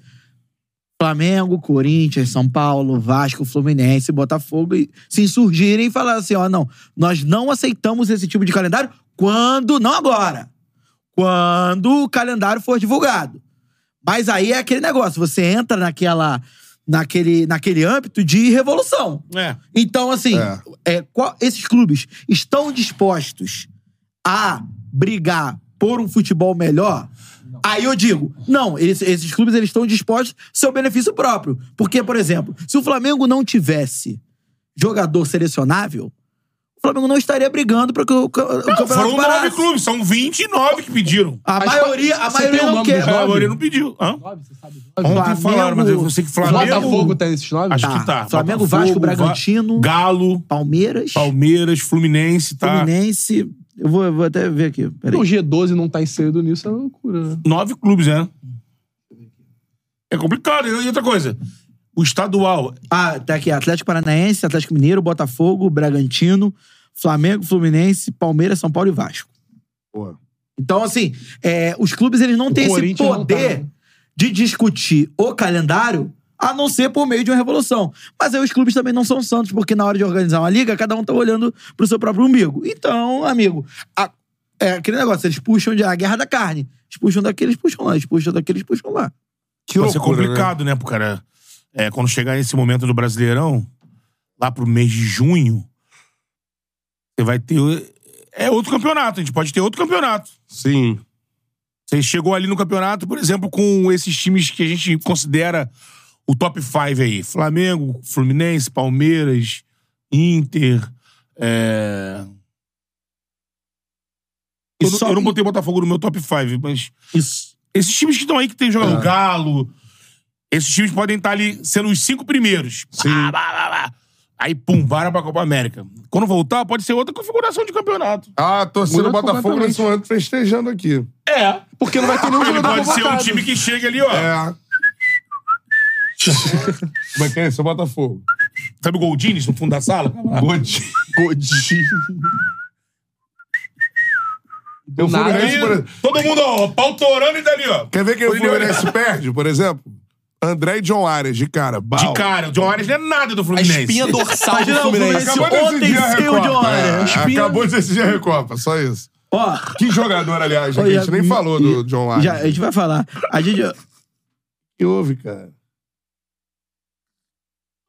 Flamengo, Corinthians, São Paulo, Vasco, Fluminense, Botafogo e- se insurgirem e falar assim: ó, não, nós não aceitamos esse tipo de calendário quando, não agora, quando o calendário for divulgado. Mas aí é aquele negócio, você entra naquela, naquele, naquele âmbito de revolução. É. Então, assim, é, qual- esses clubes estão dispostos a brigar por um futebol melhor? Aí eu digo, não, eles- esses clubes eles estão dispostos ao seu benefício próprio. Porque, por exemplo, se o Flamengo não tivesse jogador selecionável, o Flamengo não estaria brigando para que o, ca- o Não, campeonato foram nove parasse. clubes, são 29 que pediram. A maioria, a um maioria não quer. A maioria não pediu. Hã? Ontem Flamengo- falaram, mas eu sei que Flamengo. Botafogo tem esses nomes? Acho que tá. Flamengo, Botafogo, Vasco, Va- Bragantino, Galo, Palmeiras. Palmeiras, Fluminense, tá? Fluminense. Eu vou, eu vou até ver aqui. Peraí. O G12 não tá inserido nisso, é loucura, né? Nove clubes, né? É complicado. E outra coisa, o estadual. Ah, tá aqui. Atlético Paranaense, Atlético Mineiro, Botafogo, Bragantino, Flamengo, Fluminense, Palmeiras, São Paulo e Vasco. Boa. Então, assim, é, os clubes eles não têm esse Corinthians não tá, poder né? de discutir o calendário a não ser por meio de uma revolução. Mas aí os clubes também não são santos, porque na hora de organizar uma liga, cada um tá olhando pro seu próprio umbigo. Então, amigo, a- é aquele negócio, eles puxam de, a guerra da carne. Eles puxam daqui, eles puxam lá. Eles puxam daqui, eles puxam lá. Que vai ser loucura, né? complicado, né, pro cara? É, quando chegar nesse momento do Brasileirão, lá pro mês de junho, você vai ter. É outro campeonato, a gente pode ter outro campeonato. Sim. Você chegou ali no campeonato, por exemplo, com esses times que a gente considera o top 5 aí: Flamengo, Fluminense, Palmeiras, Inter. é, Eu, não- eu não botei Botafogo no meu top 5, mas. Esses times que estão aí que tem jogado É. Galo, esses times podem estar ali sendo os cinco primeiros. Bah, bah, bah, bah. Aí, pum, para pra Copa América. Quando voltar, pode ser outra configuração de campeonato. Ah, a torcida do Botafogo nesse momento festejando aqui. É, porque não vai ter nenhum Ele jogador pode ser um convocado. time que chega ali, ó. É. Como é que é isso? É o Botafogo. Sabe o Goldines no fundo da sala? Godinho. Ah. Godinho. Eu fui Nada. nesse, por exemplo. Todo mundo, ó, pautorando e dali, ó. Quer ver quem o Olha, olha. Fluminense perde, por exemplo? André e John Arias, de cara. Bau. Ah, De cara, o John Arias não é nada do Fluminense. espinha dorsal do Imagina o Fluminense. Acabou de Ontem decidir a sem o Recopa. John é, Arias. Espinha- Acabou de decidir a Recopa, só isso. Ó. Que jogador, aliás, né, que a gente já- nem falou do John Arias. Já, a gente vai falar. A gente. que houve, cara?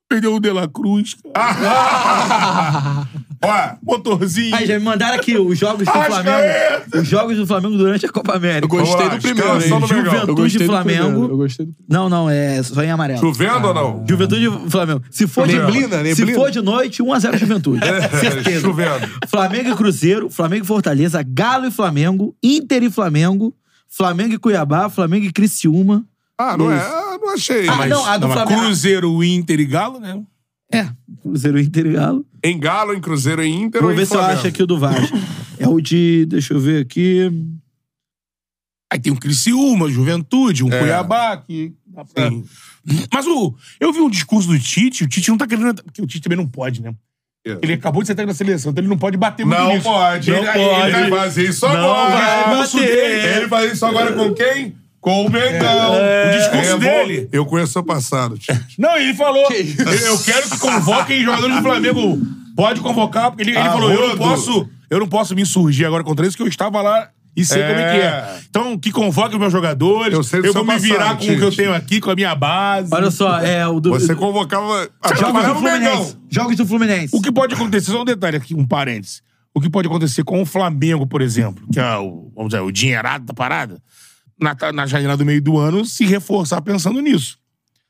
Perdeu o De La Cruz, Ah! Ó, motorzinho. Aí já me mandaram aqui os jogos do Arrascaeta! Flamengo. Os jogos do Flamengo durante a Copa América. Eu gostei do primeiro, hein? Eu Juventude gostei de do Flamengo. primeiro, Eu gostei do Não, não, é só em amarelo. Chovendo ou não? Juventude e Flamengo. Se for, Neblina, de, neblina. se for de noite, 1x0 Juventude. É, Certeza. Chovendo. Flamengo e Cruzeiro, Flamengo e Fortaleza, Galo e Flamengo, Inter e Flamengo, Flamengo e Cuiabá, Flamengo e Criciúma. Ah, não é? Ah, Não achei. Ah, não, a do mas Flamengo- Cruzeiro, Inter e Galo, né? É, Cruzeiro, Inter e Galo. Em Galo, em Cruzeiro, em Inter Vou ou em ver se eu Flamengo? acho aqui o do Vasco. É o de. Deixa eu ver aqui. Aí tem um Criciúma, Juventude, um É. Cuiabá, que dá pra... Mas o... Eu vi um discurso do Tite, o Tite não tá querendo... Porque o Tite também não pode, né? É. Ele acabou de ser técnico da seleção, então ele não pode bater muito Não nisso. pode. Não ele, pode. Ele vai fazer isso Não vai agora. bater. Ele vai fazer isso agora com quem? Com o Mengão. É. O discurso bom. dele. Eu conheço o seu passado, Tite. Não, ele falou... eu, eu quero que convoquem jogadores do Flamengo. Pode convocar, porque ele, ele Ah, falou, eu não Rodo. posso... Eu não posso me insurgir agora contra isso, que eu estava lá e sei É. como é que é. Então, que convoquem os meus jogadores. Eu sei do eu seu vou me passado, virar com o que eu Tite. tenho aqui, com a minha base. Olha só, é o do. Você convocava. Jogos Atrapalhava do o Fluminense. Mengão. Jogos do Fluminense. um. O que pode acontecer, só um detalhe aqui, um parênteses. O que pode acontecer com o Flamengo, por exemplo, que é o, vamos dizer, o dinheirado da parada, na, ta- na janela do meio do ano, se reforçar pensando nisso.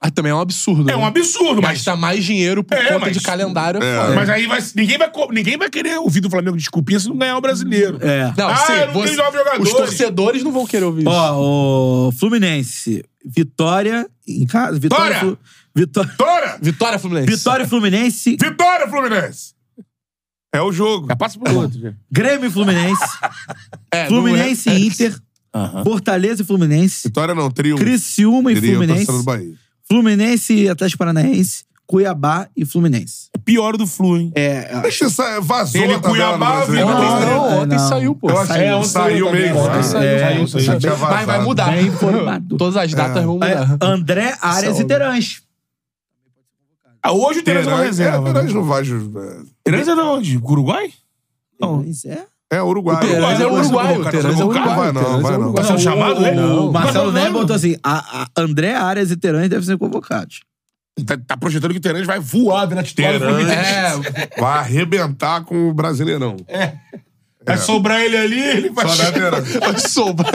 Ah, também é um absurdo. É um absurdo, mas. Gastar mais dinheiro por É, conta mas- de calendário. É. foda. Mas aí vai, ninguém, vai, co- ninguém vai querer ouvir do Flamengo desculpinha se não ganhar o brasileiro. É. Não, ah, sim, eu não você- tenho nove jogadores. os torcedores não vão querer ouvir isso. Ó, o Fluminense. Vitória em casa. Vitória. Vitória! Vitória. Vitória! Vitória Fluminense. Vitória e Fluminense. Vitória, Fluminense! É o jogo. Já passa pro outro. já. Grêmio e Fluminense. É, não Fluminense é- e é- Inter. Fortaleza e Fluminense. Vitória não, triunfo. Criciúma e Diria o Fluminense. torcedor do Bahia. Fluminense e Atlético Paranaense. Cuiabá e Fluminense. Pior do Flu, hein? É. a- Deixa isso. Vazou Ele a tabela Cuiabá, do Brasileiro. Ontem Vitória. não, ontem Não. saiu, pô. É, Eu acho Saiu. que ontem saiu também, mesmo. ontem Ah, saiu, é, saiu, isso aí saiu. tinha Vai, vai vazado. mudar. Bem informado. Todas as datas vão É, mudar. André, Arias e Terãs. Ah, hoje o Terence é uma Terãs- é, reserva. Terãs né? não vai. ju- Terence é de onde? Uruguai? Pois é. É é Uruguai. Terãs é Uruguai, uruguaio, convocar, Terãs é convocar. uruguaio, Vai não, Terãs vai é não. uruguaio. Tá sendo chamado, né? O um Marcelo Mas não, Ney não. botou assim: a, a André, Arias e Terãs devem ser convocados. Tá, tá projetando que o Terence vai voar na titular do Terence. Fluminense. É, Vai arrebentar com o Brasileirão. Vai sobrar ele ali, ele vai Só na É. Terãs. vai sobrar.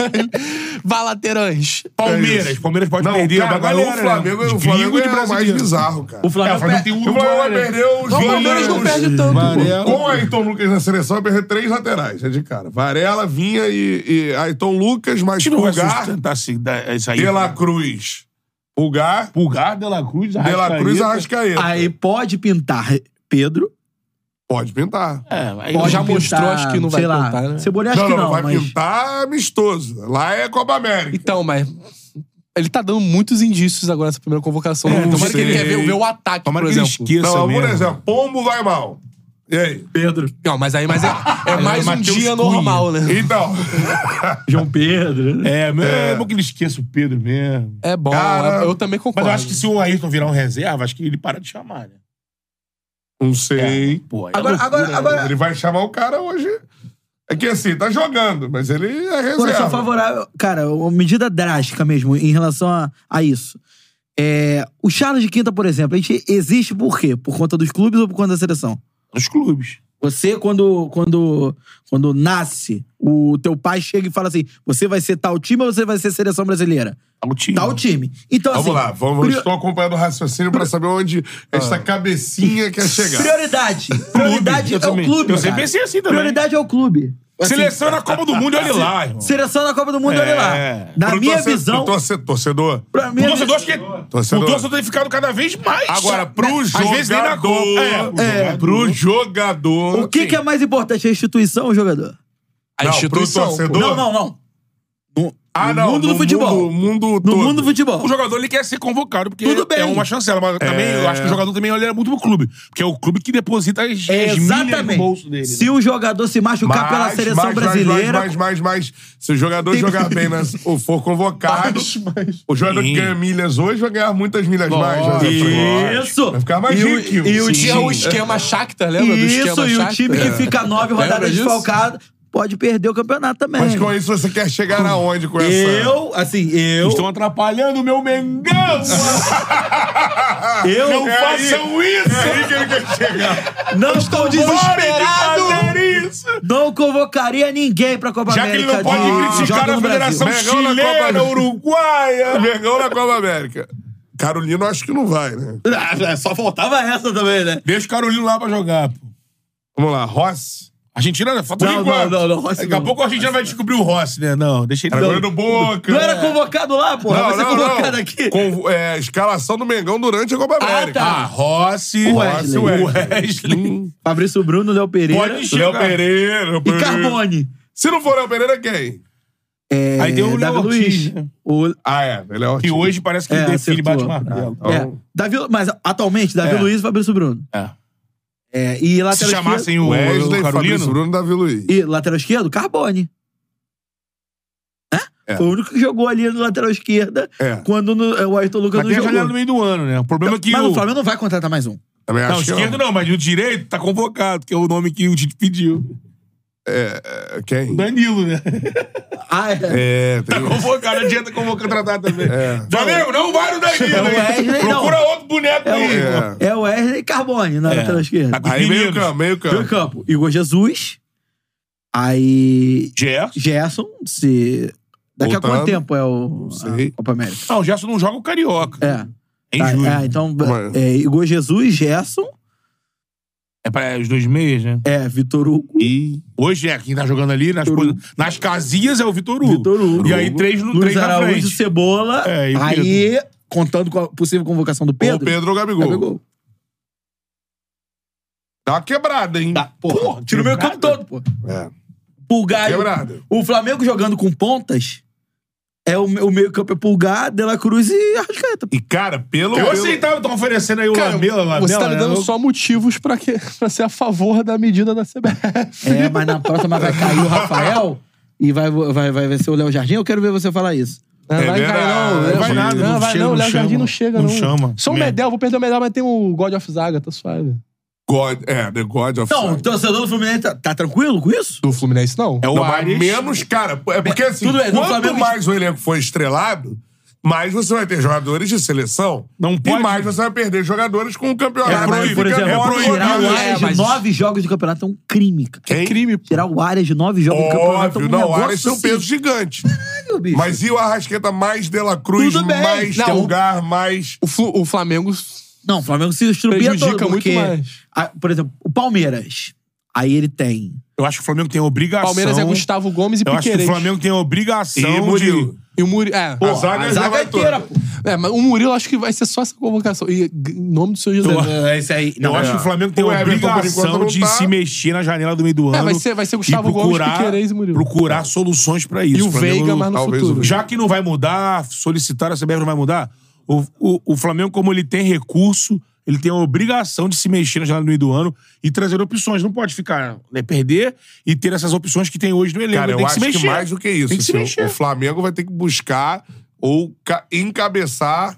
Vai lá, Terãs. Palmeiras. É isso. Palmeiras pode Não, perder. né? cara, né? a o Flamengo, o Flamengo é o mais bizarro, cara. O Flamengo, É, o Flamengo tem pe- um- O Flamengo vai Uruguai, perder os Não, o Palmeiras não perde tanto, pô. Varela. Com o Ayrton Lucas na seleção, vai perder três laterais, é de cara. Varela, Vinha e, e Ayrton Lucas, mais Tira o Pulgar, sustentar assim, da- isso aí. De La Cruz. Pulgar, Pulgar, De La Cruz, De La Cruz, Arrascaeta. Arrascaeta. Aí pode pintar Pedro. Pode pintar. É, aí Pode já mostrou, pintar, acho que não vai sei lá, pintar, né? Cebolinha acho não, que não, não, vai mas... pintar amistoso. Lá é Copa América. Então, mas... Ele tá dando muitos indícios agora nessa primeira convocação. É, Não tomara tomara que ele que- quer ver, ver o ataque, Tomara por que ele exemplo. esqueça não, por mesmo. exemplo, Pombo vai mal. E aí? Pedro. Não, mas aí mas é, é mais um Matheus Cunha. dia normal, né? Então, João Pedro. né? É, mesmo é bom que ele esqueça o Pedro mesmo. É bom, Cara, eu- eu também Mas concordo. eu acho que se o Ayrton virar um reserva, acho que ele para de chamar, né? É, não sei. Pô, aí né? Agora, agora, agora, Ele vai chamar o cara hoje. É que assim, tá jogando, mas ele é Agora, eu sou reserva. favorável. Cara, uma medida drástica mesmo em relação a, a isso. É, o Charles de Quinta, por exemplo, a gente existe por quê? Por conta dos clubes ou por conta da seleção? Nos clubes. Você, quando, quando, quando nasce, o teu pai chega e fala assim: você vai ser tal time ou você vai ser seleção brasileira? Tá o time. Tal time. Então, Vamos assim, lá, vamos, prior- estou acompanhando o raciocínio pra saber onde esta cabecinha quer chegar. Prioridade. Prioridade eu é o também. clube. Eu sempre cara. pensei assim também. Prioridade é o clube. Assim, Seleção na Copa do Mundo, olha lá, irmão. Seleção na Copa do Mundo, olha lá. É. Na Pro minha torce- visão. pro torce- torcedor. Pra mim, o torcedor, acho que Torcedor. o torcedor tem ficado cada vez mais. né? Agora, pro Às jogador. vezes nem na Copa. É, pro jogador. O que, que é mais importante, a instituição ou o jogador? A Não, instituição, pro torcedor. pô. Não, não, não. No, Ah, no não, mundo no do mundo- futebol. mundo no todo. mundo do futebol. O jogador ele quer ser convocado porque Tudo bem. é uma chancela, mas também É. eu acho que o jogador também olha muito pro clube, porque é o clube que deposita as, as milhas no Exatamente. bolso dele. né? Se o jogador se machucar pela seleção brasileira. Mais, mais, mais, Se o jogador Tem- jogar bem né, ou for convocado, o jogador que Sim. ganha milhas hoje vai ganhar muitas milhas mais. né? Isso! Vai ficar mais E o- rico. e o Sim. time- Tinha o esquema Shakhtar, lembra do Isso, esquema e o Shakhtar? time que fica nove Lembra rodadas disso? desfalcado pode perder o campeonato também. Mas é com isso você quer chegar aonde com essa? Eu, assim, eu. Estão atrapalhando o meu Mengão! Eu não é façam aí- isso! é aí que ele quer chegar. Não Estou convoco- desesperado! Não convocaria ninguém pra Copa Já que ele América. não pode de- criticar joga a no Brasil. Federação Chilena, é. Uruguaia. Vergão na Copa América. Carolino acho que não vai, né? Ah, Só faltava essa também, né? Deixa o Carolino lá pra jogar, pô. Vamos lá, Rossi. Argentina, né? por Não, enquanto. não, não, não, Rossi Daqui a não. pouco a Argentina vai descobrir o Rossi, né? Não, deixa ele. Agora é do Boca. Não era convocado lá, porra? Vai ser convocado aqui. Convo- é, escalação do Mengão durante a Copa América. tá. Ah, Rossi, Wesley. Rossi, Wesley. Fabrício Bruno, Léo Pereira. Pode chegar. Léo Pereira, Léo E Pereira. Carbone. Se não for Léo Pereira, quem? É, Aí deu o né? Léo Davi Ortiz. Luiz. O- Ah, é. Ele é Que hoje parece que É, define acertou. bate martelo. É, Davi, mas atualmente, Davi É. Luiz e Fabrício Bruno. É. É, e lateral Se chamassem esquerdo, o, Wesley, o Carolino. Fabrício Bruno, Davi Luiz. E lateral esquerdo, Carbone. Né? É. Foi o único que jogou ali na lateral esquerda É. quando no- o Ayrton Lucas Mas não tem a jogou. janela no meio do ano, né? O problema é que. mas o... o Flamengo não vai contratar mais um. Também Não, o acho que esquerdo não, mas o direito tá convocado, que é o nome que o Tite pediu. É, é, quem? Danilo, né? Ah, é. É, tem... Tá convocado, não adianta convocar tratar também. É. Flamengo, não vai no Danilo. É o hein? Wesley, não. Procura outro boneco É aí. É. o, é o Wesley e Carbone na É. lateral esquerda. Tá com os Aí meio meninos. campo, meio Meio campo. campo, Igor Jesus. Aí. Gerson. Gerson, se. Daqui a quanto Voltando. tempo é o, sei. a Copa América? Não, o Gerson não joga o Carioca. É. É em Tá, julho. é, então, Mas- é, Igor Jesus, Gerson, É pra os dois meios, né? é, Vitor Hugo. E hoje é quem tá jogando ali nas, Vitor Hugo. coisas- nas casinhas é o Vitor Hugo. Vitor Hugo. E aí três, no, Luiz três na Araújo, frente. Cebola. É, e o aí, contando com a possível convocação do Ou Pedro. o Pedro ou o Gabigol. Gabigol. Dá uma quebrada, hein? Tá, porra, tira o meio campo todo, pô. É. Pulgar. Quebrado. O Flamengo jogando com pontas. É o, me- o meio campo é Pulgar, De La Cruz e Arrascaeta. E, cara, pelo... Eu pelo- aceitava, tá, estão oferecendo aí o Cara, Lamela, Lamela. você tá né? me dando Eu- só motivos pra, que, pra ser a favor da medida da CBF. É, mas na próxima vai cair o Rafael e vai, vai, vai, vai ser o Léo Jardim. Eu quero ver você falar isso. Não, É vai verdade. cair, não. Não Léo vai Jardim- nada, não, não vai, chega, não. não Léo Jardim chama. não chega, Não não. chama. Só o Merda. Medel, vou perder o Medel, mas tem o God of Zaga, tá suave. God, é, The God of Não, o Science. torcedor do Fluminense tá, tá tranquilo com isso? Do Fluminense, não. É o Não, mas Ares. menos, cara. É porque assim, Tudo bem, no quanto Flamengo- mais o elenco for estrelado, mais você vai ter jogadores de seleção Não e pode- mais você vai perder jogadores com o campeonato. É proibido, Aí Por fica né? exemplo, nove tirar rodadas. o Arias- área de mas- nove jogos de campeonato é um crime, cara. É crime, pô. Tirar o área de nove jogos de campeonato é um Óbvio, não, o negócio Ares tem um assim. peso gigante. Meu bicho. Mas e o Arrasqueta mais Dela Cruz, Tudo bem. mais Não, Pulgar, mais. O, Flu- o Flamengo. Não, o Flamengo se estrupia Prejudica todo, porque... muito mais. a- por exemplo, o Palmeiras. Aí ele tem... Eu acho que o Flamengo tem obrigação. Palmeiras é Gustavo Gomes e Eu acho que o Piqueires. Flamengo tem obrigação E Murilo. de. E o Murilo. É, a zaga, A já zaga vai inteira, toda. pô. é, mas o Murilo acho que vai ser só essa convocação. E g- em nome do seu né? Jesus. É isso aí. eu acho que o Flamengo tem O a Everton, por enquanto, obrigação não de tá. se mexer na janela do meio do ano. É, vai ser- vai ser Gustavo e Gomes, Piqueires e Murilo. Procurar soluções pra isso. E o Flamengo- Veiga, mas no talvez futuro. o- Já que não vai mudar, solicitar a CBF não vai mudar, o, o, o Flamengo, como ele tem recurso, ele tem a obrigação de se mexer na janela do meio do ano e trazer opções. Não pode ficar, né, perder e ter essas opções que tem hoje no elenco. Cara, tem eu que acho se mexer. que mais do que isso. Tem que se assim, mexer. O Flamengo vai ter que buscar ou ca- encabeçar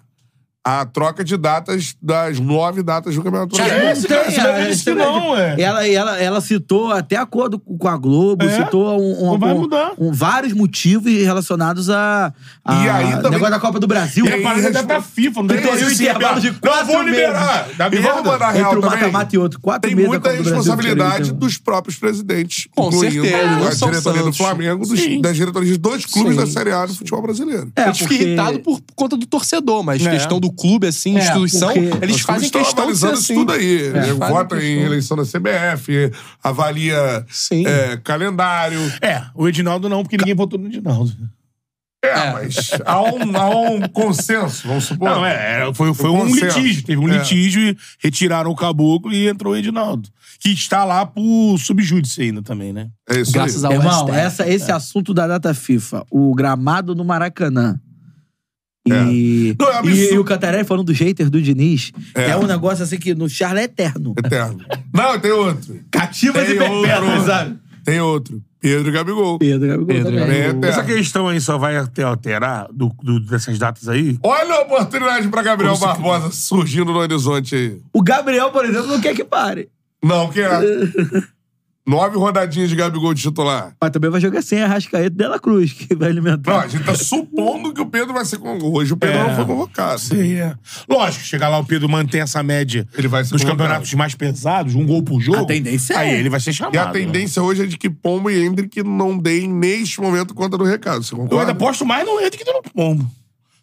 a troca de datas das nove datas do Campeonato Já Brasileiro. é esse cara, Então, você né? não disse que não, é. Ela, ela, ela citou até acordo com a Globo, É. citou um, um- Não vai um- mudar. um- vários motivos relacionados a, a E aí também- é. Ah, negócio da Copa do Brasil. E a parada é tá da FIFA, não Tu tem Então, teria um esse intervalo de CBF. quatro Não vou meses. liberar. Dá E vamos merda. mandar Entre real um também. mata-mata e outro, quatro Tem meses da muita Copa do Brasil, responsabilidade teoricamente. dos próprios presidentes, Com incluindo certeza, não a são diretoria do santos. Flamengo, dos- Sim. das diretorias de dois clubes Sim. da Série A do futebol brasileiro. É, a gente fica porque- irritado por conta do torcedor, mas É. questão do do clube, assim, É, instituição, porque- eles Os fazem clubes estão questão de ser analisando assim. isso tudo É. aí. Eles Ele fazem Vota em questão. eleição da CBF, avalia é, calendário. É, o Edinaldo não, porque ninguém votou no Edinaldo. É, mas há um, há um consenso, vamos supor. Não, é, é, foi, foi um consenso. litígio. Teve um É. litígio e retiraram o caboclo e entrou o Edinaldo. Que está lá por subjúdice ainda também, né? É isso Graças ao Irmão, essa, esse assunto da data FIFA, o gramado no Maracanã. E, Não, é e- absurdo. e o Cantarelli falando dos haters do Diniz. É. É, um negócio assim que no Charla é eterno. Eterno. Não, tem outro. Tá Cativas Tem e perpétuas, outro. sabe? Tem outro. Pedro e Gabigol. É Pedro e Gabigol. Pedro Essa é questão aí só vai até alterar do, do- dessas datas aí? Olha a oportunidade pra Gabriel Como se- Barbosa surgindo no horizonte aí. O Gabriel, por exemplo, não quer que pare. Não, quer. Nove rodadinhas de Gabigol de titular. Mas também vai jogar sem a Rascaeta Dela Cruz, que vai alimentar. Não, a gente tá supondo que o Pedro vai ser convocado. Hoje o Pedro É. não foi convocado. Sim, é. Lógico, chegar lá o Pedro mantém essa média Ele vai ser dos convocado. campeonatos mais pesados, um gol por jogo. A tendência é. Aí ele vai ser chamado. né? E a tendência hoje é de que Pombo e Hendrick não deem neste momento conta do recado. Você Eu ainda concorda? aposto mais no Hendrick do que no Pombo.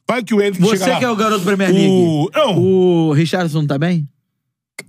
Vai que o Hendrick Você chega lá. que é o garoto Premier O- League. Não. O Richardson não tá bem?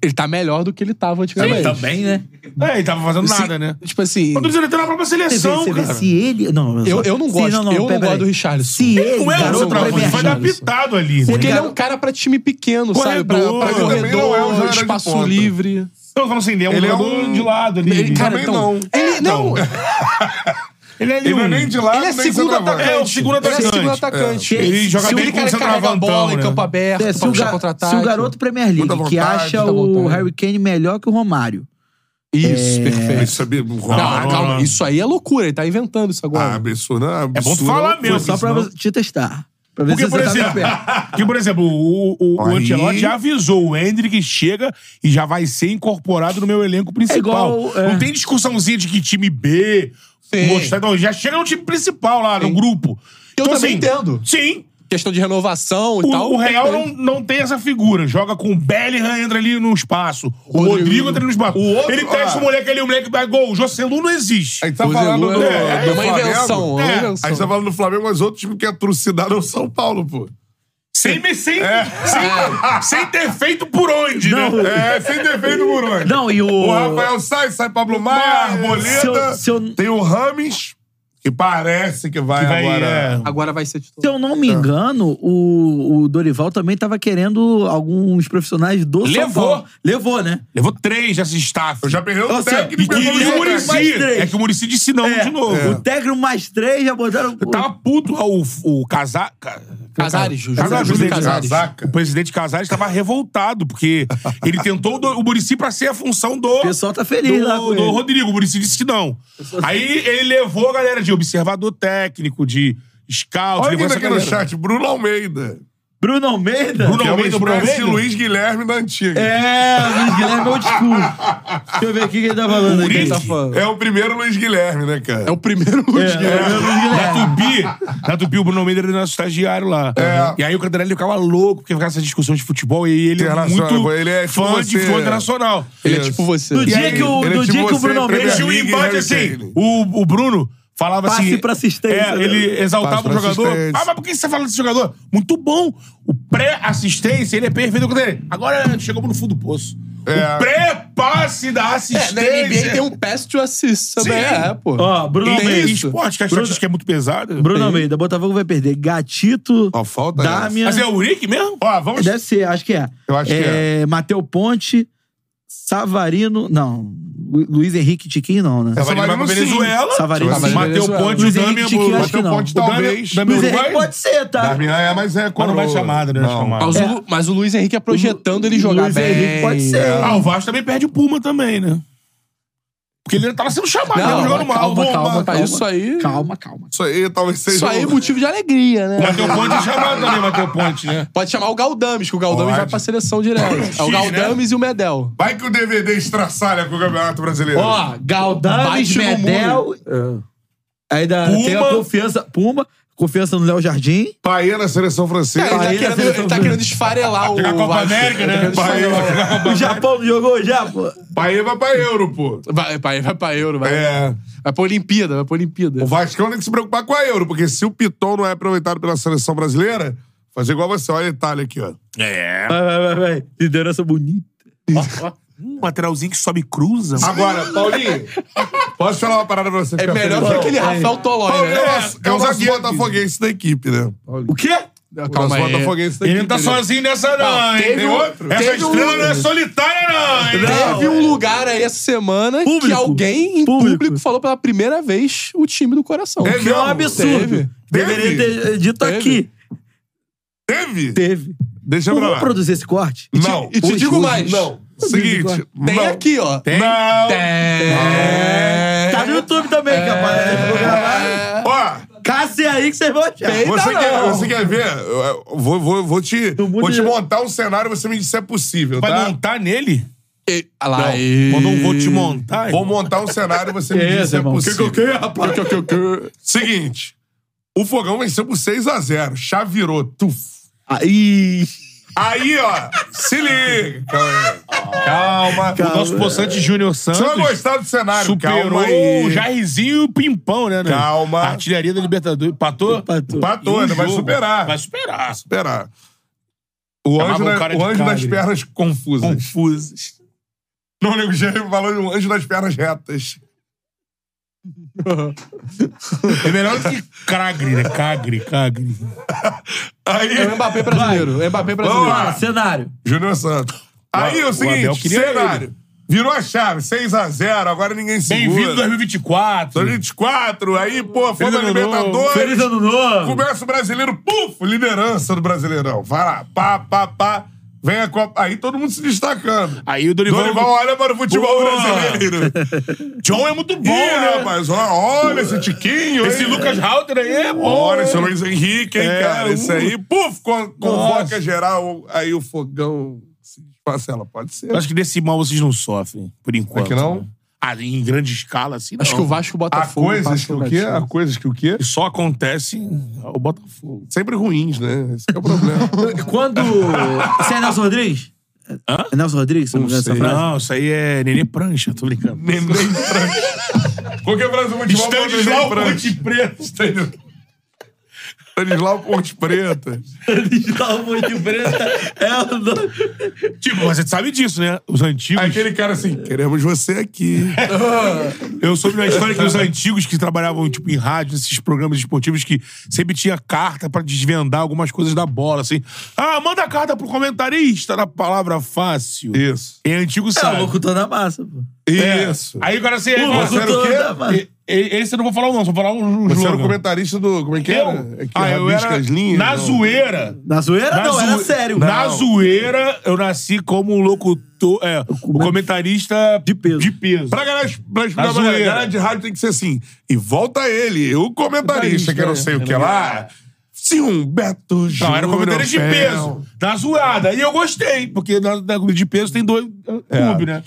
Ele tá melhor do que ele tava antigamente. Sim, tá bem, né? É, ele tava fazendo Se- nada, né? Tipo assim. Eu tô dizendo até na própria seleção, Você vê, você vê, cara. se ele. Não, não, Eu, eu não se- gosto. eu não pera- gosto do peraí. Richarlison. Se ele, Não é o garoto, centroavante, Premier vai dar Richarlison. pitado ali. Porque né? ele é um cara pra time pequeno, sabe? Pra, Corredor. pra Ele também não corredor, é um jogador de espaço ponta. livre. Não, vamos assim, ele é um Ele é jogador um- de lado ali. Ele- cara, Também então, não. Ele, não, Ele é, ali Ele não é um- nem de lado, ele é nem segundo centroavante. atacante. É, o segundo Ele é atacante. segundo atacante. É. Ele Se- joga Se bem ele como carrega a centroavantão, bola em né? campo aberto, É, se, pra o puxar ga- contra-ataque. se o garoto Premier League Muita que vontade, acha muita o vontade. Harry Kane melhor que o Romário. Isso, Ele perfeito. sabia... Não, é Ah, calma. Isso aí é loucura. Ele tá inventando isso Ah, agora. absurdo, não, absurdo. É bom tu falar Foi mesmo. só pra senão- você- te testar. Pra ver Porque, se por você tá exemplo, perto. que, por exemplo, o, o, o Aí. Ancelotti já avisou, o Hendrick chega e já vai ser incorporado no meu elenco principal. É igual, é. Não tem discussãozinha de que time B Sim. mostrar. Não, já chega no time principal lá, no grupo. Então, assim, Eu também entendo. Sim. Questão de renovação e O, tal. o Real não, não tem essa figura. Joga com o Bellingham, entra ali no espaço. O Rodrigo, Rodrigo. entra no espaço. outro- Ele testa ah. o moleque ali, o moleque vai gol. O Joselu não existe. A gente tá Pois é, falando é do, uma do invenção, é Flamengo. uma A invenção. gente tá falando do Flamengo, mas outro time que é trucidado é o São Paulo, pô. Sem, é- sem, sem, Ah, sem ter feito por onde, Não. né? É, sem defeito, Muroni. Não, e o- O Rafael sai, sai Pablo Maia, Arboleda. se eu- se eu- Tem o Rames, que parece que vai, Que vai, agora. é. Agora vai ser Se titular. eu não me engano, o, o Dorival também tava querendo alguns profissionais do São Levou. Paulo. Levou, né? Levou três dessa staff. Eu já peguei o Ou seja, E técnico que pegou Pegou o mais técnico. Murici. três. É que o Murici disse não de novo. O técnico mais três já botaram. Eu Tava puto. O, o Casa... Ca- Casares, Ca- o Casares, Júlio presidente Casares. Casaca. O presidente Casares estava revoltado, porque ele tentou o do- o Murici para ser a função do. O pessoal tá feliz do, lá com do ele. Rodrigo. O Murici disse que não. Aí ele levou a galera de observador técnico, de scout. Olha quem levou tá essa aqui no galera. chat, Bruno Almeida. Bruno Almeida. Bruno Que é uma Almeida, Bruno espécie de Almeida? Luiz Guilherme da antiga. É, Luiz Guilherme é o desculpa. Deixa eu ver o que que ele tá falando aqui. Urique. Ele tá falando. É o primeiro Luiz Guilherme, né, cara? É o primeiro Luiz É, Guilherme. é o Luiz Na Guilherme. Tupi, na Tupi, o Bruno Almeida era nosso estagiário lá. E aí o Cantarelli ficava louco, porque ficava essa discussão de futebol, e ele é Internacional, muito ele é tipo fã de você. futebol internacional. Ele é Isso. tipo você. No E dia aí, que o, ele no é tipo dia que o você, Bruno Almeida. Premier Tinha um League, embate Harry assim. Kane. O, o Bruno falava Passe assim. pra assistência, É, né? ele Passe exaltava o pra jogador. assistência. Ah, mas por que você tá falando desse jogador? Muito bom. O pré-assistência, ele é perfeito contra ele. Agora chegamos no fundo do poço. É. O pré-passe da É, na assistência. NBA tem um pass to assist também. Sim. É, pô. Ó, Bruno E tem Almeida. esporte, que a Bruno- estatística é muito pesada. Bruno Almeida, Botafogo vai perder. Gatito. Ó, falta Damian. Mas é o Rick mesmo? Ó, vamos. Deve ser, acho que é. Eu acho que é. Mateu Ponte, Savarino. Não. Lu- Luiz Henrique Tiquinho, não, né? Essa Savarino vai vai pra sim. Venezuela. Savarino, Savarino, é Mateu Venezuela. Ponte, o Luiz Henrique Damian. Tiquinho, o- acho que Mateu não. Ponte O Damian- talvez. Damian Luiz Henrique Uruguai? pode ser, tá? Darmian é, mas é Mas não vai coroa. chamada, né? Não. Chamada. Mas, o, Lu- mas o Luiz Henrique é projetando ele jogar Luiz bem. Henrique pode ser. Ah, o Vasco também perde o Puma também, né? Porque ele tava sendo chamado, Não, não, jogando calma, mal. calma, bomba. calma, Isso aí. Calma, calma. Isso aí talvez seja. Isso aí é o- motivo de alegria, né? Mateu Ponte é chamado também, Mateu Ponte, né? Pode chamar o Galdames, que o Galdames Pode. né? vai pra seleção direto. É o X, Galdames e o Medel. Vai que o DVD estraçalha com o Campeonato Brasileiro. Ó, Galdames, Bate no Medel. Aí dá, É. tem a Puma. confiança. Puma, confiança no Léo Jardim. Paê na seleção É, francesa. Ele tá, Bahia, querendo, seleção ele tá querendo esfarelar o. Jogar a Copa Vasco. América, Ele né? tá querendo Bahia. esfarelar. O Japão não jogou já, pô. Paê vai pra Euro, pô. Vai, vai, vai pra Euro, vai. É. Vai pra Olimpíada, vai pra Olimpíada. O Vascão tem que se preocupar com a Euro, porque se o Piton não é aproveitado pela seleção brasileira, Fazer igual você, olha a Itália aqui, ó. É. Vai, vai, vai, vai. Liderança bonita. Um lateralzinho que sobe e cruza. mano. Agora, Paulinho, posso falar uma parada pra você? Ah, É ficar melhor feliz? que aquele Rafael Tolói, Paulinho né? É, o nosso- é É o um nosso zagueiro. botafoguense da equipe, né? O quê? Calma aí. Botafoguense da Ele equipe, não tá né? sozinho nessa, não, Não, hein? teve Tem um- outro. teve Essa estrela um- não é solitária, não, hein? Teve um lugar aí essa semana que alguém em público. falou pela primeira vez o time do coração. O que é um absurdo. Deveria ter dito aqui. Teve? Teve. Deixa Não pra lá. vou produzir esse corte? E te- Não. e te digo Jesus. mais. Não. Seguinte, Tem não. aqui, ó. Tem? Não. Tem. Tá no YouTube também, capaz. É. Ó. Casse aí que vocês vão achar. Você Peita quer, não. você quer ver? Eu, eu vou, vou, vou, te, vou te montar um cenário e você me diz se é possível, Vai tá? montar nele? um, Olha lá, Não, aí. quando eu vou te montar. Vou montar um cenário e você me Que diz isso, se é irmão? possível. Que que eu quero, rapaz? Que que eu quero? Seguinte. O Fogão venceu por 6x0. Chá virou. Tuf. Aí. Aí, ó. se liga. Calma. aí. Calma. O nosso possante Júnior Santos. Você vai gostar do cenário. Superou é Calma aí. o Jairzinho e o Pimpão, né? né? Calma. Artilharia da Libertadores. Patou? Patou. Patou, ainda vai superar. Vai superar. Esperar. O Chamava anjo, um na- cara o de anjo Cagliari. das pernas confusas. Confusas. Não, nego já falou de um anjo das pernas retas. É melhor que Cagre, né? Cagre, Cagre. Aí, É o Mbappé brasileiro. É o Mbappé brasileiro. Vamos lá. Cenário. Júnior Santos. Aí O é o Abel seguinte, queria cenário. ele. Virou a chave, 6x0, agora ninguém segura. Bem-vindo 2024. 2024, aí, pô, foi Feliz da ano novo. Libertadores. Feliz ano novo. Começa o brasileiro, puf, liderança do Brasileirão. Vai lá, pá, pá, pá. Vem a Copa. Aí todo mundo se destacando. Aí o Dorival... Dorival olha para o futebol Pô. brasileiro. John é muito bom, Ih, né? rapaz, olha, olha esse Tiquinho. Esse hein? Lucas Halter aí é bom. Olha hein? esse Luiz Henrique, hein, É, cara? Isso uh. aí, puf, con- convoca Nossa. geral. Aí o fogão se desfacela. Pode ser. Eu acho que desse mal vocês não sofrem, por enquanto. que não? né? Ah, em grande escala, assim, não. Acho que o Vasco e o Botafogo. Há coisas que passam o pra quê? ti. Há coisas que o quê? E só acontece o Botafogo. Sempre ruins, né? Esse que é o problema. Quando. Você é Nelson Rodrigues? É Nelson Rodrigues? se eu Não, me engano, essa frase? Não, isso aí é Nenê Prancha, tô brincando. Nenê Prancha. Qual que é o Brasil Futebol? Stanislau Ponte Preta. Stanislau Ponte Preta. Digital muito preta. É o nome. Tipo, mas você sabe disso, né? Os antigos. Aquele cara assim, queremos você aqui. Eu soube uma história que os antigos que trabalhavam tipo, em rádio, nesses programas esportivos, que sempre tinha carta pra desvendar algumas coisas da bola, assim. Ah, manda a carta pro comentarista da palavra fácil. Isso. É antigo É o sabe. locutor da massa, pô. É. Isso. Aí o cara assim, Pô, aí, você você era o todo, quê? né, mano? E- e- Esse eu não vou falar o nome, só vou falar o Você era o slogan. comentarista do. Como é que era? Eu? É que ah, eu rabisca era as linhas, na não. zoeira. Na zoeira Na não, era zoe- sério. Na Não. zoeira, eu nasci como um locutor, é, o comentarista de peso. Pra galera, Na pra explicar pra galera, zoeira. galera de rádio tem que ser assim. E volta ele, o comentarista, que eu não sei o que lá. Se um Beto é. Não, era comentarista de Júnior peso. Na zoada. E eu gostei, porque na, na comida de peso tem dois uh, É. clube, né?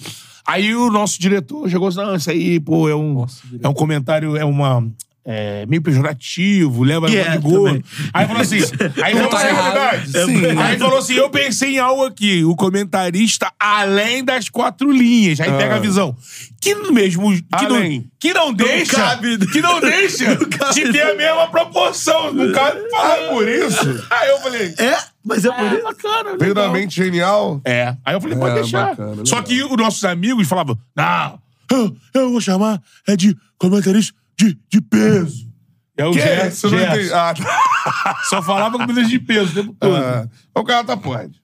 Aí o nosso diretor chegou assim, não, isso aí, pô, é um, é um comentário, é uma... É, meio pejorativo, leva E yeah, é, de gol. também. Aí falou assim. Aí falou Tá assim, errado. "Verdade, É sim." verdade. Aí falou assim: eu pensei em algo aqui, o comentarista além das quatro linhas. Aí Ah. pega a visão. Que no mesmo. Que não, Além. que não deixa. cabe. Que não deixa de ter a mesma É proporção. Não cabe falar Ah, por isso? Aí eu falei. É? Mas é por isso. Bacana, Veio da legal. mente genial. É. Aí eu falei, pode É, deixar. bacana, Só legal. que os nossos amigos falavam, não, eu, eu vou chamar é de comentarista de, de peso. E aí o Que é Gerson, isso? Eu não Gerson. entendi. Ah, tá. Só falava comentarista de peso o tempo todo. Ah, o cara tá pode.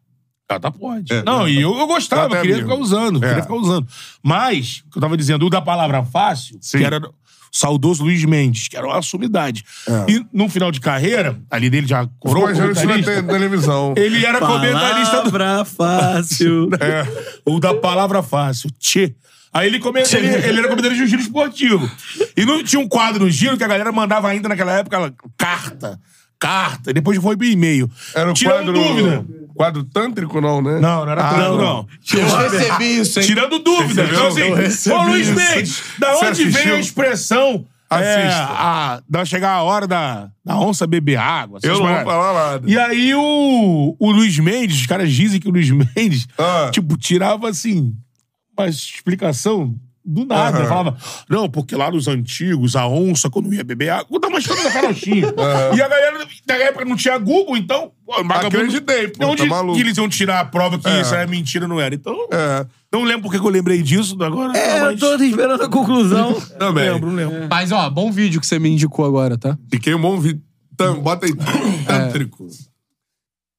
Ah, tá, pode. É, não, é, e eu, eu gostava, Tá até eu queria amigo. ficar usando, eu É. queria ficar usando. Mas, o que eu tava dizendo, o da palavra fácil, Sim. que era o saudoso Luiz Mendes, que era uma sumidade. É. E no final de carreira, ali dele já Ficou coroa imaginando isso é na te- comentarista, televisão. ele era comentarista do Palavra fácil. É. Ou da palavra fácil. Tchê. Aí ele, come... ele, ele era comentarista de um giro esportivo. E não tinha um quadro no giro que a galera mandava ainda naquela época ela- carta. Carta. Depois foi pro e-mail. Era o Tirando quadro. dúvida. Quadro tântrico, não, né? Não, não era Ah, tanto, não. Eu recebi isso, hein? Tirando dúvida. Recebeu? Então, Eu assim, recebi ô Luiz isso. Mendes, da Você onde assistiu? veio a expressão é, Assista. a, da chegar a hora da, da onça beber água? essas Eu não vou paradas? falar nada. E aí o, o Luiz Mendes, os caras dizem que o Luiz Mendes, Ah. tipo, tirava assim, uma explicação Do nada. Aham. Eu falava, não, porque lá nos antigos, a onça, quando ia beber água, eu tava achando da carochinha. É. Aham. E a galera, na época não tinha Google, então. pô, vagabundo- Acreditei, pô, De onde tá maluco. que eles iam tirar a prova que É. isso era mentira, não era? Então. Não lembro porque que eu lembrei disso agora. tá, É, eu tô esperando a conclusão. Também. Lembro, lembro. É. Mas, ó, bom vídeo que você me indicou agora, tá? Fiquei um bom vídeo. Tam- Bota aí. Tântrico.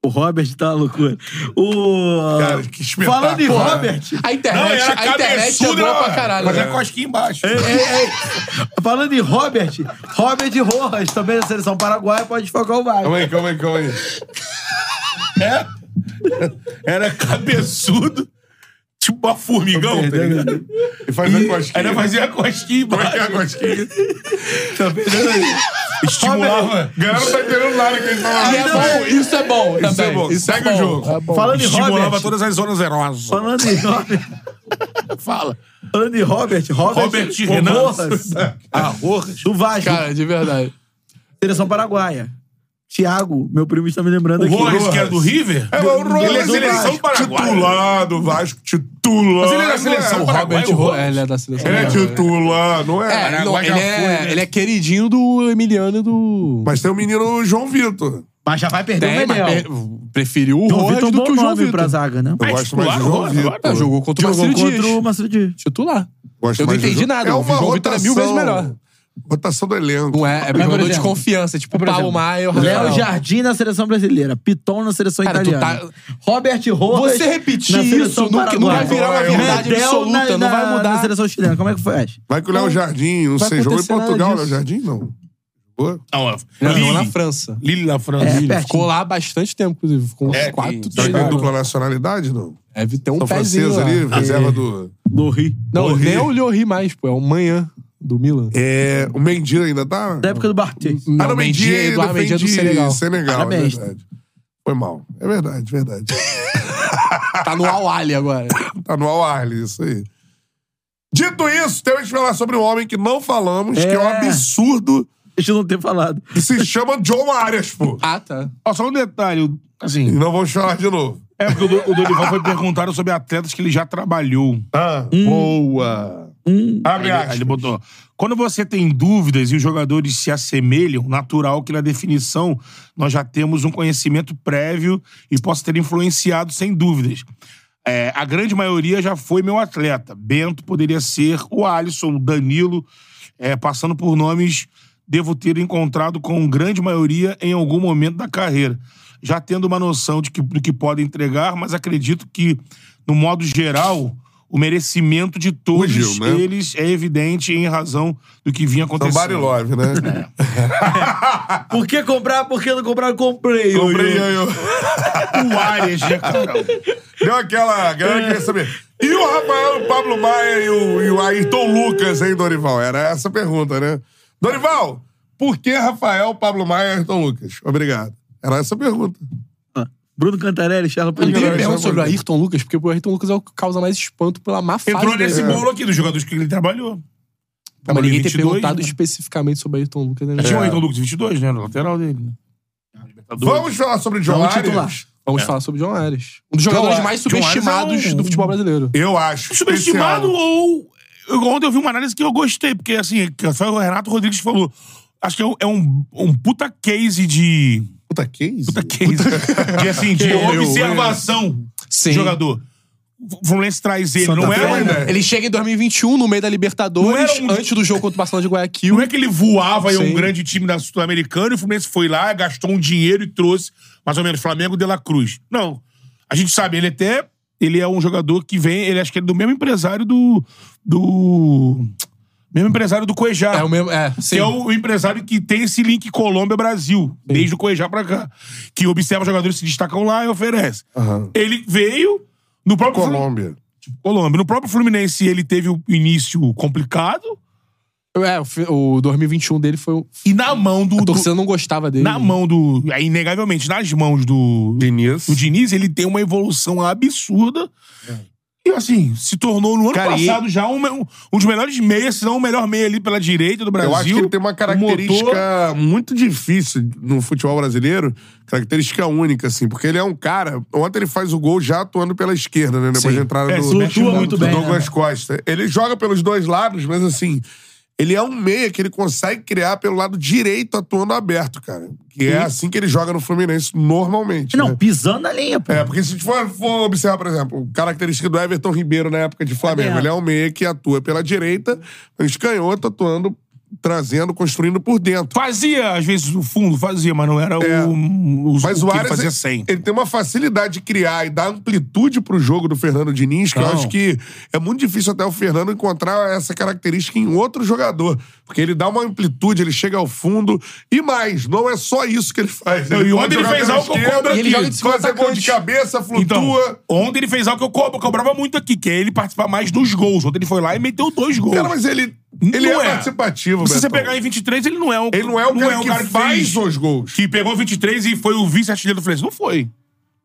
O Robert tá uma loucura. O... Cara, que espetáculo. Falando em Porra. Robert. A internet- é a internet é boa pra caralho, Mas é né? cosquinha embaixo. Ei, ei, ei. Falando em Robert, Robert Rojas, também da seleção paraguaia, pode desfocar o Vasco. Calma aí, calma aí, calma aí. Era cabeçudo, tipo uma formigão, tá ligado? E faz a cosquinha. Era fazer a cosquinha embaixo. Fazia a cosquinha. Tá perdendo aí. Estimulava. A galera não tá entendendo nada que a gente fala. E é bom, isso é bom Ah, Isso também. é bom. Isso é Segue o bom. jogo. É bom. Falando em Estimulava Robert. todas as zonas erosas. Falando em Robert. Fala. Falando em Robert, Robert, Robert o Renan. Rojas, Ah, Rojas. do Vasco. Cara, de verdade. Seleção paraguaia. Tiago, meu primo está me lembrando O aqui. Rojas, que era do River? É, mas o Rojas Ele é é do seleção Vasco. paraguaia. Titular do Vasco, Mas titular. ele é da seleção paraguaia, Robert o Ro- Rojas. é, ele é da seleção. Ele é paraguaia. titular, não é? É, não, Mas já ele, é, foi, né? ele é queridinho do Emiliano e do. Mas tem o menino João Vitor. Mas já vai perder Tem, o Medel. mas pre- preferiu o João Rojas Vitor é um do que bom o João nome Vitor. pra zaga, né? Eu gosto mais do João Vitor. É, jogou contra o Jogou Marcelo contra Dias. o Marcelo Dias. Titular. Gosto Eu não mais do entendi João- nada. É o uma João Vitor é mil vezes rotação. melhor. Rotação do elenco. Não é, é Mas, por jogador de exemplo, confiança, tipo Paulo Maia, o Léo Rafael. Jardim na seleção brasileira. Piton na seleção Cara, tu italiana. tá- Robert Rojas. Você repetir na seleção isso nunca- nunca paraguaia. vai virar uma verdade Medel absoluta, na- não na- vai mudar. Na seleção chilena. Como é que foi? Vai que o Léo Jardim, não vai sei, jogou em acontecer nada Portugal, disso. Léo Jardim, não. Jogou? Não, Não, Lille. na França. Lille na França. Ele pertinho. ficou lá há bastante tempo, inclusive. Ficou uns É, quatro, Será que- três que é anos. dupla nacionalidade, não? Deve ter um São pezinho francesa lá. ali, reserva do... Lorri. Não, Lorri. nem o Lloris mais, pô. É o Manhã do Milan. É, o Mendy ainda tá? É. Da época do Barthez. Não, Ah, não, Mendy, Mendy, Eduardo Mendy é do defende Senegal. Senegal, é Parabéns. verdade. Foi mal. É verdade, verdade. Tá no Awali agora. tá no Al Arle, isso aí. Dito isso, temos que falar sobre um homem que não falamos, que é um É. absurdo, Deixa eu não ter falado. que se chama John Arias, pô. Ah, tá. Ó, só um detalhe, eu- E assim. não vamos falar de novo. É porque o Do- o Dorival foi perguntado sobre atletas que ele já trabalhou. Ah, hum. Boa! Abre aspas. Ele botou. Quando você tem dúvidas e os jogadores se assemelham, natural que na definição nós já temos um conhecimento prévio e possa ter influenciado sem dúvidas. É, a grande maioria já foi meu atleta. Bento poderia ser o Alisson, o Danilo, é, passando por nomes, devo ter encontrado com grande maioria em algum momento da carreira. Já tendo uma noção de que, do que pode entregar, mas acredito que, no modo geral, o merecimento de todos Fugiu, né? eles é evidente em razão do que vinha acontecendo. Somebody Love, né? É. Por que comprar? Por que não comprar? Comprei. Comprei Oi, oi. eu. O Arias, né, cara? Deu aquela galera É. queria saber. E o Rafael, o Pablo Maia e o, e o Ayrton Lucas, hein, Dorival? Era essa a pergunta, né? Dorival, por que Rafael, Pablo Maia e Ayrton Lucas? Obrigado. Era essa a pergunta. Bruno Cantarelli, Charla Eu Ele queria era Pellegrini. perguntar jogador. sobre o Ayrton Lucas, porque o Ayrton Lucas é o que causa mais espanto pela má fase Entrou dele. nesse bolo aqui dos jogadores que ele trabalhou. Mas ninguém tem 22, perguntado né? especificamente sobre o Ayrton Lucas. Né? Já tinha o Ayrton Lucas 22, né? No lateral dele. né? Vamos falar sobre o John Não, Arias? titular. Vamos É. falar sobre o John Ares. Um dos jogadores John- mais John Ares subestimados é um- do futebol brasileiro. Eu acho. é Subestimado especial. ou. eu- ontem eu vi uma análise que eu gostei, porque assim, que foi o Renato Rodrigues que falou. Acho que é um, é um, um puta case de. Puta case? Puta case. de assim, de Eu- é eu- observação Sim. do jogador. O Fluminense traz ele. Santa Não era, Fé, um- né? Ele chega em 2021, no meio da Não era Libertadores, um- antes do jogo contra o Barcelona de Guayaquil. Não é que ele voava em um Sim. grande time da Sul-Americana e o Fluminense foi lá, gastou um dinheiro e trouxe mais ou menos Flamengo de la Cruz. Não. A gente sabe, ele até. Ele é um jogador que vem. Ele acho que ele é do mesmo empresário do. do. Mesmo empresário do Cuejá. É o mesmo. É, sim. Que é o empresário que tem esse link Colômbia-Brasil, desde o Cuejá pra cá. Que observa jogadores que se destacam lá e oferece. Aham. Ele veio no próprio Fluminense. Colômbia. Colômbia. No próprio Fluminense ele teve o início complicado É, o fi- o 2021 dele foi. o- e na mão do... A do- torcida não gostava dele. na mão do... É, inegavelmente, nas mãos do... Diniz. do Diniz, ele tem uma evolução absurda. E assim, se tornou no ano É. Cara, e- passado já um, um dos melhores meias, se não o melhor meia ali pela direita do Brasil. Eu acho que ele tem uma característica muito difícil no futebol brasileiro, característica única, assim, porque ele é um cara. Ontem ele faz o gol já atuando pela esquerda, né? Depois Sim. da entrada É, do, flutua do- muito do bem, Douglas né? Costa. Ele joga pelos dois lados, mas assim. Ele é um meia que ele consegue criar pelo lado direito atuando aberto, cara. Que é Sim. assim que ele joga no Fluminense normalmente. Não, né? pisando na linha, pô. É, porque se for, for observar, por exemplo, característica do Everton Ribeiro na época de Flamengo, Aberto. ele é um meia que atua pela direita, mas canhoto atuando, trazendo, construindo por dentro. Fazia, às vezes, o fundo, fazia, mas não era o, o, o É. Mas que o ele Arias, é- fazia ele, sempre. ele tem uma facilidade de criar e dar amplitude pro jogo do Fernando Diniz, que eu Não. acho que é muito difícil até o Fernando encontrar essa característica em outro jogador. Porque ele dá uma amplitude, ele chega ao fundo. E mais, não é só isso que ele faz. Não, e pode ontem ele jogar fez pela algo que eu esquerda, cobro aqui. fazer gol de cabeça, flutua. Então, ontem ele fez algo que eu cobro, cobrava muito aqui, que é ele participar mais dos gols. Ontem ele foi lá e meteu dois gols. Cara, mas ele, ele é, participativo, Se você Betão. pegar em 23, ele não é o Ele não é o cara que faz os gols. Que pegou 23 e foi o vice-artilheiro do Fluminense. Não foi.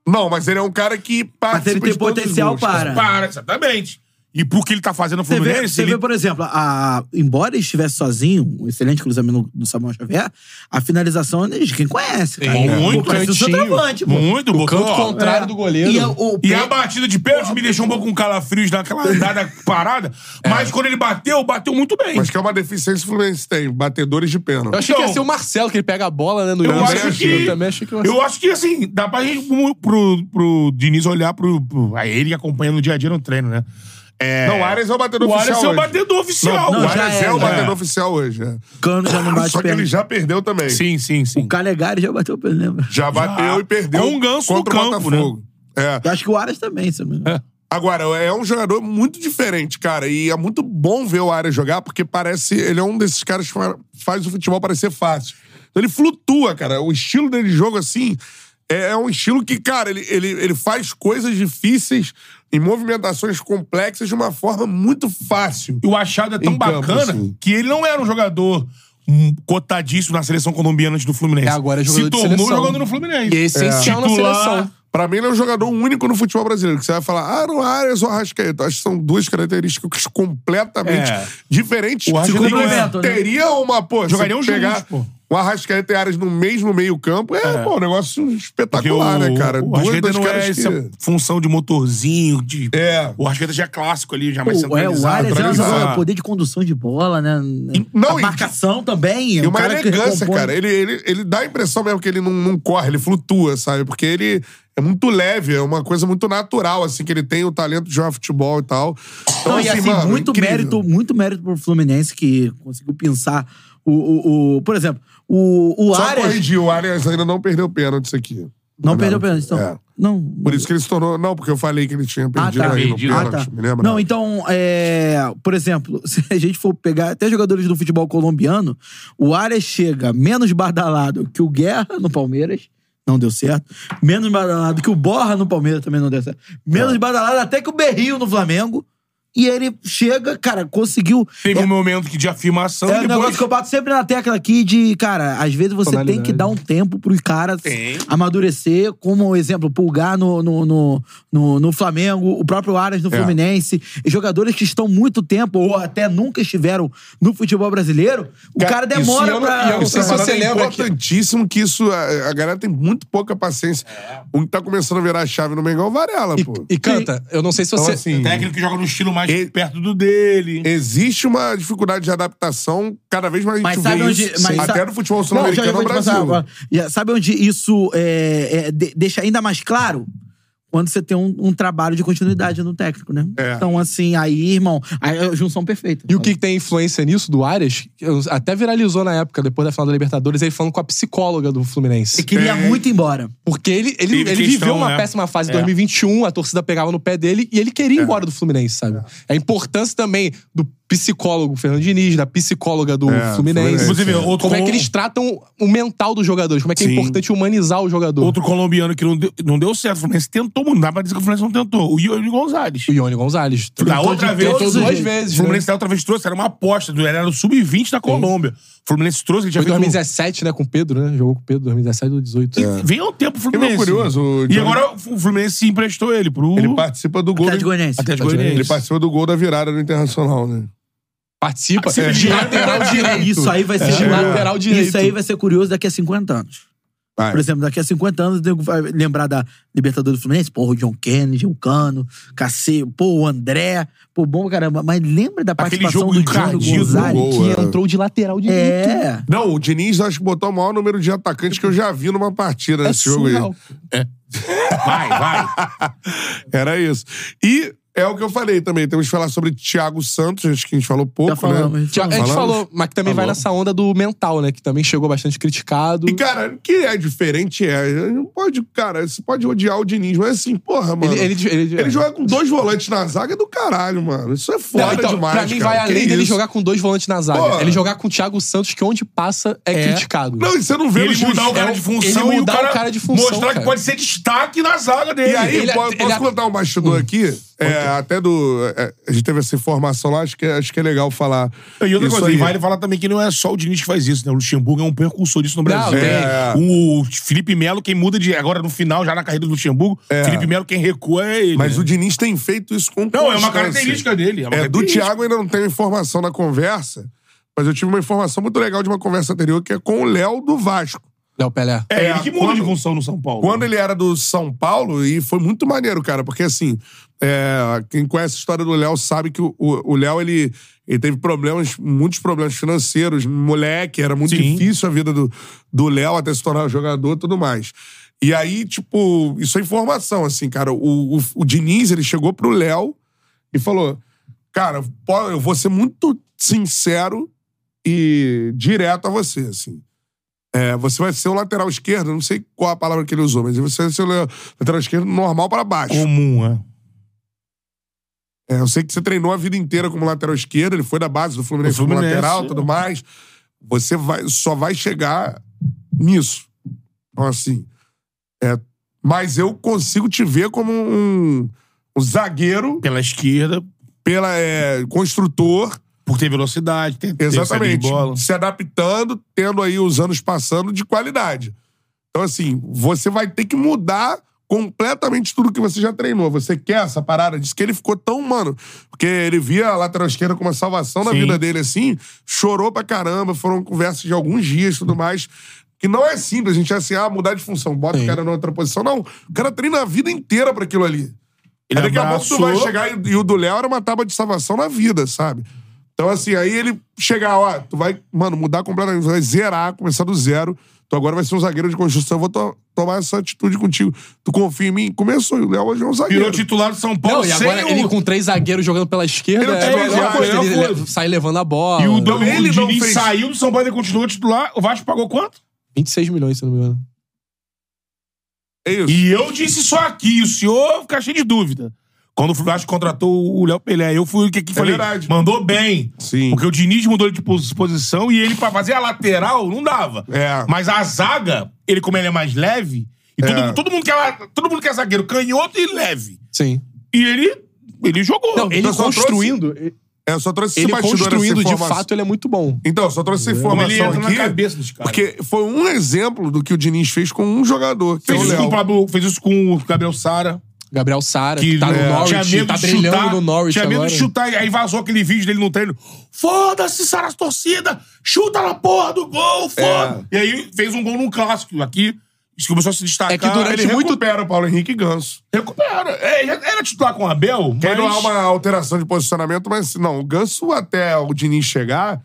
Não, mas ele é um cara que participa ele tem de todos os potencial gols. para. Para, exatamente. E por que ele tá fazendo no Você vê, Fluminense, você ele vê, por exemplo, a, embora estivesse sozinho, um excelente cruzamento do Samuel Xavier, a finalização é de quem conhece, cara. Sim, É, muito pô, parece o cantinho, centroavante, pô. muito, O botou- canto contrário do goleiro. E E a, a- o- batida de pênalti me deixou um pouco com calafrios naquela dada parada. É. Mas quando ele bateu, bateu muito bem. Mas que é uma deficiência que o Fluminense tem, batedores de pênalti. Eu achei que ia ser o Marcelo, que ele pega a bola, né? No Então, Eu ângulo. acho que- Eu também achei que o Marcelo- Eu acho que, assim, dá pra gente, pro, pro, pro Diniz olhar pro, pro- a ele que acompanha no dia a dia no treino, né? É, Não, o Arias é o batedor O oficial Arias é o hoje. batedor oficial. Não, o Arias é, o batedor oficial. oficial hoje. é. um Cano já não bate Só que pênalti. ele já perdeu também. Sim, sim, sim. O é Calegari já bateu pênalti, lembra? Já bateu e perdeu Com o Ganso no contra o campo, né? Botafogo. É. Eu acho que o Aras também, se eu não me engano. Agora, é um jogador muito diferente, cara. E é muito bom ver o Arias jogar, porque parece. Ele é um desses caras que fa- faz o futebol parecer fácil. Então, Ele flutua, cara. O estilo dele de jogo, assim, é, é um estilo que, cara, ele, ele, ele faz coisas difíceis em movimentações complexas de uma forma muito fácil. E o achado é tão Em campo, bacana assim. sim. que ele não era um jogador hum, cotadíssimo na seleção colombiana antes do Fluminense. É, agora é jogador Se de tornou seleção. jogando no Fluminense. E é essencial na Titular, seleção. Pra mim, ele é um jogador único no futebol brasileiro. Que você vai falar, ah, não, Arias ou Arrascaeta. Acho que são duas características completamente É. diferentes. O Arrascaeta Se complementam, né? Teria uma, pô, Jogariam se pegar juntos, pô. O Arrascaeta e Arias no mesmo meio-campo é, pô, um negócio Porque espetacular, né, cara? O Duas Arrascaeta dos não caras é essa que... função de motorzinho, de... É. O Arrascaeta já é clássico ali, já mais Pô, é, centralizado. o Arias é um centralizado. jogador, poder de condução de bola, né? não, a e- marcação também. E é um uma cara que elegância, recompõe. cara. Ele, ele, ele dá a impressão mesmo que ele não, não corre, ele flutua, sabe? Porque ele é muito leve, é uma coisa muito natural, assim, que ele tem o talento de jogar futebol e tal. Então, Não, e assim, mano, muito incrível. mérito, muito mérito pro Fluminense que conseguiu pensar o, o, o- por exemplo, o, o Só Arias corrigir, o Arias ainda não perdeu pênalti isso aqui. não perdeu o pênalti, então. É. Não. Por isso que ele se tornou... Não, porque eu falei que ele tinha Ah, perdido tá. aí no Ah, pênalti, tá. me lembra? Não, então, é, por exemplo, se a gente for pegar até jogadores do futebol colombiano, o Arias chega menos badalado que o Guerra no Palmeiras, não deu certo. Menos badalado que o Borra no Palmeiras também não deu certo. É. Menos badalado até que o Berrio no Flamengo. E ele chega, cara, conseguiu. Teve É- um momento que de afirmação É um e depois... negócio que eu bato sempre na tecla aqui de, cara, às vezes você tem que dar um tempo pro cara Tem. amadurecer, como exemplo, pulgar no, no, no, no, no Flamengo, o próprio Aras no É. Fluminense, e jogadores que estão muito tempo ou até nunca estiveram no futebol brasileiro, o cara, demora pra. não sei se você lembra. É importantíssimo que isso. A, a galera tem muito pouca paciência. O que tá começando a virar a chave no Mengão é o Varela, pô. É. E canta, eu não sei se Então, você. assim, Técnico que joga no estilo mais perto do dele. Existe uma dificuldade de adaptação, cada vez mais a Mas gente sabe vê onde. é isso, mas até sa- no futebol Não, sul-americano já no vou te Brasil. passar agora. Já, sabe onde isso é, é, de- deixa ainda mais claro? Quando você tem um, um trabalho de continuidade no técnico, né? É. Então, assim, aí, irmão, aí é a junção perfeita. E o que tem influência nisso do Arias? Eu- Até viralizou na época, depois da final da Libertadores, ele falando com a psicóloga do Fluminense. Ele É, queria muito ir embora. Porque ele, ele, Teve ele questão, viveu uma né? péssima fase em É. 2021, a torcida pegava no pé dele e ele queria ir embora do Fluminense, sabe? A importância também do psicólogo Fernando Diniz, da psicóloga do É, Fluminense. Fluminense. Inclusive, outro como é que com- eles tratam o mental dos jogadores, como é que é Sim. importante humanizar o jogador. Outro colombiano que não deu, não deu certo. O Fluminense tentou, mudar, mas dizer que o Fluminense não tentou. O Ione Gonzalez. O Ione Gonzalez. Da Tentou outra de- vez. tentou duas vezes, O Fluminense né? da outra vez trouxe, era uma aposta. do- Era o sub-20 da Colômbia. O Fluminense trouxe, ele tinha Foi feito um- 2017, né, com o Pedro, né? Jogou com o Pedro, 2017 ou 2018. Vem ao tempo o Fluminense. Eu tô curioso, o E Johnny- agora o Fluminense se emprestou ele pro. Ele participa do gol. Atlético Goianiense. Atlético Goianiense. Ele participa do gol da virada do Internacional, né? Participa. É. Participa de lateral direito. Isso aí vai ser É. De curioso. lateral direito. Isso aí vai ser curioso daqui a 50 anos. Vai. Por exemplo, daqui a 50 anos, o nego vai lembrar da Libertadores do Fluminense, porra, o John Kennedy, o Cano, Cacê, pô, o André, pô, bom caramba. Mas lembra da Aquele participação jogo do Diogo encardido no Gonzalez, gol, é. de lateral É. Não, o Diniz acho que botou o maior número de atacantes que eu já vi numa partida É nesse jogo surreal. aí. É. Vai, vai. Era isso. E é o que eu falei também. Temos que falar sobre Thiago Santos, acho que a gente falou pouco, né? Tá Tiago- a gente Falamos? falou, mas que também vai Falamos. nessa onda do mental, né? Que também chegou bastante criticado. E, cara, o que é diferente é. Não pode, cara, você pode odiar o Diniz, mas assim, porra, mano. Ele- ele- ele- joga com dois volantes na zaga é do caralho, mano. Isso é foda Não, então, demais. pra mim cara. vai Que além dele isso? jogar com dois volantes na zaga. Porra. Ele jogar com o Thiago Santos, que onde passa é, É. criticado. Não, e você não vê ele nos times- mudar o cara é, de função ele e o mudar cara mostrar que pode ser destaque na zaga dele. E aí, Ele- po- posso, ele- contar um Hum. bastidor aqui? É, Até do. é, a gente teve essa informação lá, acho que, acho que é legal falar. E outra isso coisa, aí. e vale falar também que não é só o Diniz que faz isso, né? O Luxemburgo é um percursor disso no Brasil. tem. É. O Felipe Melo, quem muda de. Agora no final, já na carreira do Luxemburgo, É. Felipe Melo, quem recua é ele. Mas né? o Diniz tem feito isso com Não, é uma constância. característica dele. É, uma É, do característica. Thiago ainda não tenho informação na conversa, mas eu tive uma informação muito legal de uma conversa anterior que é com o Léo do Vasco. Léo Pelé. É, ele que muda quando- de função no São Paulo. Quando ele era do São Paulo, e foi muito maneiro, cara, porque assim, é, quem conhece a história do Léo sabe que o- o o Léo, ele, ele teve problemas, muitos problemas financeiros, moleque, era muito difícil a vida do do Léo até se tornar jogador e tudo mais. E aí, tipo, isso é informação, assim, cara. O, o, o Diniz, ele chegou pro Léo e falou: Cara, po- eu vou ser muito sincero e direto a você, assim. É, você vai ser o lateral esquerdo, não sei qual a palavra que ele usou, mas você vai ser o le- lateral esquerdo normal para baixo. Comum, é. É, eu sei que você treinou a vida inteira como lateral esquerdo, ele foi da base do Fluminense, O Fluminense, como lateral é. tudo mais. Você vai, só vai chegar nisso. Então, assim. é, mas eu consigo te ver como um, um zagueiro. Pela esquerda. Pela, é, construtor. Por ter velocidade, ter, ter saída de Exatamente. bola. Se adaptando, tendo aí os anos passando de qualidade. Então, assim, você vai ter que mudar completamente tudo que você já treinou. Você quer essa parada? Diz que ele ficou tão, mano. Porque ele via a lateral esquerda como uma salvação na Sim. vida dele, assim, chorou pra caramba. Foram conversas de alguns dias e tudo mais. Que não é simples, a gente é assim, ah, mudar de função, bota o cara na outra posição. Não, o cara treina a vida inteira pra aquilo ali. Ele Aí daqui a abraçou. pouco tu vai chegar e, e o do Léo era uma tábua de salvação na vida, sabe? Então, assim, aí ele chegar, ó, tu vai, mano, mudar completamente, vai zerar, começar do zero. Tu agora vai ser um zagueiro de construção, eu vou to- tomar essa atitude contigo. Tu confia em mim? Começou, e o Léo hoje é um zagueiro. Virou titular do São Paulo Não, e agora sem ele o- com três zagueiros jogando pela esquerda, um Ele não é Tipo, tem a melhor zagueiro, coisa, é ele uma le- sai levando a bola. né? E o, do, Ele o não Diniz fez- saiu do São Paulo e continuou titular. O Vasco pagou quanto? 26 milhões, se eu não me engano. É isso. E eu disse só aqui, o senhor fica cheio de dúvida. Quando o Vasco contratou o Léo Pelé, eu fui o que aqui falei, É verdade. mandou bem. Sim. Porque o Diniz mudou ele de pos- posição e ele, pra fazer a lateral, não dava. É. Mas a zaga, ele, como ele é mais leve, e É. todo, todo mundo quer, la- todo mundo quer zagueiro, canhoto e leve. Sim. E ele, ele jogou. Não, ele Então, só construindo. É, eu só trouxe esse Ele bastidor, essa construindo, de informação. fato, ele é muito bom. Então, eu só trouxe essa Como ele informação entra aqui. na cabeça dos caras. Porque foi um exemplo do que o Diniz fez com um jogador, que fez, é o isso com o Léo. Pablo, fez isso com o Gabriel Sara. Gabriel Sara, que, que tá no é, Norwich, tá de brilhando no Norwich Tinha medo agora. de chutar, e aí vazou aquele vídeo dele no treino. Foda-se, Saras torcida! Chuta na porra do É. gol, foda! E aí fez um gol num clássico aqui. Isso começou a se destacar. É que durante ele muito- recupera. é Era o Paulo Henrique Ganso. um Recupera. É, já era titular com o Abel, Quer mas... há uma alteração de posicionamento, mas não, o Ganso até o Diniz chegar,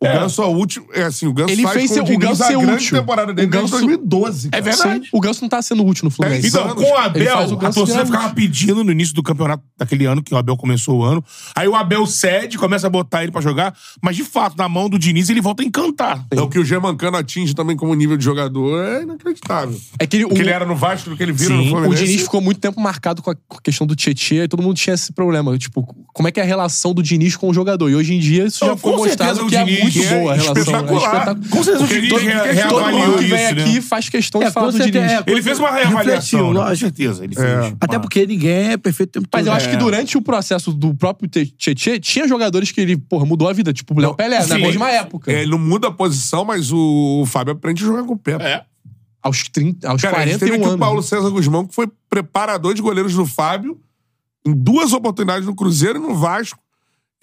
O Ganso é o último. É assim, o Ganso Ele faz fez com seu, o o Diniz Ganso a ser grande útil. temporada dele O desde Ganso- 2012. É cara. verdade. O Ganso não tá sendo útil no Fluminense. Então, com o Ele é faz Abel, a Ganso torcida virar ficava útil. pedindo no início do campeonato daquele ano, que o Abel começou o ano. Aí o Abel cede, começa a botar ele pra jogar. Mas, de fato, na mão do Diniz, ele volta a encantar. É o que o Germancano atinge também como nível de jogador, é inacreditável. É que ele- o que o- ele era no Vasco, do que ele vira no Sim, o Fluminense. Diniz ficou muito tempo marcado com a com a questão do Tietchan e todo mundo tinha esse problema. Tipo, como é que é a relação do Diniz com o jogador? E hoje em dia isso já Não, foi com certeza mostrado o que é Diniz muito é boa a relação. né? espetacular. Espetacular. Com certeza o Porque Diniz todo- re- Todo reavaliou mundo que vem isso, né? aqui faz Então questão de É, falar com do certez- Diniz. é, com Ele fez uma certeza. reavaliação, Refletiu, né? Com lógico. É. certeza, ele fez. Ah. Até porque ninguém é perfeito o tempo todo. Mas eu acho que durante o processo do próprio Tietchan, tinha jogadores que ele, porra, mudou a vida. Tipo, o Léo Pelé, na Sim. mesma época. É, ele não muda a posição, mas o, o Fábio aprende a jogar com o pé. É. Aos, 30, aos Cara, a gente 41 teve aqui anos. o Paulo César Guzmão, que foi preparador de goleiros do Fábio, em duas oportunidades no Cruzeiro e no Vasco.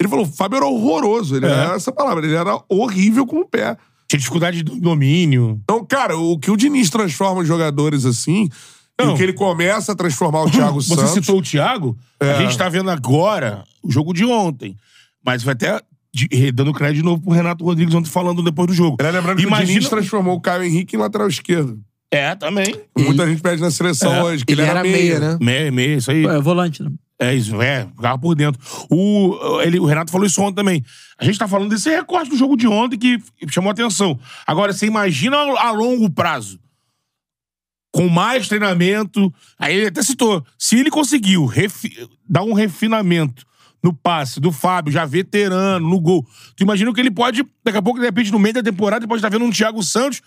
Ele falou: o Fábio era horroroso. Ele É. era essa palavra, ele era horrível com o pé. Tinha dificuldade de domínio. Então, cara, o que o Diniz transforma os jogadores assim, e Não. o que ele começa a transformar o Thiago Você Santos. citou o Thiago? É. A gente tá vendo agora o jogo de ontem. Mas vai até de- dando crédito de novo pro Renato Rodrigues ontem falando depois do jogo. Era é lembrando que o Diniz transformou o Caio Henrique em lateral esquerdo. É, também. Muita gente pede na seleção É. hoje, que ele, era né? meia. né? Meia, meia, isso aí. É volante, né? É isso, é, ficava por dentro. O, ele, o Renato falou isso ontem também. A gente tá falando desse recorte do jogo de ontem que chamou atenção. Agora, você imagina a, a longo prazo. Com mais treinamento. Aí ele até citou: se ele conseguiu refi- dar um refinamento no passe do Fábio, já veterano, no gol. Tu imagina que ele pode, daqui a pouco, de repente, no meio da temporada, ele pode estar vendo um Thiago Santos.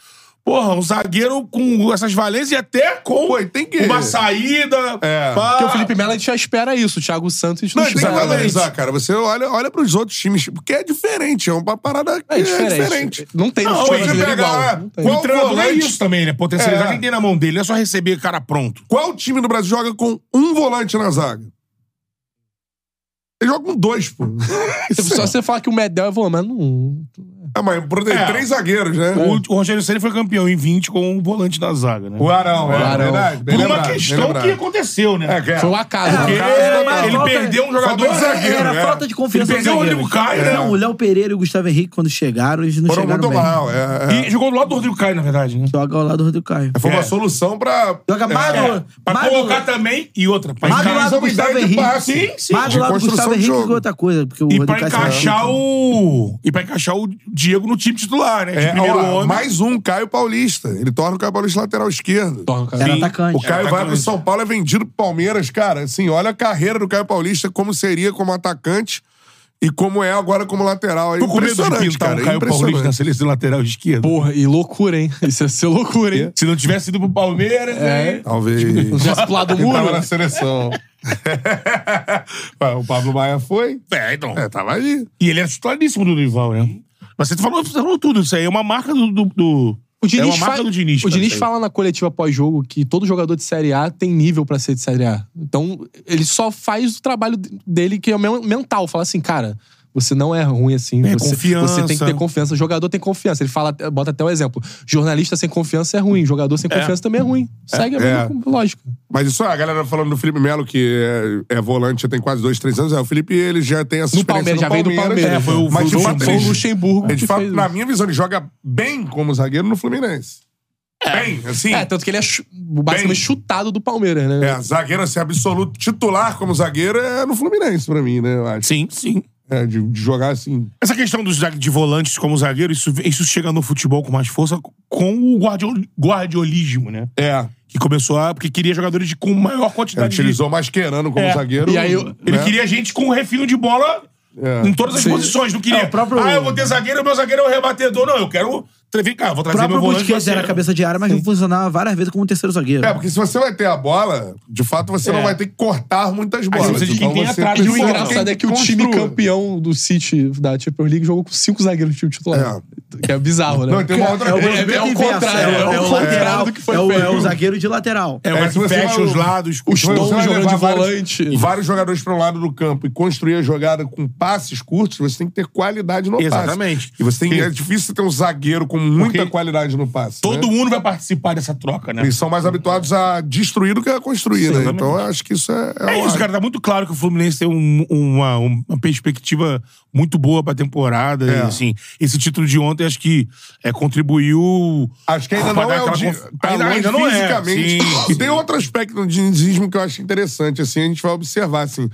Porra, um zagueiro com essas valências e até com Pô, tem que- uma saída. É. pá. Porque o Felipe Melo a gente já espera isso. O Thiago Santos Não, não, tem que espera. valorizar, cara. Você olha, olha pros outros times, porque é diferente. É uma parada que É diferente. Não tem Não, no você futebol brasileiro pega, igual. é, Não tem. qual O treinador é volante- isso também, né? Potencializar É. quem tem na mão dele. Não é só receber cara pronto. Qual time no Brasil joga com um volante na zaga? Ele joga com dois, pô. Só você falar que o Medel é volante, mas não... Ah, mas por- tem É. três zagueiros, né? O, o Rogério Ceni foi campeão em 20 com o volante da zaga, né? O Arão, é, O Arão. verdade. Por bem uma lembrado, bem questão lembrado. que aconteceu, né? É, que é. Foi um acaso. Porque né? mas ele falta- perdeu um jogador falta de zagueiro, Era né? falta de confiança Ele perdeu o nos zagueiros. Rodrigo Caio, né? Não, o Léo Pereira e o Gustavo Henrique, quando chegaram, eles não Foram chegaram muito bem. mal. É, é. E jogou do lado do Rodrigo Caio, na verdade, né? Joga ao lado do Rodrigo Caio. Foi uma É. solução pra. Joga mais É. do- Pra mais do- colocar também e outra. Pra mais do encaixar- lado do Gustavo ideia de Henrique. passe, hein? Sim, Mais de do lado do construção Gustavo de Henrique jogo. que outra coisa. Porque o E Rodrigo pra Caio tá saiu. encaixar o. E pra encaixar o Diego no time titular, né? De É, primeiro ó, homem. mais um, Caio Paulista. Ele torna o Caio Paulista lateral esquerdo. Torna o cara- Era Sim. O atacante. Caio vai pro Atacante. São Paulo, é vendido pro Palmeiras, cara. Assim, olha a carreira do Caio Paulista, como seria como atacante e como é agora como lateral. É Tô com medo de impressionante, pintar cara. o é Caio Paulista na impressionante. seleção lateral esquerda. Porra, e loucura, hein? Isso ia ser loucura, hein? É. Se não tivesse ido pro Palmeiras, aí. Talvez. Tipo, Se tivesse pulado o Ele tava muro... né? na seleção. Ué, o Pablo Maia foi. É, então. É, tava ali. E ele é titularíssimo do rival, né? Mas você falou, você falou tudo, isso aí é uma marca do. do, do- O Diniz, é uma marca fa- do Diniz. o cara, Diniz isso aí. fala na coletiva pós-jogo que todo jogador de Série A tem nível pra ser de Série A. Então, ele só faz o trabalho de- dele que é men- mental. Fala assim, cara, você não é ruim assim. É, você, confiança. você tem que ter confiança. O jogador tem confiança. Ele fala, bota até o exemplo. Jornalista sem confiança é ruim. Jogador sem É. confiança também é ruim. Segue a É. mesma lógica. Mas isso, a galera falando do Felipe Melo, que é, é volante, já tem quase dois, três anos. É, o Felipe, ele já tem essa No experiência Palmeiras, já veio do Palmeiras. É, foi o- mas de foi o- fato, foi o ele- Luxemburgo ele, que É, de fato, fez na isso. minha visão, ele joga bem como zagueiro no Fluminense. Bem, assim. É, tanto que ele é chu- basicamente chutado do Palmeiras, né? É, zagueiro, assim, absoluto titular como zagueiro é no Fluminense pra mim, né? Eu acho. Sim, sim. É, de, de jogar assim. Essa questão dos, zague- de volantes como zagueiro, isso, isso chega no futebol com mais força com o guardiol- guardiolismo, né? É. Que começou a. Porque queria jogadores de- com maior Ele quantidade de. utilizou Mascherano como É. zagueiro. E aí eu- né? Ele queria gente com um refino de bola É. em todas as Sim. posições. Não queria. É, o próprio- Ah, eu vou ter zagueiro, meu zagueiro é o rebatedor. Não, eu quero. Vem cá, vou O trazer próprio meu volante. Busquets você- era cabeça de área, mas não funcionava várias vezes como terceiro zagueiro. É, porque se você vai ter a bola, de fato você não É. vai ter que cortar muitas bolas. precisa de Então quem tem você atrás. E o precisa de um engraçado quem é que o time construa. campeão do City da Champions League jogou com cinco zagueiros no time titular. É. Que é bizarro, né? Não, tem uma outra- é, o- é- é o inverso, contrário, É, o- é o lateral do que foi é o, feito. é o zagueiro de lateral. É, o cara se que você fecha vai- os lados, o os Stone dois você vai jogando levar de vários- volante. Vários jogadores para um lado do campo e construir a jogada com passes curtos, você tem que ter qualidade no passe. Exatamente. E você tem, Sim. é difícil você ter um zagueiro com muita Porque qualidade no passe. Todo né? mundo vai participar dessa troca, né? Eles são mais habituados a destruir do que a construir, né? Exatamente. Então eu acho que isso é. É isso, cara. Tá muito claro que o Fluminense tem um- uma, uma perspectiva muito boa pra temporada. É. e, assim, esse título de ontem acho que é, contribuiu. Acho que ainda a não pagar é o aquela di... conf- tá ainda, longe ainda não é. fisicamente. Sim, E tem outro aspecto do dinizismo que eu acho interessante, assim, a gente vai observar, assim.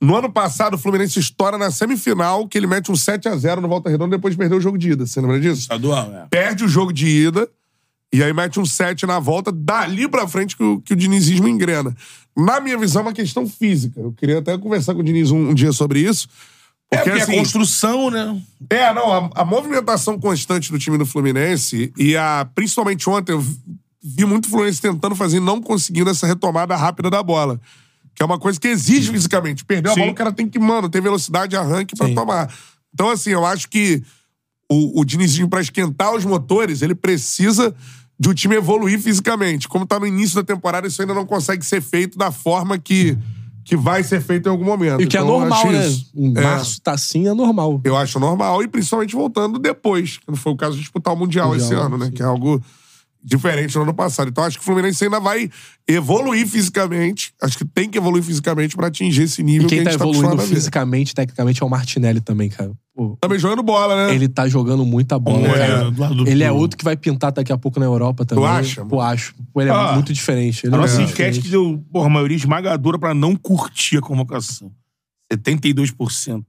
No ano passado, o Fluminense estoura na semifinal, que ele mete um 7x0 no Volta Redonda e depois perdeu o jogo de ida. Você lembra disso? Estadual, é. Perde o jogo de ida e aí mete um 7 na volta. Dali pra frente que o, que o dinizismo engrena. Na minha visão, é uma questão física. Eu queria até conversar com o Diniz um, um dia sobre isso. É porque a assim, construção, né? é, não, a, a movimentação constante do time do Fluminense e a principalmente ontem eu vi- vi muito Fluminense tentando fazer e não conseguindo essa retomada rápida da bola. Que é uma coisa que exige fisicamente. Perdeu a Sim. bola, o cara tem que, mano, ter velocidade, arranque pra tomar. Então, assim, eu acho que o, o Dinizinho, pra esquentar os motores, ele precisa de o time evoluir fisicamente. Como tá no início da temporada, isso ainda não consegue ser feito da forma que, que vai ser feito em algum momento. E que é Então, eu normal, acho né? isso. Em É. março tá assim, é normal. Eu acho normal, e principalmente voltando depois, que não foi o caso de disputar o Mundial, Mundial, esse ano, né? Que é algo diferente do ano passado. Então acho que o Fluminense ainda vai evoluir fisicamente. Acho que tem que evoluir fisicamente pra atingir esse nível E quem que a tá gente tá evoluindo acostumado a ver. fisicamente, tecnicamente, é o Martinelli também, cara. Pô, Também jogando bola, né? ele tá jogando muita bola, É, cara. do lado do- Ele é outro que vai pintar daqui a pouco na Europa também. acha? Pô, acho. Pô, ele é Ah, muito diferente. Ele A é nossa muito enquete que diferente. deu porra, a maioria esmagadora pra não curtir a convocação. 72%.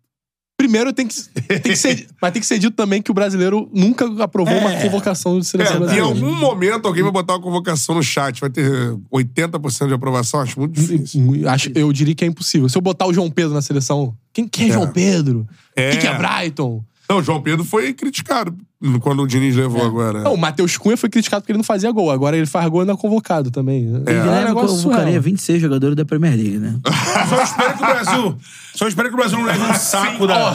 Primeiro tem que, tem que ser. Mas tem que ser dito também que o brasileiro nunca é aprovou uma convocação de seleção É, em brasileira. algum momento alguém vai botar uma convocação no chat, vai ter 80% de aprovação, acho muito difícil. Acho, eu diria que é impossível. Se eu botar o João Pedro na seleção, quem que é, João Pedro? É. Quem que é Brighton? Não, o João Pedro foi criticado quando o Diniz levou agora. É. Não, o Matheus Cunha foi criticado porque ele não fazia gol. Agora ele faz gol e não é convocado também. É, O é um Guilherme negócio convocaria surreal. 26 jogadores da Premier League, né? Só espero que o Brasil. Só espero que o Brasil não leve um saco da.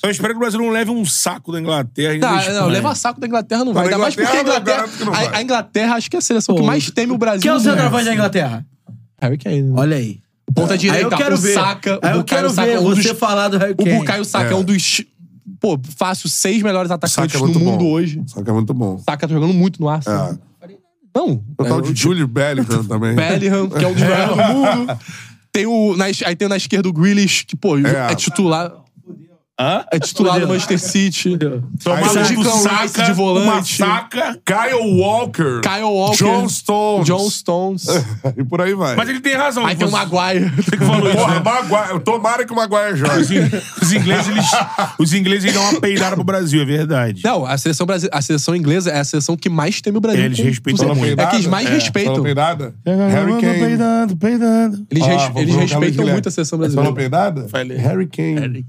Só espero que o Brasil não leve um saco da Inglaterra. e da É, Tá, Espanha. não, leva saco da Inglaterra, não vai. da Ainda mais porque a Tá Inglaterra, eu Inglaterra. garanto que é não a- vai. A, Inglaterra acho que é a seleção que mais teme o Brasil. Quem é o né? centroavante da Inglaterra? Harry Kane. né? Olha aí. Ponta direita, eu quero o ver. Saka. Aí o eu Bukayo quero Saka ver é um dos- você falar do Harry O Kane. Bukayo Saka é. um dos. Pô, fácil, seis melhores atacantes Saka é do muito mundo bom. hoje. Só que é muito bom. Saka tá jogando muito no ar. sabe? Não. O é tal É. de o Júlio Bellingham também. Bellingham, que é um dos melhores do mundo. Tem o, na es- aí tem o na esquerda o Grealish, que, pô, É. é, titular. Hã? É titular do Manchester City. Aí Mas o leva um Declan Rice de Uma volante. saca. Kyle Walker. Kyle Walker. John Stones. John Stones. e por aí vai. Mas ele tem razão. Aí tem o você- Maguire. Você que falou isso, Porra, né? Maguire. Tomara que o Maguire Os, jogue. in- os ingleses, eles, os ingleses eles dão uma peidada pro Brasil, é verdade. Não, a seleção, brasi- a seleção inglesa é a seleção que mais teme o Brasil. É, eles com- respeitam com- muito. É que eles mais É, respeitam. Falou peidada? É, Harry Kane. Peidando, peidando. Eles, Ah, res- vou eles colocar o respeitam Guilherme. muito a seleção Falou brasileira. peidada? Harry Kane.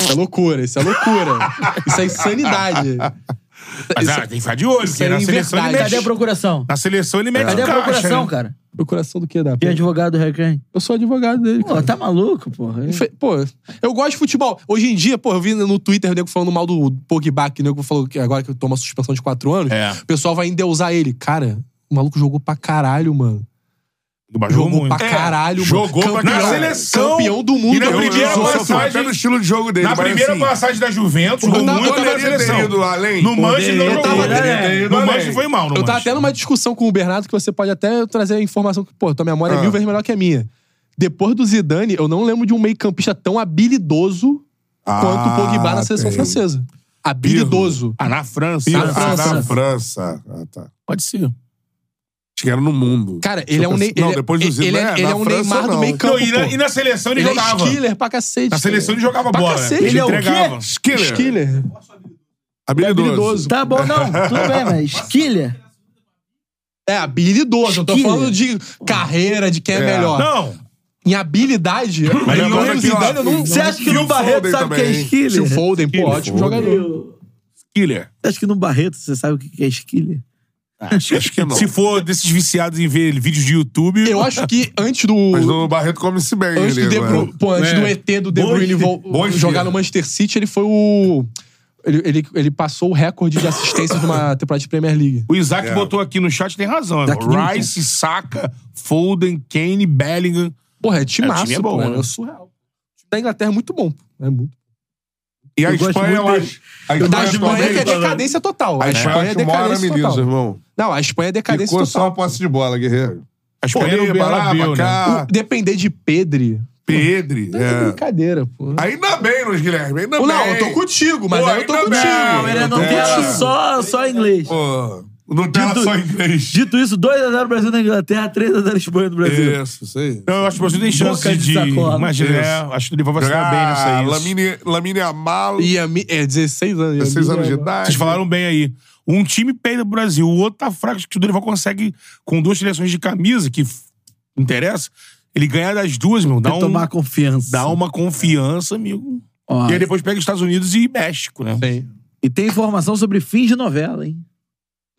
Isso é loucura, isso é loucura. isso é insanidade. Mas Isso- ah, tem que ficar de olho, isso porque é na seleção ele inverdade. mete. Cadê a procuração? Na seleção ele mete Cadê a o caixa, procuração, né? cara? Procuração do que dá? De advogado do Harry Kane? Eu sou advogado dele. Pô, tá maluco, porra. Fe- Pô, eu gosto de futebol. Hoje em dia, pô, eu vi no Twitter o nego falando mal do Pogba, que o nego falou que agora que toma suspensão de quatro anos, É. o pessoal vai endeusar ele. Cara, o maluco jogou pra caralho, mano. Jogou Jogou muito. pra caralho, mano. jogou pra Na caralho. seleção. campeão do mundo. E na Eu- primeira eu sou- Eu sou fã passagem. pelo estilo de jogo dele. Na mas primeira assim, passagem da Juventus, o tava- muito eu na poderia ter seleção. ido além. No Manchester ele Poderia ter não ido jogou. além. Poderia ter No Manchester ido foi um mal. no Eu tava Manchester. até numa discussão com o Bernardo que você pode até trazer a informação que, pô, tua memória é mil vezes melhor que a minha. Depois do Zidane, eu não lembro de um meio-campista tão habilidoso Ah, quanto o Pogba na seleção tem. francesa. Habilidoso. Ah, na França. Na Ah, Ah, França. Na França. Ah, tá. Pode ser. Acho que era no mundo. Cara, ele é um, Ney- Não, ele é- depois do ele, Zidane, é- na ele é um França, Neymar do não. meio campo. Não, e, na, e na seleção ele, ele é jogava. skiller pra cacete. na seleção ele jogava pra bola. né? cacete. Ele é o quê? entregava. Skiller. Skiller. É Habilidoso. Habilidoso. Tá bom, não. Tudo bem, mas Killer. É, habilidoso. Eu tô Skiller. falando de carreira, de quem é, É. melhor. Não. Em habilidade, Mas eu lembrando lembro que, ó, Zidane, eu não... Você é acha que Phil no Barreto Foden sabe o que é também, hein? Skiller? Phil Foden, pô, ótimo jogador. Skiller. Você acha que no Barreto você sabe o que é Skiller? Acho que não. Se for desses viciados em ver vídeos de YouTube. Eu acho que antes do... Mas o Barreto come-se bem. Antes, do, né? ele de agora. Bru... pô, antes É. do ET do De Bom Bruyne esqui- vol- jogar bom esquilo. no Manchester City, ele foi o... Ele, ele, ele passou o recorde de assistência de uma temporada de Premier League. O Isaac É. botou aqui no chat, tem razão. Isaac irmão. Rice, Saka, Foden, Kane, Bellingham. Porra, é timaço, o time é pô, bom, é né? surreal. O time da Inglaterra é muito bom. pô. É muito. E a Eu gosto Espanha, eu muito dele. acho. A Eu- Da Espanha atualmente- que é decadência total. A Espanha é acho uma hora, decadência meninos, total. irmão. Não, a Espanha é decadência Ficou total. só a posse de bola, guerreiro. A Pô, Espanha não Ribeiro, beirava, Abaca, né? o- Depender de Pedri. Pedre. Tá É. de é. brincadeira, pô. Ainda bem, Luiz Guilherme. Ainda Não, bem. eu tô contigo, mas aí eu tô ainda contigo. bem, Ele é ainda Nutella bem. Só, só inglês. Pô, Nutella Dito- só inglês. Dito isso, 2x0 Brasil na Inglaterra, 3x0 Espanha do Brasil. Isso, isso aí. Não, Então, eu acho que o Brasil tem chance Boca de de. sacola. Imagina, é, acho que o Dorival vai se dar bem nessa Ah, aí. Ah, Lamine, Lamine Amal, E a mi- é 16 anos. e a 16 minha- anos de idade. Vocês falaram bem aí. Um time peida pro Brasil, o outro tá fraco. Acho que o Dorival consegue, com duas seleções de camisa, que f- interessa, ele ganhar das duas, meu. Dá, Tem que tomar um, confiança. dá uma confiança, amigo. Ó. E aí depois pega os Estados Unidos e México, né? E tem informação sobre fins de novela, hein?